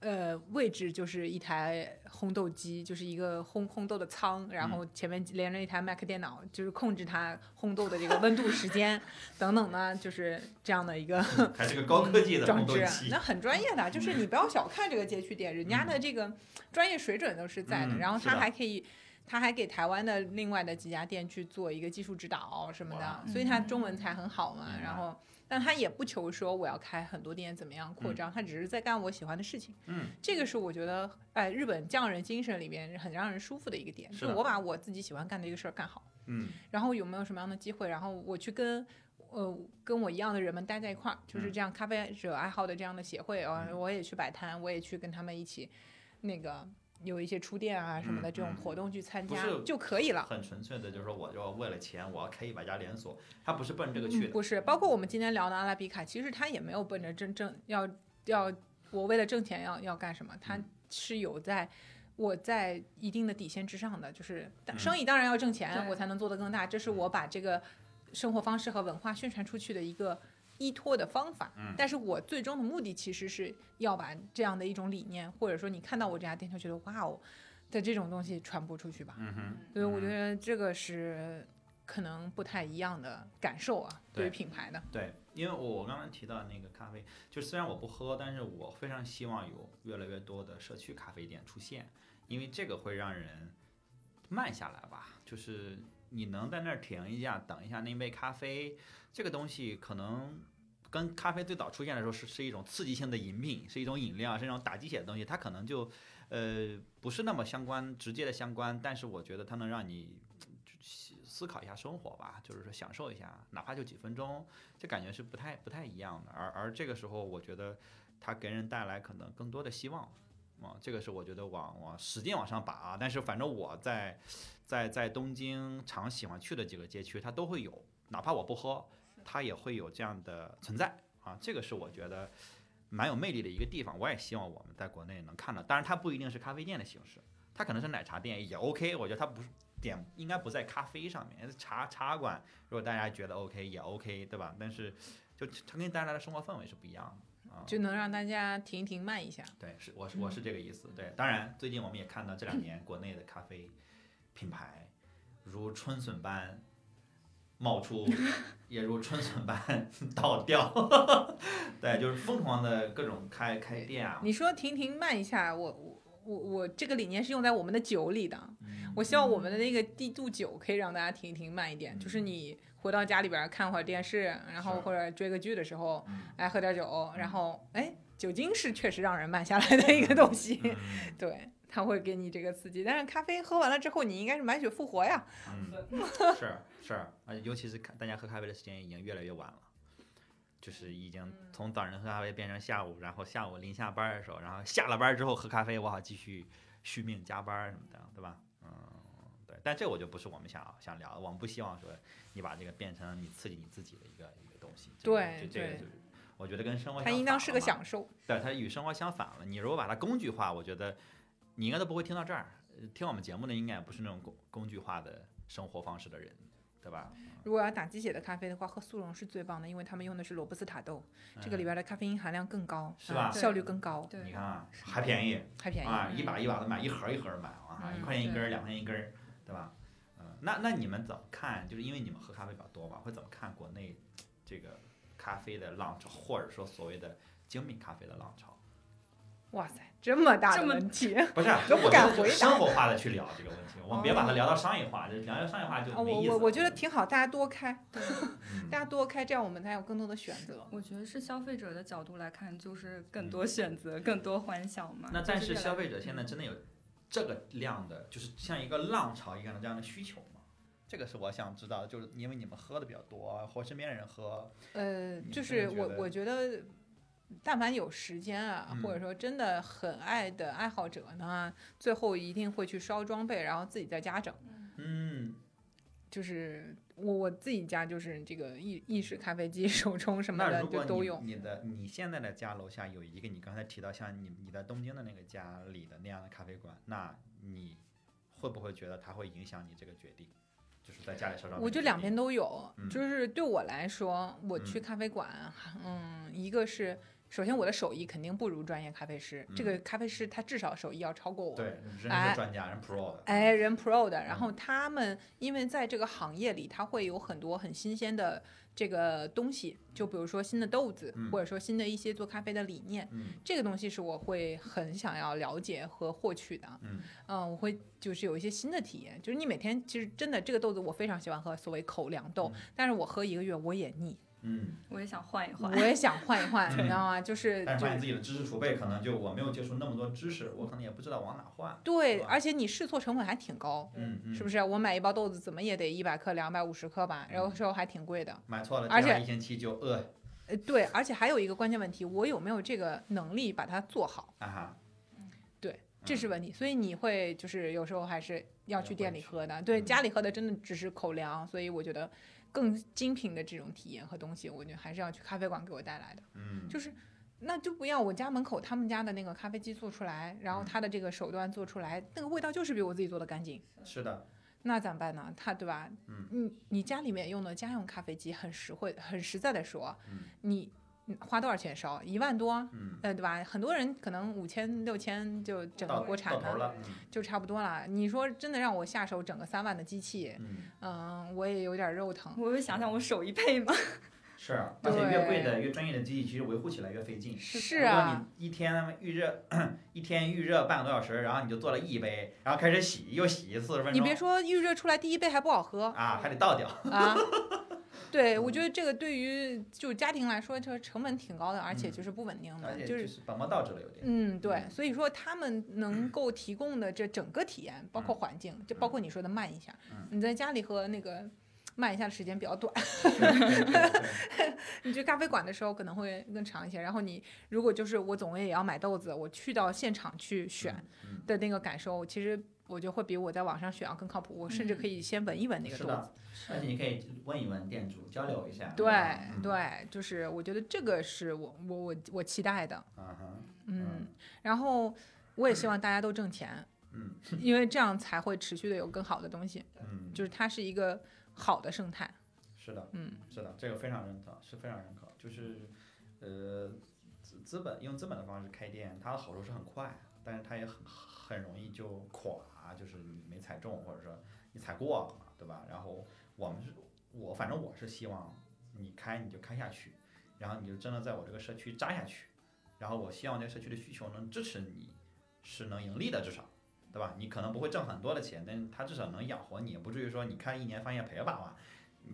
S2: 呃，位置就是一台烘豆机，就是一个烘烘豆的仓，然后前面连着一台 Mac 电脑，就是控制它烘豆的这个温度、时间 等等呢，就是这样的一个
S1: 还是个高科技的
S2: 嗯装
S1: 红豆
S2: 置，啊
S1: 机
S2: 那很专业的。啊就是你不要小看这个街区店，人家的这个专业水准都是在的。
S1: 嗯
S2: 然后
S1: 是
S2: 他
S1: 的
S2: 还可以，他还给台湾的另外的几家店去做一个技术指导什么
S1: 哇嗯
S2: 的，所以他中文才很好嘛
S1: 明白。
S2: 然后，但他也不求说我要开很多店怎么样扩张，他只是在干我喜欢的事情。
S1: 嗯
S2: 这个是我觉得，哎，日本匠人精神里面很让人舒服的一个点，
S1: 是
S2: 就
S1: 的
S2: 我把我自己喜欢干的一个事儿干好。
S1: 嗯
S2: 然后有没有什么样的机会，然后我去跟呃跟我一样的人们待在一块儿，就是
S1: 嗯
S2: 这样咖啡者爱好的这样的协会，呃，
S1: 嗯
S2: 我也去摆摊，我也去跟他们一起那个有一些出店啊什么的
S1: 嗯
S2: 这种
S1: 嗯
S2: 活动去参
S1: 不
S2: 加
S1: 是
S2: 就可以了。
S1: 很纯粹的，就是说我就为了钱，我要开一百家连锁，他不是奔这个去
S2: 嗯，
S1: 的。
S2: 不是，包括我们今天聊的阿拉比卡，其实他也没有奔着真正要要我为了挣钱要要干什么，他
S1: 嗯
S2: 是有在。我在一定的底线之上的，就是
S1: 嗯
S2: 生意当然要挣钱，
S3: 对
S2: 我才能做得更大。这是我把这个生活方式和文化宣传出去的一个依托的方法。
S1: 嗯
S2: 但是我最终的目的其实是要把这样的一种理念，或者说你看到我这家店就觉得哇哦的这种东西传播出去吧。
S1: 嗯哼，
S2: 所以
S1: 嗯
S2: 我觉得这个是可能不太一样的感受啊，对于
S1: 对嗯
S2: 品牌的，
S1: 对，因为我我刚刚提到那个咖啡，就虽然我不喝，但是我非常希望有越来越多的社区咖啡店出现，因为这个会让人慢下来吧，就是你能在那儿停一下，等一下那杯咖啡，这个东西可能。跟咖啡最早出现的时候是是一种刺激性的饮品，是一种饮料，是一种打鸡血的东西，它可能就，呃，不是那么相关，直接的相关，但是我觉得它能让你思思考一下生活吧，就是说享受一下，哪怕就几分钟，这感觉是不太不太一样的。而而这个时候，我觉得它给人带来可能更多的希望。啊、这个是我觉得往往使劲往上拔啊，但是反正我在在在东京常喜欢去的几个街区，它都会有，哪怕我不喝，它也会有这样的存在啊。这个是我觉得蛮有魅力的一个地方，我也希望我们在国内能看到。当然，它不一定是咖啡店的形式，它可能是奶茶店也 OK，我觉得它不是点应该不在咖啡上面，茶茶馆如果大家觉得 OK 也 OK，对吧？但是就它跟大家的生活氛围是不一样的啊。
S2: 就能让大家停一停，慢一下。
S1: 对，是我是我
S2: 嗯
S1: 是这个意思。对，当然最近我们也看到这两年国内的咖啡品牌如春笋般冒 出，也如春笋般 倒掉。 对，就是疯狂的各种开开店啊。
S2: 你说停停，慢一下，我我我我这个理念是用在我们的酒里的。
S1: 嗯
S2: 我希望我们的那个地度酒可以让大家停一停，慢一点。就是你回到家里边儿看会儿电视，然后
S1: 嗯是
S2: 或者追个剧的时候，
S1: 嗯
S2: 哎，喝点酒，然后哎，酒精是确实让人慢下来的一个东西。
S1: 嗯
S2: 对，它会给你这个刺激。但是咖啡喝完了之后，你应该是满血复活呀。
S1: 嗯， 是是，而且尤其是看大家喝咖啡的时间已经越来越晚了，就是已经
S2: 嗯
S1: 从早上喝咖啡变成下午，然后下午临下班儿的时候，然后下了班儿之后喝咖啡，我好继续续命加班儿什么的，对吧？嗯，对，但这我就不是我们想想聊的，我们不希望说你把这个变成你刺激你自己的一个一个东西。这个
S2: 对
S1: 就这个
S2: 对
S1: 就是我觉得跟生活
S2: 它
S1: 相
S2: 应当
S1: 反
S2: 是
S1: 哎了
S2: 个
S1: 嘛
S2: 享受。
S1: 对，它与生活相反了。你如果把它工具化，我觉得你应该都不会听到这儿。呃听我们节目的应该也不是那种工工具化的生活方式的人，对吧？
S2: 如果要打鸡血的咖啡的话，喝速溶是最棒的，因为他们用的是罗布斯塔豆，这个里边的咖啡因含量更高，
S1: 嗯是
S2: 嗯
S1: 吧
S2: 效率更高，
S3: 对，
S1: 你看啊，
S3: 是
S1: 还便宜
S2: 还便宜。
S1: 啊，一把一把的买，一盒一盒的买啊，
S2: 嗯
S1: 一块钱一根儿，
S3: 对
S1: 两块钱一根儿，对吧？嗯，那那你们怎么看？就是因为你们喝咖啡比较多嘛，会怎么看国内这个咖啡的浪潮，或者说所谓的精品咖啡的浪潮？
S2: 哇塞，这么大
S3: 这
S2: 的
S3: 么
S2: 问题！
S1: 不 是，就
S2: 都不
S1: 我觉
S2: 敢
S1: 得就
S2: 回答
S1: 生活化的去聊这个问题，我们别把它聊到商业化，就聊到商业化就
S2: 啊，
S1: 没
S2: 我
S1: 意思了。
S2: 我我觉得挺好，大家多开，
S3: 对，
S1: 嗯
S2: 大家多开，这样我们才有更多的选择。
S3: 我觉得是消费者的角度来看，就是更多选
S2: 嗯
S3: 择，更多欢笑
S2: 啊
S3: 嘛。
S1: 那
S3: 就
S1: 但
S3: 是
S1: 是
S3: 越来
S1: 消
S3: 越
S1: 费者现在真的有这个量的，就是像一个浪潮一样的这样的需求吗？这个是我想知道的，就是因为你们喝的比较多，啊或身边人喝，
S2: 呃，
S1: 你
S2: 就
S1: 真
S2: 是
S1: 的觉
S2: 我
S1: 得
S2: 我觉得，但凡有时间啊，
S1: 嗯
S2: 或者说真的很爱的爱好者呢，最后一定会去烧装备，然后自己在家整。
S1: 嗯，
S2: 就是我我自己家就是这个意意式咖啡机、手冲什么
S1: 那
S2: 的
S1: 如果
S2: 就
S1: 你
S2: 都用。
S1: 你的你现在的家楼下有一个你刚才提到像你你在东京的那个家里的那样的咖啡馆，那你会不会觉得它会影响你这个决定？就是在家里烧烧。
S2: 我就两边都有，
S1: 嗯
S2: 就是对我来说，我去
S1: 嗯
S2: 咖啡馆，嗯一个是首先我的手艺肯定不如专业咖啡师，这
S1: 嗯
S2: 个咖啡师他至少手艺要超过我。
S1: 对，嗯人是
S2: 哎
S1: 专家，人 pro 的。
S2: 哎，人 pro 的，然后他们因为在这个行业里，他会有很多很新鲜的这个东西，就比如说新的豆子，
S1: 嗯
S2: 或者说新的一些做咖啡的理念，
S1: 嗯
S2: 这个东西是我会很想要了解和获取的。
S1: 嗯
S2: 嗯，我会就是有一些新的体验，就是你每天其实真的这个豆子我非常喜欢喝，所谓口粮豆，
S1: 嗯
S2: 但是我喝一个月我也腻，
S1: 嗯，
S3: 我也想换一换
S2: 我。也想换一换，你
S1: 嗯
S2: 知道吗？就是
S1: 但是
S2: 就
S1: 发现自己的知识储备可能就我没有接触那么多知识，我可能也不知道往哪换。
S2: 对，
S1: 吧
S2: 而且你试错成本还挺高，
S1: 嗯嗯，
S2: 是不是？我买一包豆子怎么也得一百克、两百五十克吧，然后
S1: 嗯
S2: 时候还挺贵的。
S1: 买错了，
S2: 而
S1: 这样
S2: 且
S1: 一星期就饿
S2: 呃，对，而且还有一个关键问题，我有没有这个能力把它做好，
S1: 啊哈。
S2: 嗯对，这是问题。所以你会就是有时候还是要去
S1: 要
S2: 店
S1: 回
S2: 里
S1: 去
S2: 喝的，对，
S1: 嗯
S2: 家里喝的真的只是口粮，所以我觉得更精品的这种体验和东西，我觉得还是要去咖啡馆给我带来的。
S1: 嗯，
S2: 就是那就不要我家门口他们家的那个咖啡机做出来，然后
S1: 嗯
S2: 他的这个手段做出来，那个味道就是比我自己做的干净。
S1: 是的，
S2: 那咋办呢？他对吧？
S1: 嗯
S2: 你你家里面用的家用咖啡机很实惠，很实在的说，
S1: 嗯
S2: 你你花多少钱烧？一万多，
S1: 嗯，
S2: 呃，对吧？很多人可能五千六千就整个
S1: 到
S2: 国产
S1: 到头
S2: 的
S1: 了。
S2: 就差不多了。你说真的让我下手整个三万的机器，
S1: 嗯，
S2: 嗯，我也有点肉疼。
S3: 我会想想我手艺配吗？
S1: 是，啊而且越贵
S2: 对
S1: 的、越专业的机器，其实维护起来越费劲。
S2: 是啊，，
S1: 你一天预热，一天预热半个多小时，然后你就做了一杯，然后开始洗，又洗四十分钟，
S2: 你别说预热出来第一杯还不好 喝
S1: 啊，还得倒掉。
S2: 啊。对，我觉得这个对于就家庭来说，这个成本挺高的，而且
S1: 嗯
S2: 就是不稳定
S1: 而
S2: 的，
S1: 且
S2: 就。
S1: 就是是本末倒置了有点。
S2: 嗯，对，所以说他们 能够提供的这整个体验，包括环境，就包括你说的慢一下
S1: 嗯，
S2: 你在家里和那个慢一下的时间比较短，
S1: 对对对
S2: 你去咖啡馆的时候可能会更长一些。然后你如果就是我总归也要买豆子，我去到现场去选
S1: 嗯
S2: 的那个感受，其实我觉得会比我在网上选要更靠谱。我甚至可以先闻一闻那个
S1: 嗯是
S2: 豆
S1: 的
S2: 子。
S1: 而且你可以问一问店主，交流一下。
S2: 对
S1: 吧嗯
S2: 对，就是我觉得这个是我我我我期待的，
S1: 嗯哼，
S2: 嗯。然后我也希望大家都挣钱，
S1: 嗯嗯
S2: 因为这样才会持续的有更好的东西，
S1: 嗯，
S2: 就是它是一个好的生态，
S1: 是的，
S2: 嗯，
S1: 是的，这个非常认可，是非常认可。就是，呃，资资本用资本的方式开店，它的好处是很快，但是它也很很容易就垮，就是你没踩中，或者说你踩过了，对吧？然后我们是，我反正我是希望你开你就开下去，然后你就真的在我这个社区扎下去，然后我希望这个社区的需求能支持你，是能盈利的，至少。对吧？你可能不会挣很多的钱，但是它至少能养活你，也不至于说你开一年发现赔了八万，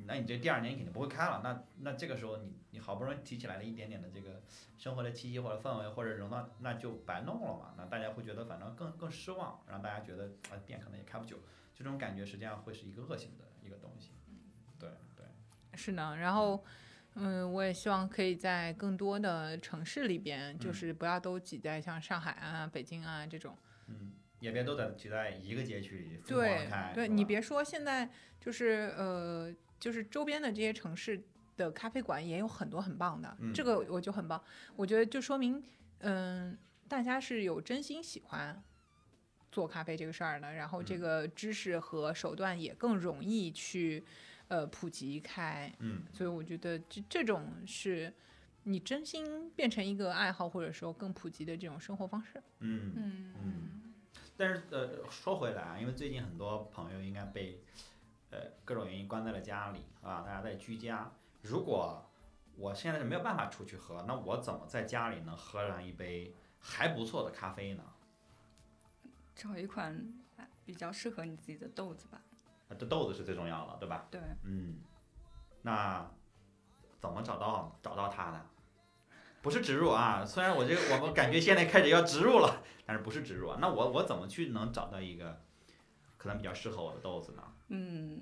S1: 那你这第二年你肯定不会开了，那那这个时候你你好不容易提起来了一点点的这个生活的气息或者氛围或者容纳，那就白弄了嘛，那大家会觉得反正更更失望，让大家觉得啊店可能也开不久，这种感觉实际上会是一个恶性的一个东西。
S2: 嗯
S1: 对对，
S2: 是呢。然后，嗯，我也希望可以在更多的城市里边，就
S1: 嗯
S2: 是不要都挤在像上海啊、北京啊这种。
S1: 嗯，也别都在只在一个街区里疯狂
S2: 对
S1: 开，，
S2: 对
S1: 是吧
S2: 你别说，现在就是呃，就是周边的这些城市的咖啡馆也有很多很棒的，
S1: 嗯
S2: 这个我就很棒。我觉得就说明，嗯、大家是有真心喜欢做咖啡这个事儿的，然后这
S1: 嗯
S2: 个知识和手段也更容易去呃普及开。
S1: 嗯
S2: 所以我觉得这这种是你真心变成一个爱好，或者说更普及的这种生活方式。
S1: 嗯
S3: 嗯
S1: 嗯但是呃，说回来啊，因为最近很多朋友应该被呃各种原因关在了家里啊，大家在居家。如果我现在是没有办法出去喝，那我怎么在家里能喝上一杯还不错的咖啡呢？
S3: 找一款啊比较适合你自己的豆子吧。
S1: 啊这豆子是最重要的，对吧？
S3: 对，
S1: 嗯，那怎么找到找到它呢？不是植入啊，虽然我这个我们感觉现在开始要植入了，但是不是植入啊？那我我怎么去能找到一个可能比较适合我的豆子呢？
S3: 嗯，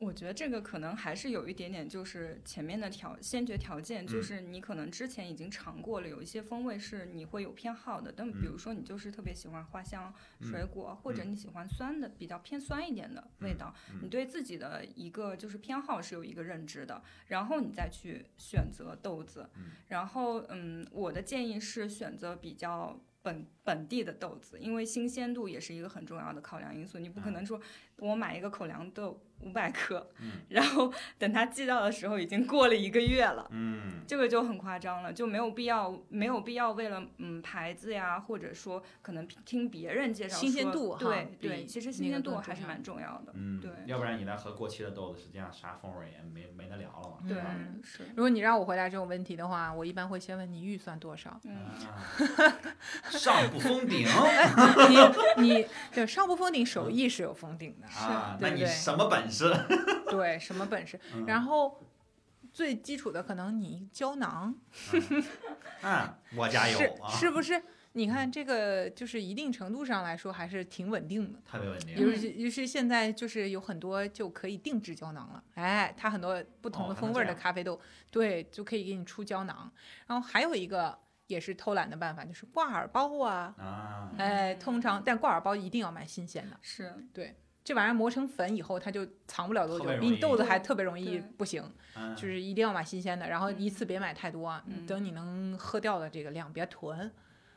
S3: 我觉得这个可能还是有一点点，就是前面的条先决条件，就
S1: 嗯
S3: 是你可能之前已经尝过了，有一些风味是你会有偏好的，但比如说你就是特别喜欢花香、
S1: 嗯
S3: 水果，或者你喜欢酸的，比较偏酸一点的味道，
S1: 嗯
S3: 你对自己的一个就是偏好是有一个认知的，然后你再去选择豆子。
S1: 嗯
S3: 然后，嗯，我的建议是选择比较。本本地的豆子，因为新鲜度也是一个很重要的考量因素。你不可
S1: 嗯
S3: 能说我买一个口粮豆五百克，
S1: 嗯
S3: 然后等它寄到的时候已经过了一个月了，
S1: 嗯。
S3: 这个就很夸张了，就没有必要，没有必要为了嗯牌子呀，或者说可能听别人介绍
S2: 新鲜
S3: 说
S2: 度哈
S3: 对
S2: 比
S3: 对，其实
S2: 那
S3: 新
S2: 个
S3: 鲜度
S2: 更
S3: 还
S2: 重
S3: 是
S2: 要
S3: 蛮重要的，
S1: 嗯，
S3: 对
S1: 要不然你再喝过期的豆子，实际上啥风味也没没得聊了嘛。
S3: 对
S1: 吧
S2: 嗯
S3: 是。
S2: 如果你让我回答这种问题的话，我一般会先问你预算多少。
S3: 嗯，
S1: 啊上不封 顶
S2: 你你对上不封顶，手艺是有封 顶的，
S1: 啊，
S2: 对
S1: 那你
S2: 不对
S1: 什么本事？ 嗯
S2: 对什么本事。然后最基础的，可能你胶囊
S1: 嗯，我家有
S2: 是
S1: 啊，
S2: 是不是？你看这个，就是一定程度上来说，还是挺稳定的。
S1: 特别稳定。
S2: 尤其尤其现在就是有很多就可以定制胶囊了，哎，它很多不同
S1: 哦
S2: 的
S1: 还能
S2: 风味儿
S1: 这
S2: 的
S1: 样
S2: 咖啡豆，对，就可以给你出胶囊。然后还有一个也是偷懒的办法，就是挂耳包啊，
S1: 啊，
S2: 哎，通常但挂耳包一定要买新鲜的，
S3: 是
S2: 这玩意儿磨成粉以后它就藏不了多
S1: 特
S2: 久
S1: 别，
S2: 比
S1: 容
S2: 你豆子
S3: 易
S2: 还特别容易
S3: 对
S2: 不行，
S1: 嗯
S2: 就是一定要买新鲜的，然后一次别买太多啊，
S3: 嗯
S2: 等你能喝掉的这个量别囤，
S1: 哦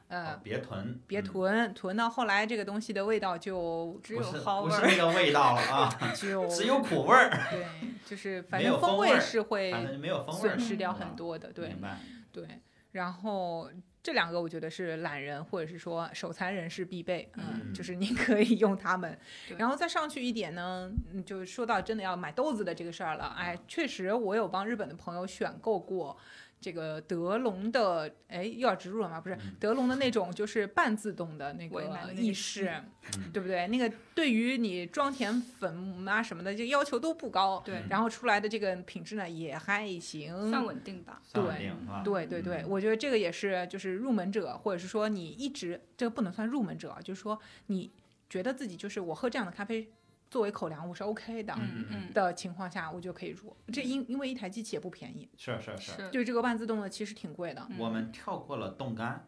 S2: 呃，
S1: 别囤，
S2: 别
S1: 嗯，
S2: 囤，囤到后来这个东西的味道 就
S3: 只
S1: 不
S3: 有
S1: 是
S3: 蒿
S1: 不
S3: 味
S1: 是
S3: 儿，
S1: 那个味道了啊，
S2: 就
S1: 只有苦味儿，
S2: 对，就是反
S1: 没
S2: 正
S1: 有风味
S2: 味
S1: 儿
S2: 是会
S1: 反正就没有风味儿
S2: 损
S1: 了，
S2: 失掉
S1: 对吧
S2: 很多的，对
S1: 明白，
S2: 对。然后这两个我觉得是懒人或者是说手残人士必备，嗯，
S1: 嗯
S2: 就是你可以用它们。
S3: 对
S2: 然后再上去一点呢，嗯就说到真的要买豆子的这个事儿了，哎，确实我有帮日本的朋友选购过。这个德龙的，哎，又要植入了吗？不是
S1: 嗯
S2: 德龙的那种，就是半自动的那
S3: 我也买
S2: 个
S3: 了那个
S2: 意式，
S1: 嗯
S2: 对不对？那个对于你装填粉啊什么的，这要求都不高，
S3: 对，
S1: 嗯
S2: 然后出来的这个品质呢也还行。
S3: 算稳定吧，
S1: 算
S2: 对
S1: 稳定是吧？
S2: 对对对，
S1: 嗯
S2: 我觉得这个也是，就是入门者，或者是说你一直这个不能算入门者啊，就是说你觉得自己就是我喝这样的咖啡作为口粮我是 OK 的、
S3: 嗯
S1: 嗯
S3: 嗯，
S2: 的情况下，我就可以入。这因因为一台机器也不便宜，
S1: 是是是。
S3: 是，
S2: 嗯就是这个半自动的其实挺贵的。
S3: 嗯
S1: 我们跳过了冻干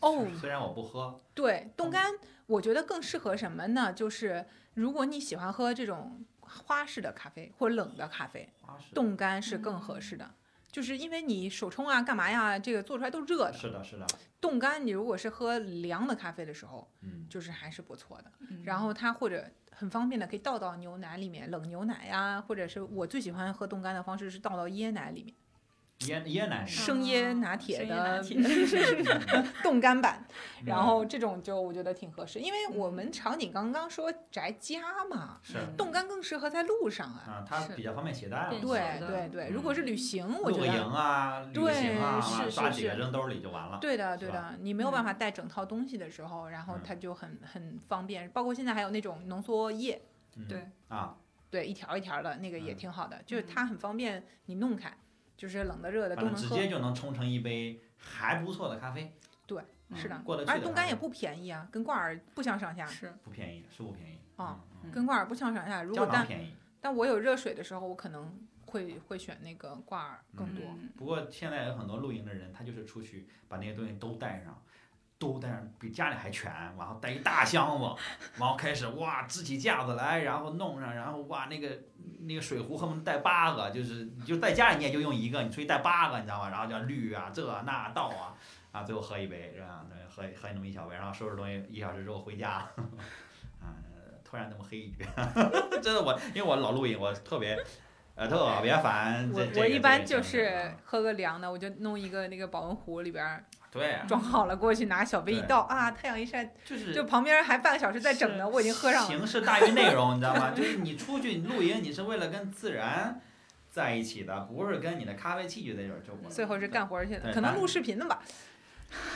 S2: 哦，
S1: 虽然我不喝，
S2: 对，冻干我觉得更适合什么呢？就是如果你喜欢喝这种花式的咖啡或者冷的咖啡，
S1: 花式
S3: 嗯
S2: 冻干是更合适的。就是因为你手冲啊，干嘛呀，这个做出来都热的，
S1: 是的，是的，
S2: 冻干你如果是喝凉的咖啡的时候，
S1: 嗯，
S2: 就是还是不错的。
S3: 嗯
S2: 然后它或者很方便的可以倒到牛奶里面，冷牛奶呀，或者是我最喜欢喝冻干的方式是倒到椰奶里面，
S1: 椰椰奶是
S2: 生椰拿
S3: 生
S2: 铁
S3: 椰嗯拿
S2: 的
S3: 铁
S2: 冻干版，
S1: 嗯
S2: 然后这种就我觉得挺合适，因为我们场景刚刚说宅家嘛，
S1: 是
S2: 冻干更适合在路上啊。
S1: 嗯啊，它
S3: 是
S1: 比较方便携带嘛
S3: 便，
S2: 对
S3: 携的
S2: 对对，
S1: 嗯
S2: 如果是旅行，我
S1: 露
S2: 觉
S1: 个营
S2: 得
S1: 啊，旅个行啊，
S2: 对是是
S1: 抓几个
S2: 是
S1: 扔兜里就完了。
S2: 对的对
S1: 是吧
S2: 的，你没有办
S3: 嗯
S2: 法带整套东西的时候，然后
S1: 嗯
S2: 它就很很方便。包括现在还有那种浓缩液，
S1: 嗯
S3: 对
S1: 啊，
S2: 对，一条一条的那个也
S1: 嗯
S2: 挺好的，就是它很方便，你弄开，就是冷的热的
S1: 反
S2: 都
S1: 正
S2: 能
S1: 直
S2: 喝。
S1: 接就能冲成一杯还不错的咖啡，
S3: 嗯
S1: 嗯
S2: 是的，嗯
S1: 过得去
S2: 而
S1: 的
S2: 冻
S1: 咖
S2: 干也
S1: 啡
S2: 不便宜啊，跟挂耳不相上下，
S3: 是
S1: 不便宜，是不便宜
S2: 啊，
S1: 嗯嗯
S2: 跟挂耳不相上下。如
S1: 胶
S2: 果
S1: 囊
S2: 但
S1: 便宜，
S2: 但我有热水的时候，我可能会会选那个挂耳更多。
S3: 嗯
S1: 不过现在有很多露营的人，他就是出去把那些东西都带上，都带上，比家里还全，然后带一大箱子，然后开始哇支起架子来，然后弄上，然后哇那个那个水壶恨不得带八个，就是你就在家里你也就用一个，你出去带八个，你知道吗？然后叫滤啊这啊那倒啊啊，最后喝一杯是吧？那喝喝那么一小杯，然后收拾东西一小时之后回家， 啊、突然那么黑一句， 真的我因为我老露营，我特别。呃，特别烦这
S2: 我
S1: 这个
S2: 我
S1: 这
S2: 一
S1: 个
S2: 般
S1: 情
S2: 就
S1: 况
S2: 是
S1: 啊
S2: 喝个凉的，我就弄一个那个保温壶里边儿
S1: 对啊，
S2: 装好了，过去拿小杯一
S1: 对
S2: 倒啊，太阳一晒，
S1: 就是
S2: 就旁边还半个小时在整呢，我已经喝上了。
S1: 形式大于内容，你知道吗？ 就是你出去露营，你是为了跟自然在一起的，不是跟你的咖啡器具在一起。就我，
S2: 最后是干活儿去
S1: 对
S2: 了，可能
S1: 那
S2: 录视频的吧。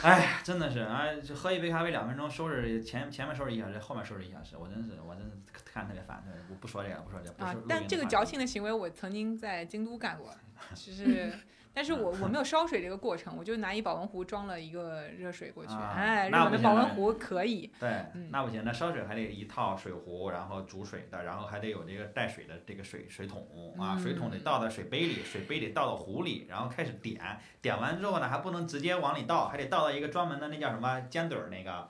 S1: 哎，真的是啊，就喝一杯咖啡两分钟，收拾前前面收拾一小时，后面收拾一小时，我真是我真是看特别烦。我不说这个，不说这个，不
S2: 啊
S1: 说。
S2: 但这个矫
S1: 角
S2: 情的行为，我曾经在京都 干过，就是，但是我我没有烧水这个过程，我就拿一保温壶装了一个热水过去。
S1: 啊
S2: 哎，日
S1: 那
S2: 本
S1: 不
S2: 的
S1: 行
S2: 保
S1: 了
S2: 温壶可以，
S1: 对，
S2: 嗯
S1: 那不行，那烧水还得一套水壶，然后煮水的，然后还得有这个带水的这个水水桶啊，
S2: 嗯
S1: 水桶得倒到水杯里，水杯得倒到壶里，然后开始点，点完之后呢，还不能直接往里倒，还得倒到一个专门的那叫什么尖嘴儿那个。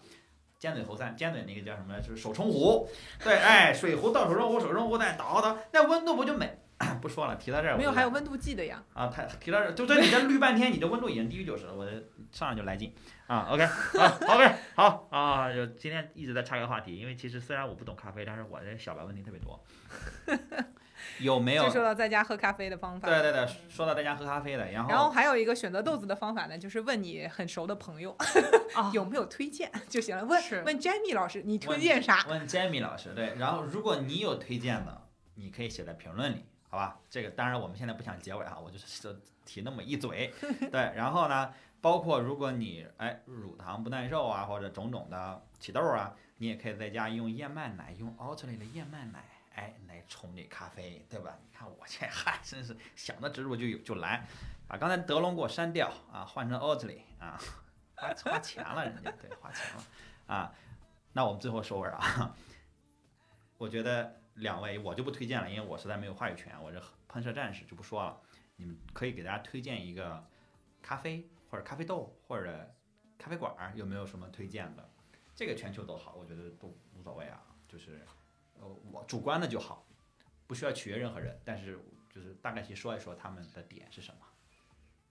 S1: 尖嘴猴扇，尖嘴那个叫什么？就是手冲壶，对，哎，水壶倒手冲壶，手冲壶再倒倒，那温度不就没？ 不说了，提到这儿哎我
S2: 没有
S1: 就
S2: 还有温度计的呀。
S1: 啊，太提到这儿，就这你这滤半天，你这温度已经低于九十了，我这上来就来劲啊。OK，啊，OK，好啊，就今天一直在岔开话题，因为其实虽然我不懂咖啡，但是我这小白问题特别 多。有没有
S2: 就？说到在家喝咖啡的方法。
S1: 对对对，说到在家喝咖啡的，然后
S2: 然后还有一个选择豆子的方法呢，就是问你很熟的朋友
S3: 啊
S2: 有没有推荐 就行了。问
S3: 是
S2: 问 Jamie 老师，你推
S1: 问
S2: 荐啥？
S1: 问 Jamie 老师，对，然后如果你有推荐的，你可以写在评论里，好吧？这个当然我们现在不想结尾哈，我就是就提那么一嘴，对。然后呢，包括如果你哎乳糖不耐受啊，或者种种的起痘啊，你也可以在家用燕麦奶，用 Oatly 的燕麦奶。哎，来冲这咖啡，对吧？你看我这嗨， 真是想得直入就有就来，把刚才德龙给我删掉啊，换成 Oatly 啊， 花花钱了人家，对，花钱了啊。那我们最后收尾啊，我觉得两位我就不推荐了，因为我实在没有话语权，我这喷射战士就不说了。你们可以给大家推荐一个咖啡或者咖啡豆或者咖啡馆儿，有没有什么推荐的？这个全球都好，我觉得都无所谓啊，就是呃我主观的就好，不需要取悦任何人，但是就是大概去说一说他们的点是什么。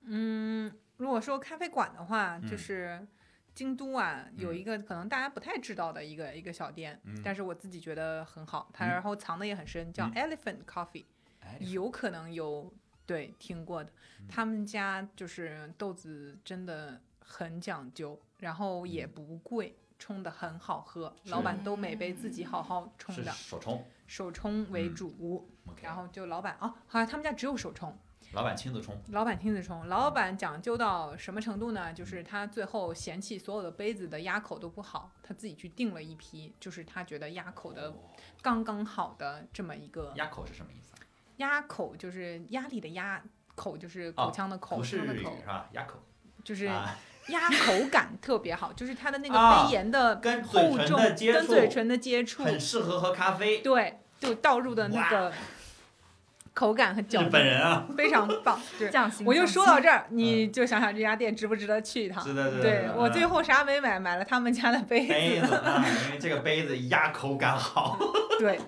S2: 嗯，如果说咖啡馆的话，
S1: 嗯
S2: 就是京都啊，有
S1: 嗯
S2: 一个可能大家不太知道的一个一个小店，
S1: 嗯
S2: 但是我自己觉得很好，它
S1: 嗯
S2: 然后藏的也很深，叫
S1: 嗯
S2: Elephant Coffee，、
S1: 哎，
S2: 有可能有对听过的，
S1: 嗯
S2: 他们家就是豆子真的很讲究，然后也不贵。冲的很好喝，
S1: 嗯是
S2: 老板都每杯自己好好冲
S1: 是
S2: 的，
S1: 手冲
S2: 手冲为
S1: 嗯
S2: 主。
S1: ，OK，
S2: 然后就老板啊，好像他们家只有手冲，
S1: 老板亲自冲，
S2: 老板亲自冲，老板讲究到什么程度呢？就是他最后嫌弃所有的杯子的压口都不好，他自己去订了一批，就是他觉得压口的
S1: 哦
S2: 刚刚好的这么一个
S1: 压口是什么意思啊？
S2: 压口，就是压力的压口，就是
S1: 哦
S2: 口腔的口，
S1: 不是
S2: 口腔
S1: 日
S2: 的
S1: 语
S2: 口
S1: 是，吧？压口
S2: 就是
S1: 啊。
S2: 压口感特 别好，就是它的那
S1: 啊
S2: 个杯沿的呃
S1: 跟啊嘴
S2: 厚
S1: 唇
S2: 重，
S1: 的接
S2: 跟
S1: 触
S2: 嘴唇的接触，
S1: 很适合喝咖啡。
S2: 对，就倒入的那个口感和嚼
S1: 日本
S2: 劲
S1: 人嗯啊，
S2: 非常棒，对。
S3: 匠心，
S2: 我就
S3: 匠心
S2: 说到这儿，你就想想这家店值不值得去一趟。
S1: 是的，是的。
S2: 啊
S1: 哎
S2: 对我最
S1: 后
S2: 后啥没买，买了他们家的杯
S1: 杯
S2: 子。
S1: 子啊，因为这个杯子压口感好。
S2: 对，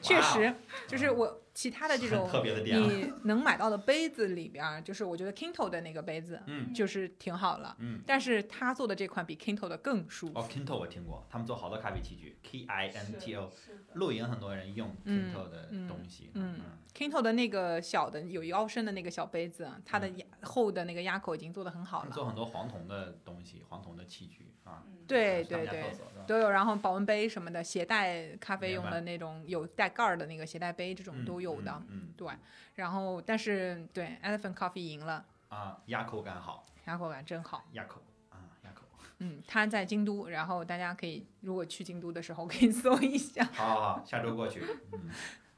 S2: 确
S1: 哇
S2: 实就是我其他的这
S1: 很
S2: 种
S1: 特别的店啊，
S2: 哦你能买到的杯子里边儿，就是我觉得 Kinto 的那个杯子
S1: 嗯
S2: 就是挺好了，
S1: 嗯。
S2: 但是他做的这款比 Kinto 的更舒服。
S1: 哦，Kinto 我听过，他们做好多咖啡器具，K I N T O，
S3: 是的
S1: 露营很多人用
S2: 嗯
S1: Kinto 的
S2: 嗯
S1: 东西，
S2: 嗯 Kinto 的那个小的有腰身的那个小杯子啊，它的压厚的那个压口已经做得很好
S1: 他们
S2: 了。
S1: 做嗯很多黄铜的东西，黄铜的器具啊，
S3: 嗯
S2: 对
S1: 上
S2: 对
S1: 下
S2: 对
S1: 厕，所是吧
S2: 都有，然后保温杯什么的，携带咖啡
S1: 明
S2: 用
S1: 白
S2: 的那种有带盖儿的那个携带杯，这种
S1: 嗯
S2: 都有的。
S1: 嗯
S2: 对，然后但是对 Elephant Coffee 赢了，
S1: 嗯啊，压口感好，
S2: 然后口感真好。
S1: 压口啊，压口，
S2: 嗯，它在京都，然后大家可以如果去京都的时候可以 搜一下。
S1: 好好好，下周过去，嗯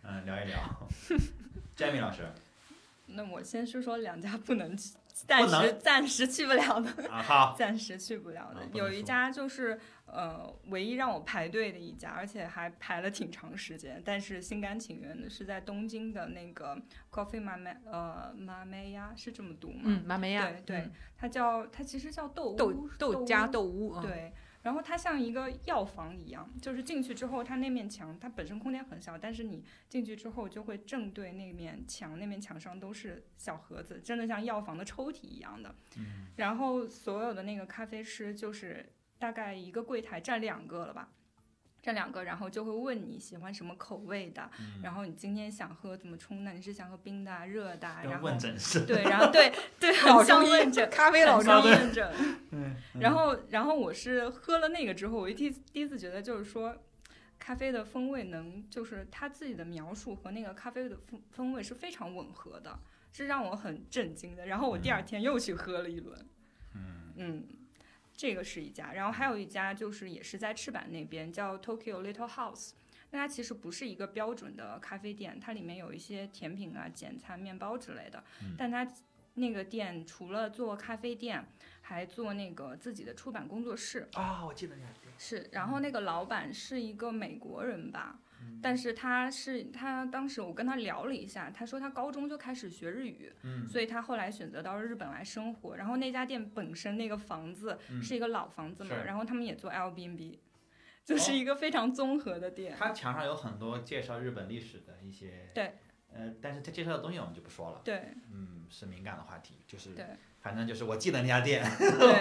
S1: 嗯，聊一聊。Jamie 老师
S3: 那我先说说两家不能去，暂时
S1: 能
S3: 暂时去不了的，
S1: 啊，好，
S3: 暂时去不了的。
S1: 啊
S2: 嗯
S1: 不能
S3: 有一
S1: 说
S3: 家就是呃，唯一让我排队的一家，而且还排了挺长时间，但是心甘情愿的是在东京的那个 Coffee Mame 呃 Mameya 是这么读吗？
S2: 嗯，马梅亚，
S3: 对对
S2: 嗯
S3: 它叫它其实叫豆屋
S2: 豆
S3: 屋
S2: 豆家豆屋，嗯，
S3: 对，然后它像一个药房一样，就是进去之后，它那面墙它本身空间很小，但是你进去之后就会正对那面墙，那面墙上都是小盒子，真的像药房的抽屉一样的。
S1: 嗯
S3: 然后所有的那个咖啡师就是大概一个柜台站两个了吧。站两个，然后就会问你喜欢什么口味的，
S1: 嗯，
S3: 然后你今天想喝怎么冲的？你是想喝冰的啊、热的啊？然
S1: 跟
S3: 后
S1: 问诊似的，
S3: 对，然后对 对，很像问诊，
S2: 咖啡老
S3: 很
S2: 中
S3: 像
S2: 医，
S3: 问 诊。
S1: 嗯，
S3: 然后，然后我是喝了那个之后，我一第第一次觉得就是说，咖啡的风味能就是他自己的描述和那个咖啡的风风味是非常吻合的，是让我很震惊的。然后我第二
S2: 嗯
S3: 天又去喝了一轮，
S1: 嗯
S3: 嗯，这个是一家，然后还有一家就是也是在赤坂那边叫 Tokyo Little House。那它其实不是一个标准的咖啡店，它里面有一些甜品啊、简餐、面包之类的。
S1: 嗯
S3: 但它那个店除了做咖啡店，还做那个自己的出版工作室。
S1: 啊，我记得那家店，
S3: 是，然
S1: 嗯
S3: 后那个老板是一个美国人吧，但是他是他当时我跟他聊了一下，他说他高中就开始学日语，
S1: 嗯
S3: 所以他后来选择到日本来生活。然后那家店本身那个房子
S1: 嗯
S3: 是一个老房子嘛，
S1: 是哦
S3: 然后他们也做 Airbnb，就是一个非常综合的店。
S1: 它墙上有很多介绍日本历史的一些，
S3: 对，
S1: 呃，但是它介绍的东西我们就不说了，
S3: 对
S1: 嗯，是敏感的话题，就是
S3: 对，
S1: 反正就是我记得那家店，
S3: 对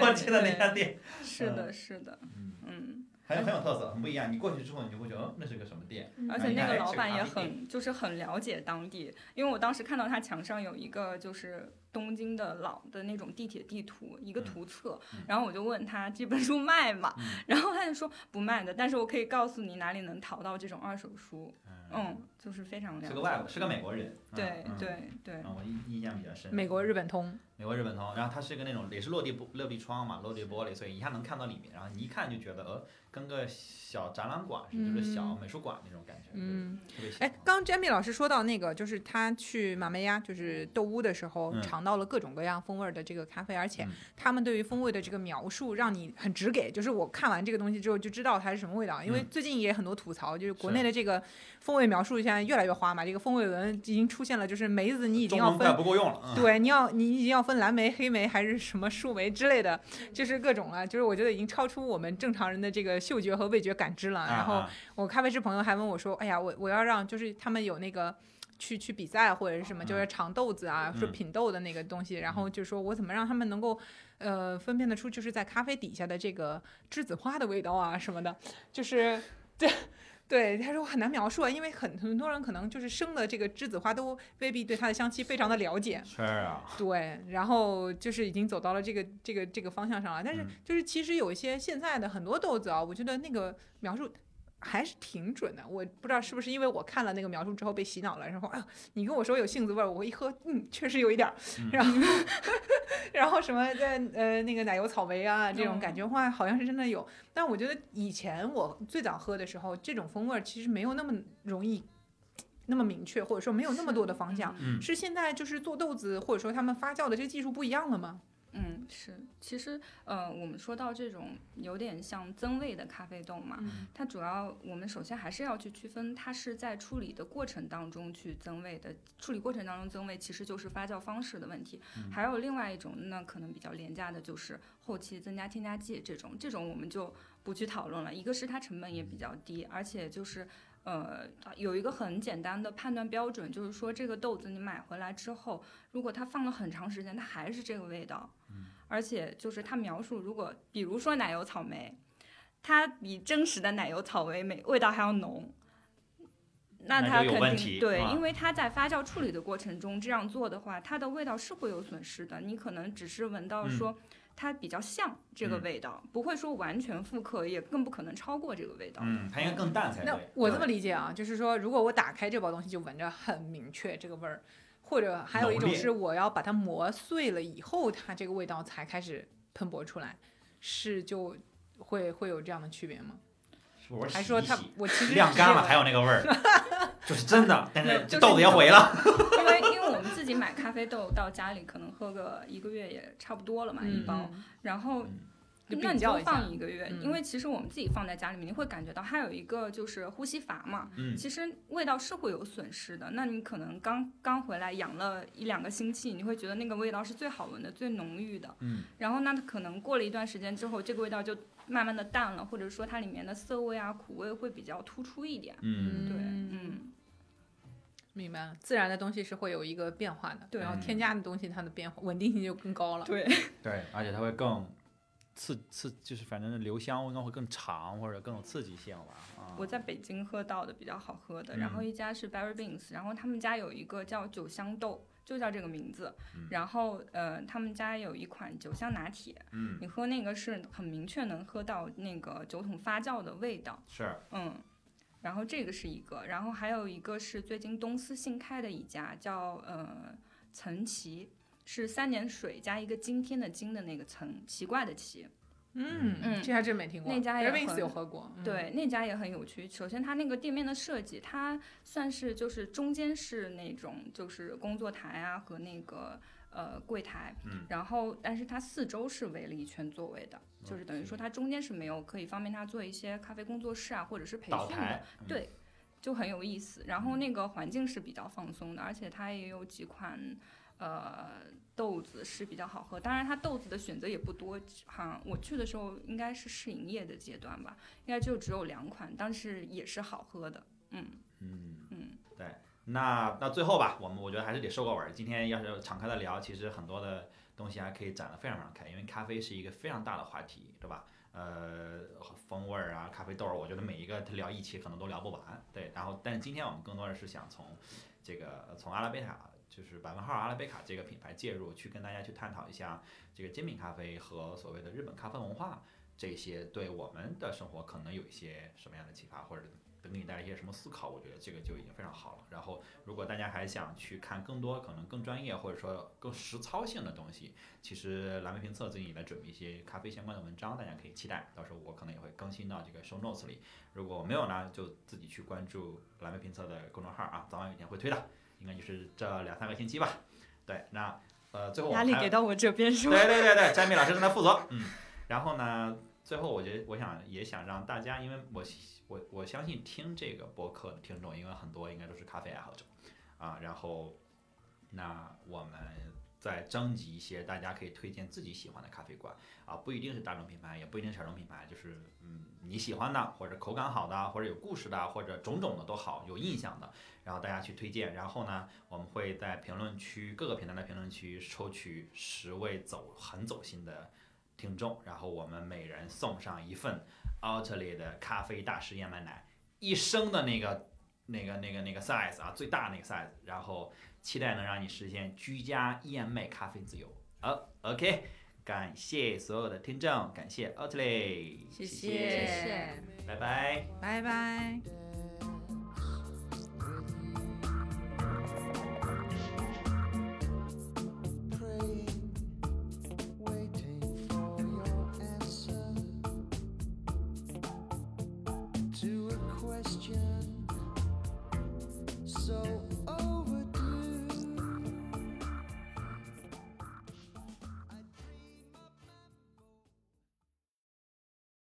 S1: 我记得那家
S3: 对
S1: 店，
S3: 是的，是的，
S1: 嗯，
S3: 嗯。
S1: 很有很有特色，很不一样。你过去之后，你就会觉得，哦，那是个什么店？
S2: 嗯
S3: 而且那个老板也很，就是很了解当地，因为我当时看到他墙上有一个就是东京的老的那种地铁地图，一个
S1: 嗯
S3: 图册
S1: 嗯，
S3: 然后我就问他这本书卖吗
S1: 嗯？
S3: 然后他就说不卖的，但是我可以告诉你哪里能淘到这种二手书，
S1: 嗯，
S3: 嗯，就是非常了解。
S1: 是个外国，是个美国人，嗯
S3: 对
S1: 嗯
S3: 对对
S1: 嗯，我印印象比较深。
S2: 美国日本通，
S1: 美国日本通，然后它是个那种也是落地玻落地窗嘛，落地玻璃，所以一下能看到里面，然后你一看就觉得，呃，跟个小展览馆似的，就是小美术馆那种感觉，
S2: 嗯。
S1: 就是特别喜
S2: 哎
S1: 欢。，
S2: 刚 Jamie 老师说到那个，就是他去马梅亚，就是豆屋的时候，
S1: 嗯
S2: 尝到了各种各样风味儿的这个咖啡，而且
S1: 嗯
S2: 他们对于风味的这个描述，让你很直给。就是我看完这个东西之后就知道它是什么味道，因为
S1: 嗯
S2: 最近也很多吐槽，就是国
S1: 是
S2: 内的这个风味描述现在越来越花嘛，这个风味轮已经出现了，就是梅子你已
S1: 中
S2: 经要
S1: 文快
S2: 分
S1: 不够用了，嗯，
S2: 对，你啊要你已经要分蓝莓、黑莓还是什么树莓之类的，就是各种了，就是我觉得已经超出我们正常人的这个嗅觉和味觉感知了。
S1: 啊
S2: 然后
S1: 啊
S2: 我咖啡师朋友还问我说：“哎呀，我我要让就是他们有那个。”去去比赛或者是什么，就是尝豆子啊，
S1: 嗯
S2: 说品豆的那个东西，然后就说我怎么让他们能够，呃，分辨得出就是在咖啡底下的这个栀子花的味道啊什么的，就是对 对，他说我很难描述啊，因为很很多人可能就是生的这个栀子花都未必对它的香气非常的了解，
S1: 是啊，
S2: 对，然后就是已经走到了这个这个这个方向上了。但是
S1: 嗯
S2: 就是其实有一些现在的很多豆子啊，我觉得那个描述还是挺准的。我不知道是不是因为我看了那个描述之后被洗脑了，然后啊，你跟我说有杏子味儿，我一喝，嗯，确实有一点儿。
S1: 嗯
S2: 然后然后什么在呃那个奶油草莓啊这种感
S1: 嗯
S2: 觉话，好像是真的有。但我觉得以前我最早喝的时候，这种风味儿其实没有那么容易。那么明确，或者说没有那么多的方向，
S1: 嗯，
S2: 是现在就是做豆子或者说他们发酵的这个技术不一样了吗？
S3: 嗯，是，其实呃，我们说到这种有点像增味的咖啡豆嘛，
S2: 嗯
S3: 它主要我们首先还是要去区分，它是在处理的过程当中去增味的，处理过程当中增味其实就是发酵方式的问题。
S1: 嗯
S3: 还有另外一种，那可能比较廉价的就是后期增加添
S1: 嗯
S3: 加剂这种，这种我们就不去讨论了。一个是它成本也比较低，而且就是。呃，有一个很简单的判断标准，就是说这个豆子你买回来之后，如果它放了很长时间，它还是这个味道，
S1: 嗯
S3: 而且就是它描述，如果比如说奶油草莓，它比真实的奶油草莓美味道还要浓。那
S1: 那
S3: 它
S1: 就有
S3: 肯
S1: 问题
S3: 定对，
S1: 啊
S3: 因为它在发酵处理的过程中这样做的话，它的味道是会有损失的。你可能只是闻到
S1: 嗯
S3: 说它比较像这个
S1: 嗯
S3: 味道，不会说完全复刻，也更不可能超过这个味道。
S1: 嗯，它应该更淡才
S2: 那
S1: 对。嗯
S2: 我这么
S1: 对
S2: 理解啊，就是说，如果我打开这包东西就闻着很明确这个味儿，或者还有一
S1: 浓
S2: 种
S1: 烈
S2: 是我要把它磨碎了以后，它这个味道才开始喷薄出来，是就会会有这样的区别吗？
S1: 是不是我
S2: 还
S1: 洗
S2: 说
S1: 一
S2: 它
S1: 洗
S2: 我其实
S1: 晾
S2: 是
S1: 干了
S2: 有
S1: 还有那个味 儿，就是真的，但
S3: 没有
S1: 是
S3: 就是
S1: 豆子也毁了。
S3: 因为因为我们自己买咖啡豆到家里可能喝个一个月也差不多了嘛，一
S2: 嗯
S3: 包。然后
S1: 嗯
S2: 就
S3: 那
S2: 比
S3: 你
S2: 较
S3: 就
S2: 一下
S3: 放一个月，
S2: 嗯
S3: 因为其实我们自己放在家里面，你会感觉到它有一个就是呼吸阀嘛，
S1: 嗯，
S3: 其实味道是会有损失的。那你可能刚刚回来养了一两个星期，你会觉得那个味道是最好闻的、最浓郁的。
S1: 嗯。
S3: 然后那可能过了一段时间之后，这个味道就慢慢的淡了，或者说它里面的涩味啊、苦味会比较突出一点。
S1: 嗯，
S3: 对，
S2: 嗯
S3: 嗯。
S2: 明白了，自然的东西是会有一个变化的，
S3: 对
S2: 然后
S1: 嗯
S2: 添加的东西它的变化稳定性就更高了。
S3: 对，
S1: 对，而且它会更刺刺，就是反正留香应该会更长，或者更有刺激性吧。啊，
S3: 我在北京喝到的比较好喝的，
S1: 嗯
S3: 然后一家是 Berry Beans，然后他们家有一个叫酒香豆，就叫这个名字
S1: 嗯。
S3: 然后呃，他们家有一款酒香拿铁，
S1: 嗯
S3: 你喝那个是很明确能喝到那个酒桶发酵的味道，
S1: 是
S3: 嗯。然后这个是一个，然后还有一个是最近东司新开的一家叫呃岑奇，是三点水加一个今天的今的那个岑，奇怪的奇。
S2: 嗯
S3: 嗯
S2: 这还真没听过。
S3: 那家也
S2: r i
S3: 很
S2: 有喝过，嗯，
S3: 对，那家也很有趣。首先，它那个店面的设计，它算是就是中间是那种就是工作台啊和那个呃柜台，
S1: 嗯
S3: 然后但是它四周是围了一圈座位的，就是等于
S1: 嗯
S3: 说它中间是没有可以方便他做一些咖啡工作室啊或者是培
S1: 倒
S3: 训的
S1: 台，，嗯
S3: 对就很有意思。然后那个环境是比较放松的，而且它也有几款呃豆子是比较好喝。当然，它豆子的选择也不多，好像我去的时候应该是试营业的阶段吧，应该就只有两款，但是也是好喝的。嗯
S1: 嗯，
S3: 嗯，
S1: 那那最后吧，我们我觉得还是得收个尾儿。今天要是敞开的聊，其实很多的东西还可以展得非常非常开，因为咖啡是一个非常大的话题，对吧？呃，风味儿啊，咖啡豆儿，我觉得每一个它聊一期可能都聊不完。对，然后但是今天我们更多的是想从这个从阿拉贝卡，就是百分号阿拉贝卡这个品牌介入，去跟大家去探讨一下这个精品咖啡和所谓的日本咖啡文化这些对我们的生活可能有一些什么样的启发，或者能给大家一些什么思考，我觉得这个就已经非常好了。然后，如果大家还想去看更多可能更专业或者说更实操性的东西，其实蓝莓评测最近也在准备一些咖啡相关的文章，大家可以期待。到时候我可能也会更新到这个 show notes 里。如果没有呢，就自己去关注蓝莓评测的公众号啊，早晚有一天会推的，应该就是这两三个星期吧。对，那呃，最后我们还有
S3: 到我这边是
S1: 对对对对，詹米老师正在负责。嗯，然后呢，最后我觉得我想也想让大家，因为我我我相信听这个播客的听众，因为很多应该都是咖啡爱好者啊。然后，那我们再征集一些大家可以推荐自己喜欢的咖啡馆啊，不一定是大众品牌，也不一定是小众品牌，就是嗯你喜欢的，或者口感好的，或者有故事的，或者种种的都好，有印象的，然后大家去推荐。然后呢，我们会在评论区各个平台的评论区抽取十位走很走心的听众，然后我们每人送上一份 Oatly 的咖啡大师燕麦奶，一升的那个那个那个那个 size 啊，最大那个 size，然后期待能让你实现居家燕麦咖啡自由。好、o k 感谢所有的听众，感谢 Oatly，
S2: 谢
S3: 谢谢
S2: 谢，
S1: 拜拜。
S2: 拜拜。
S4: 「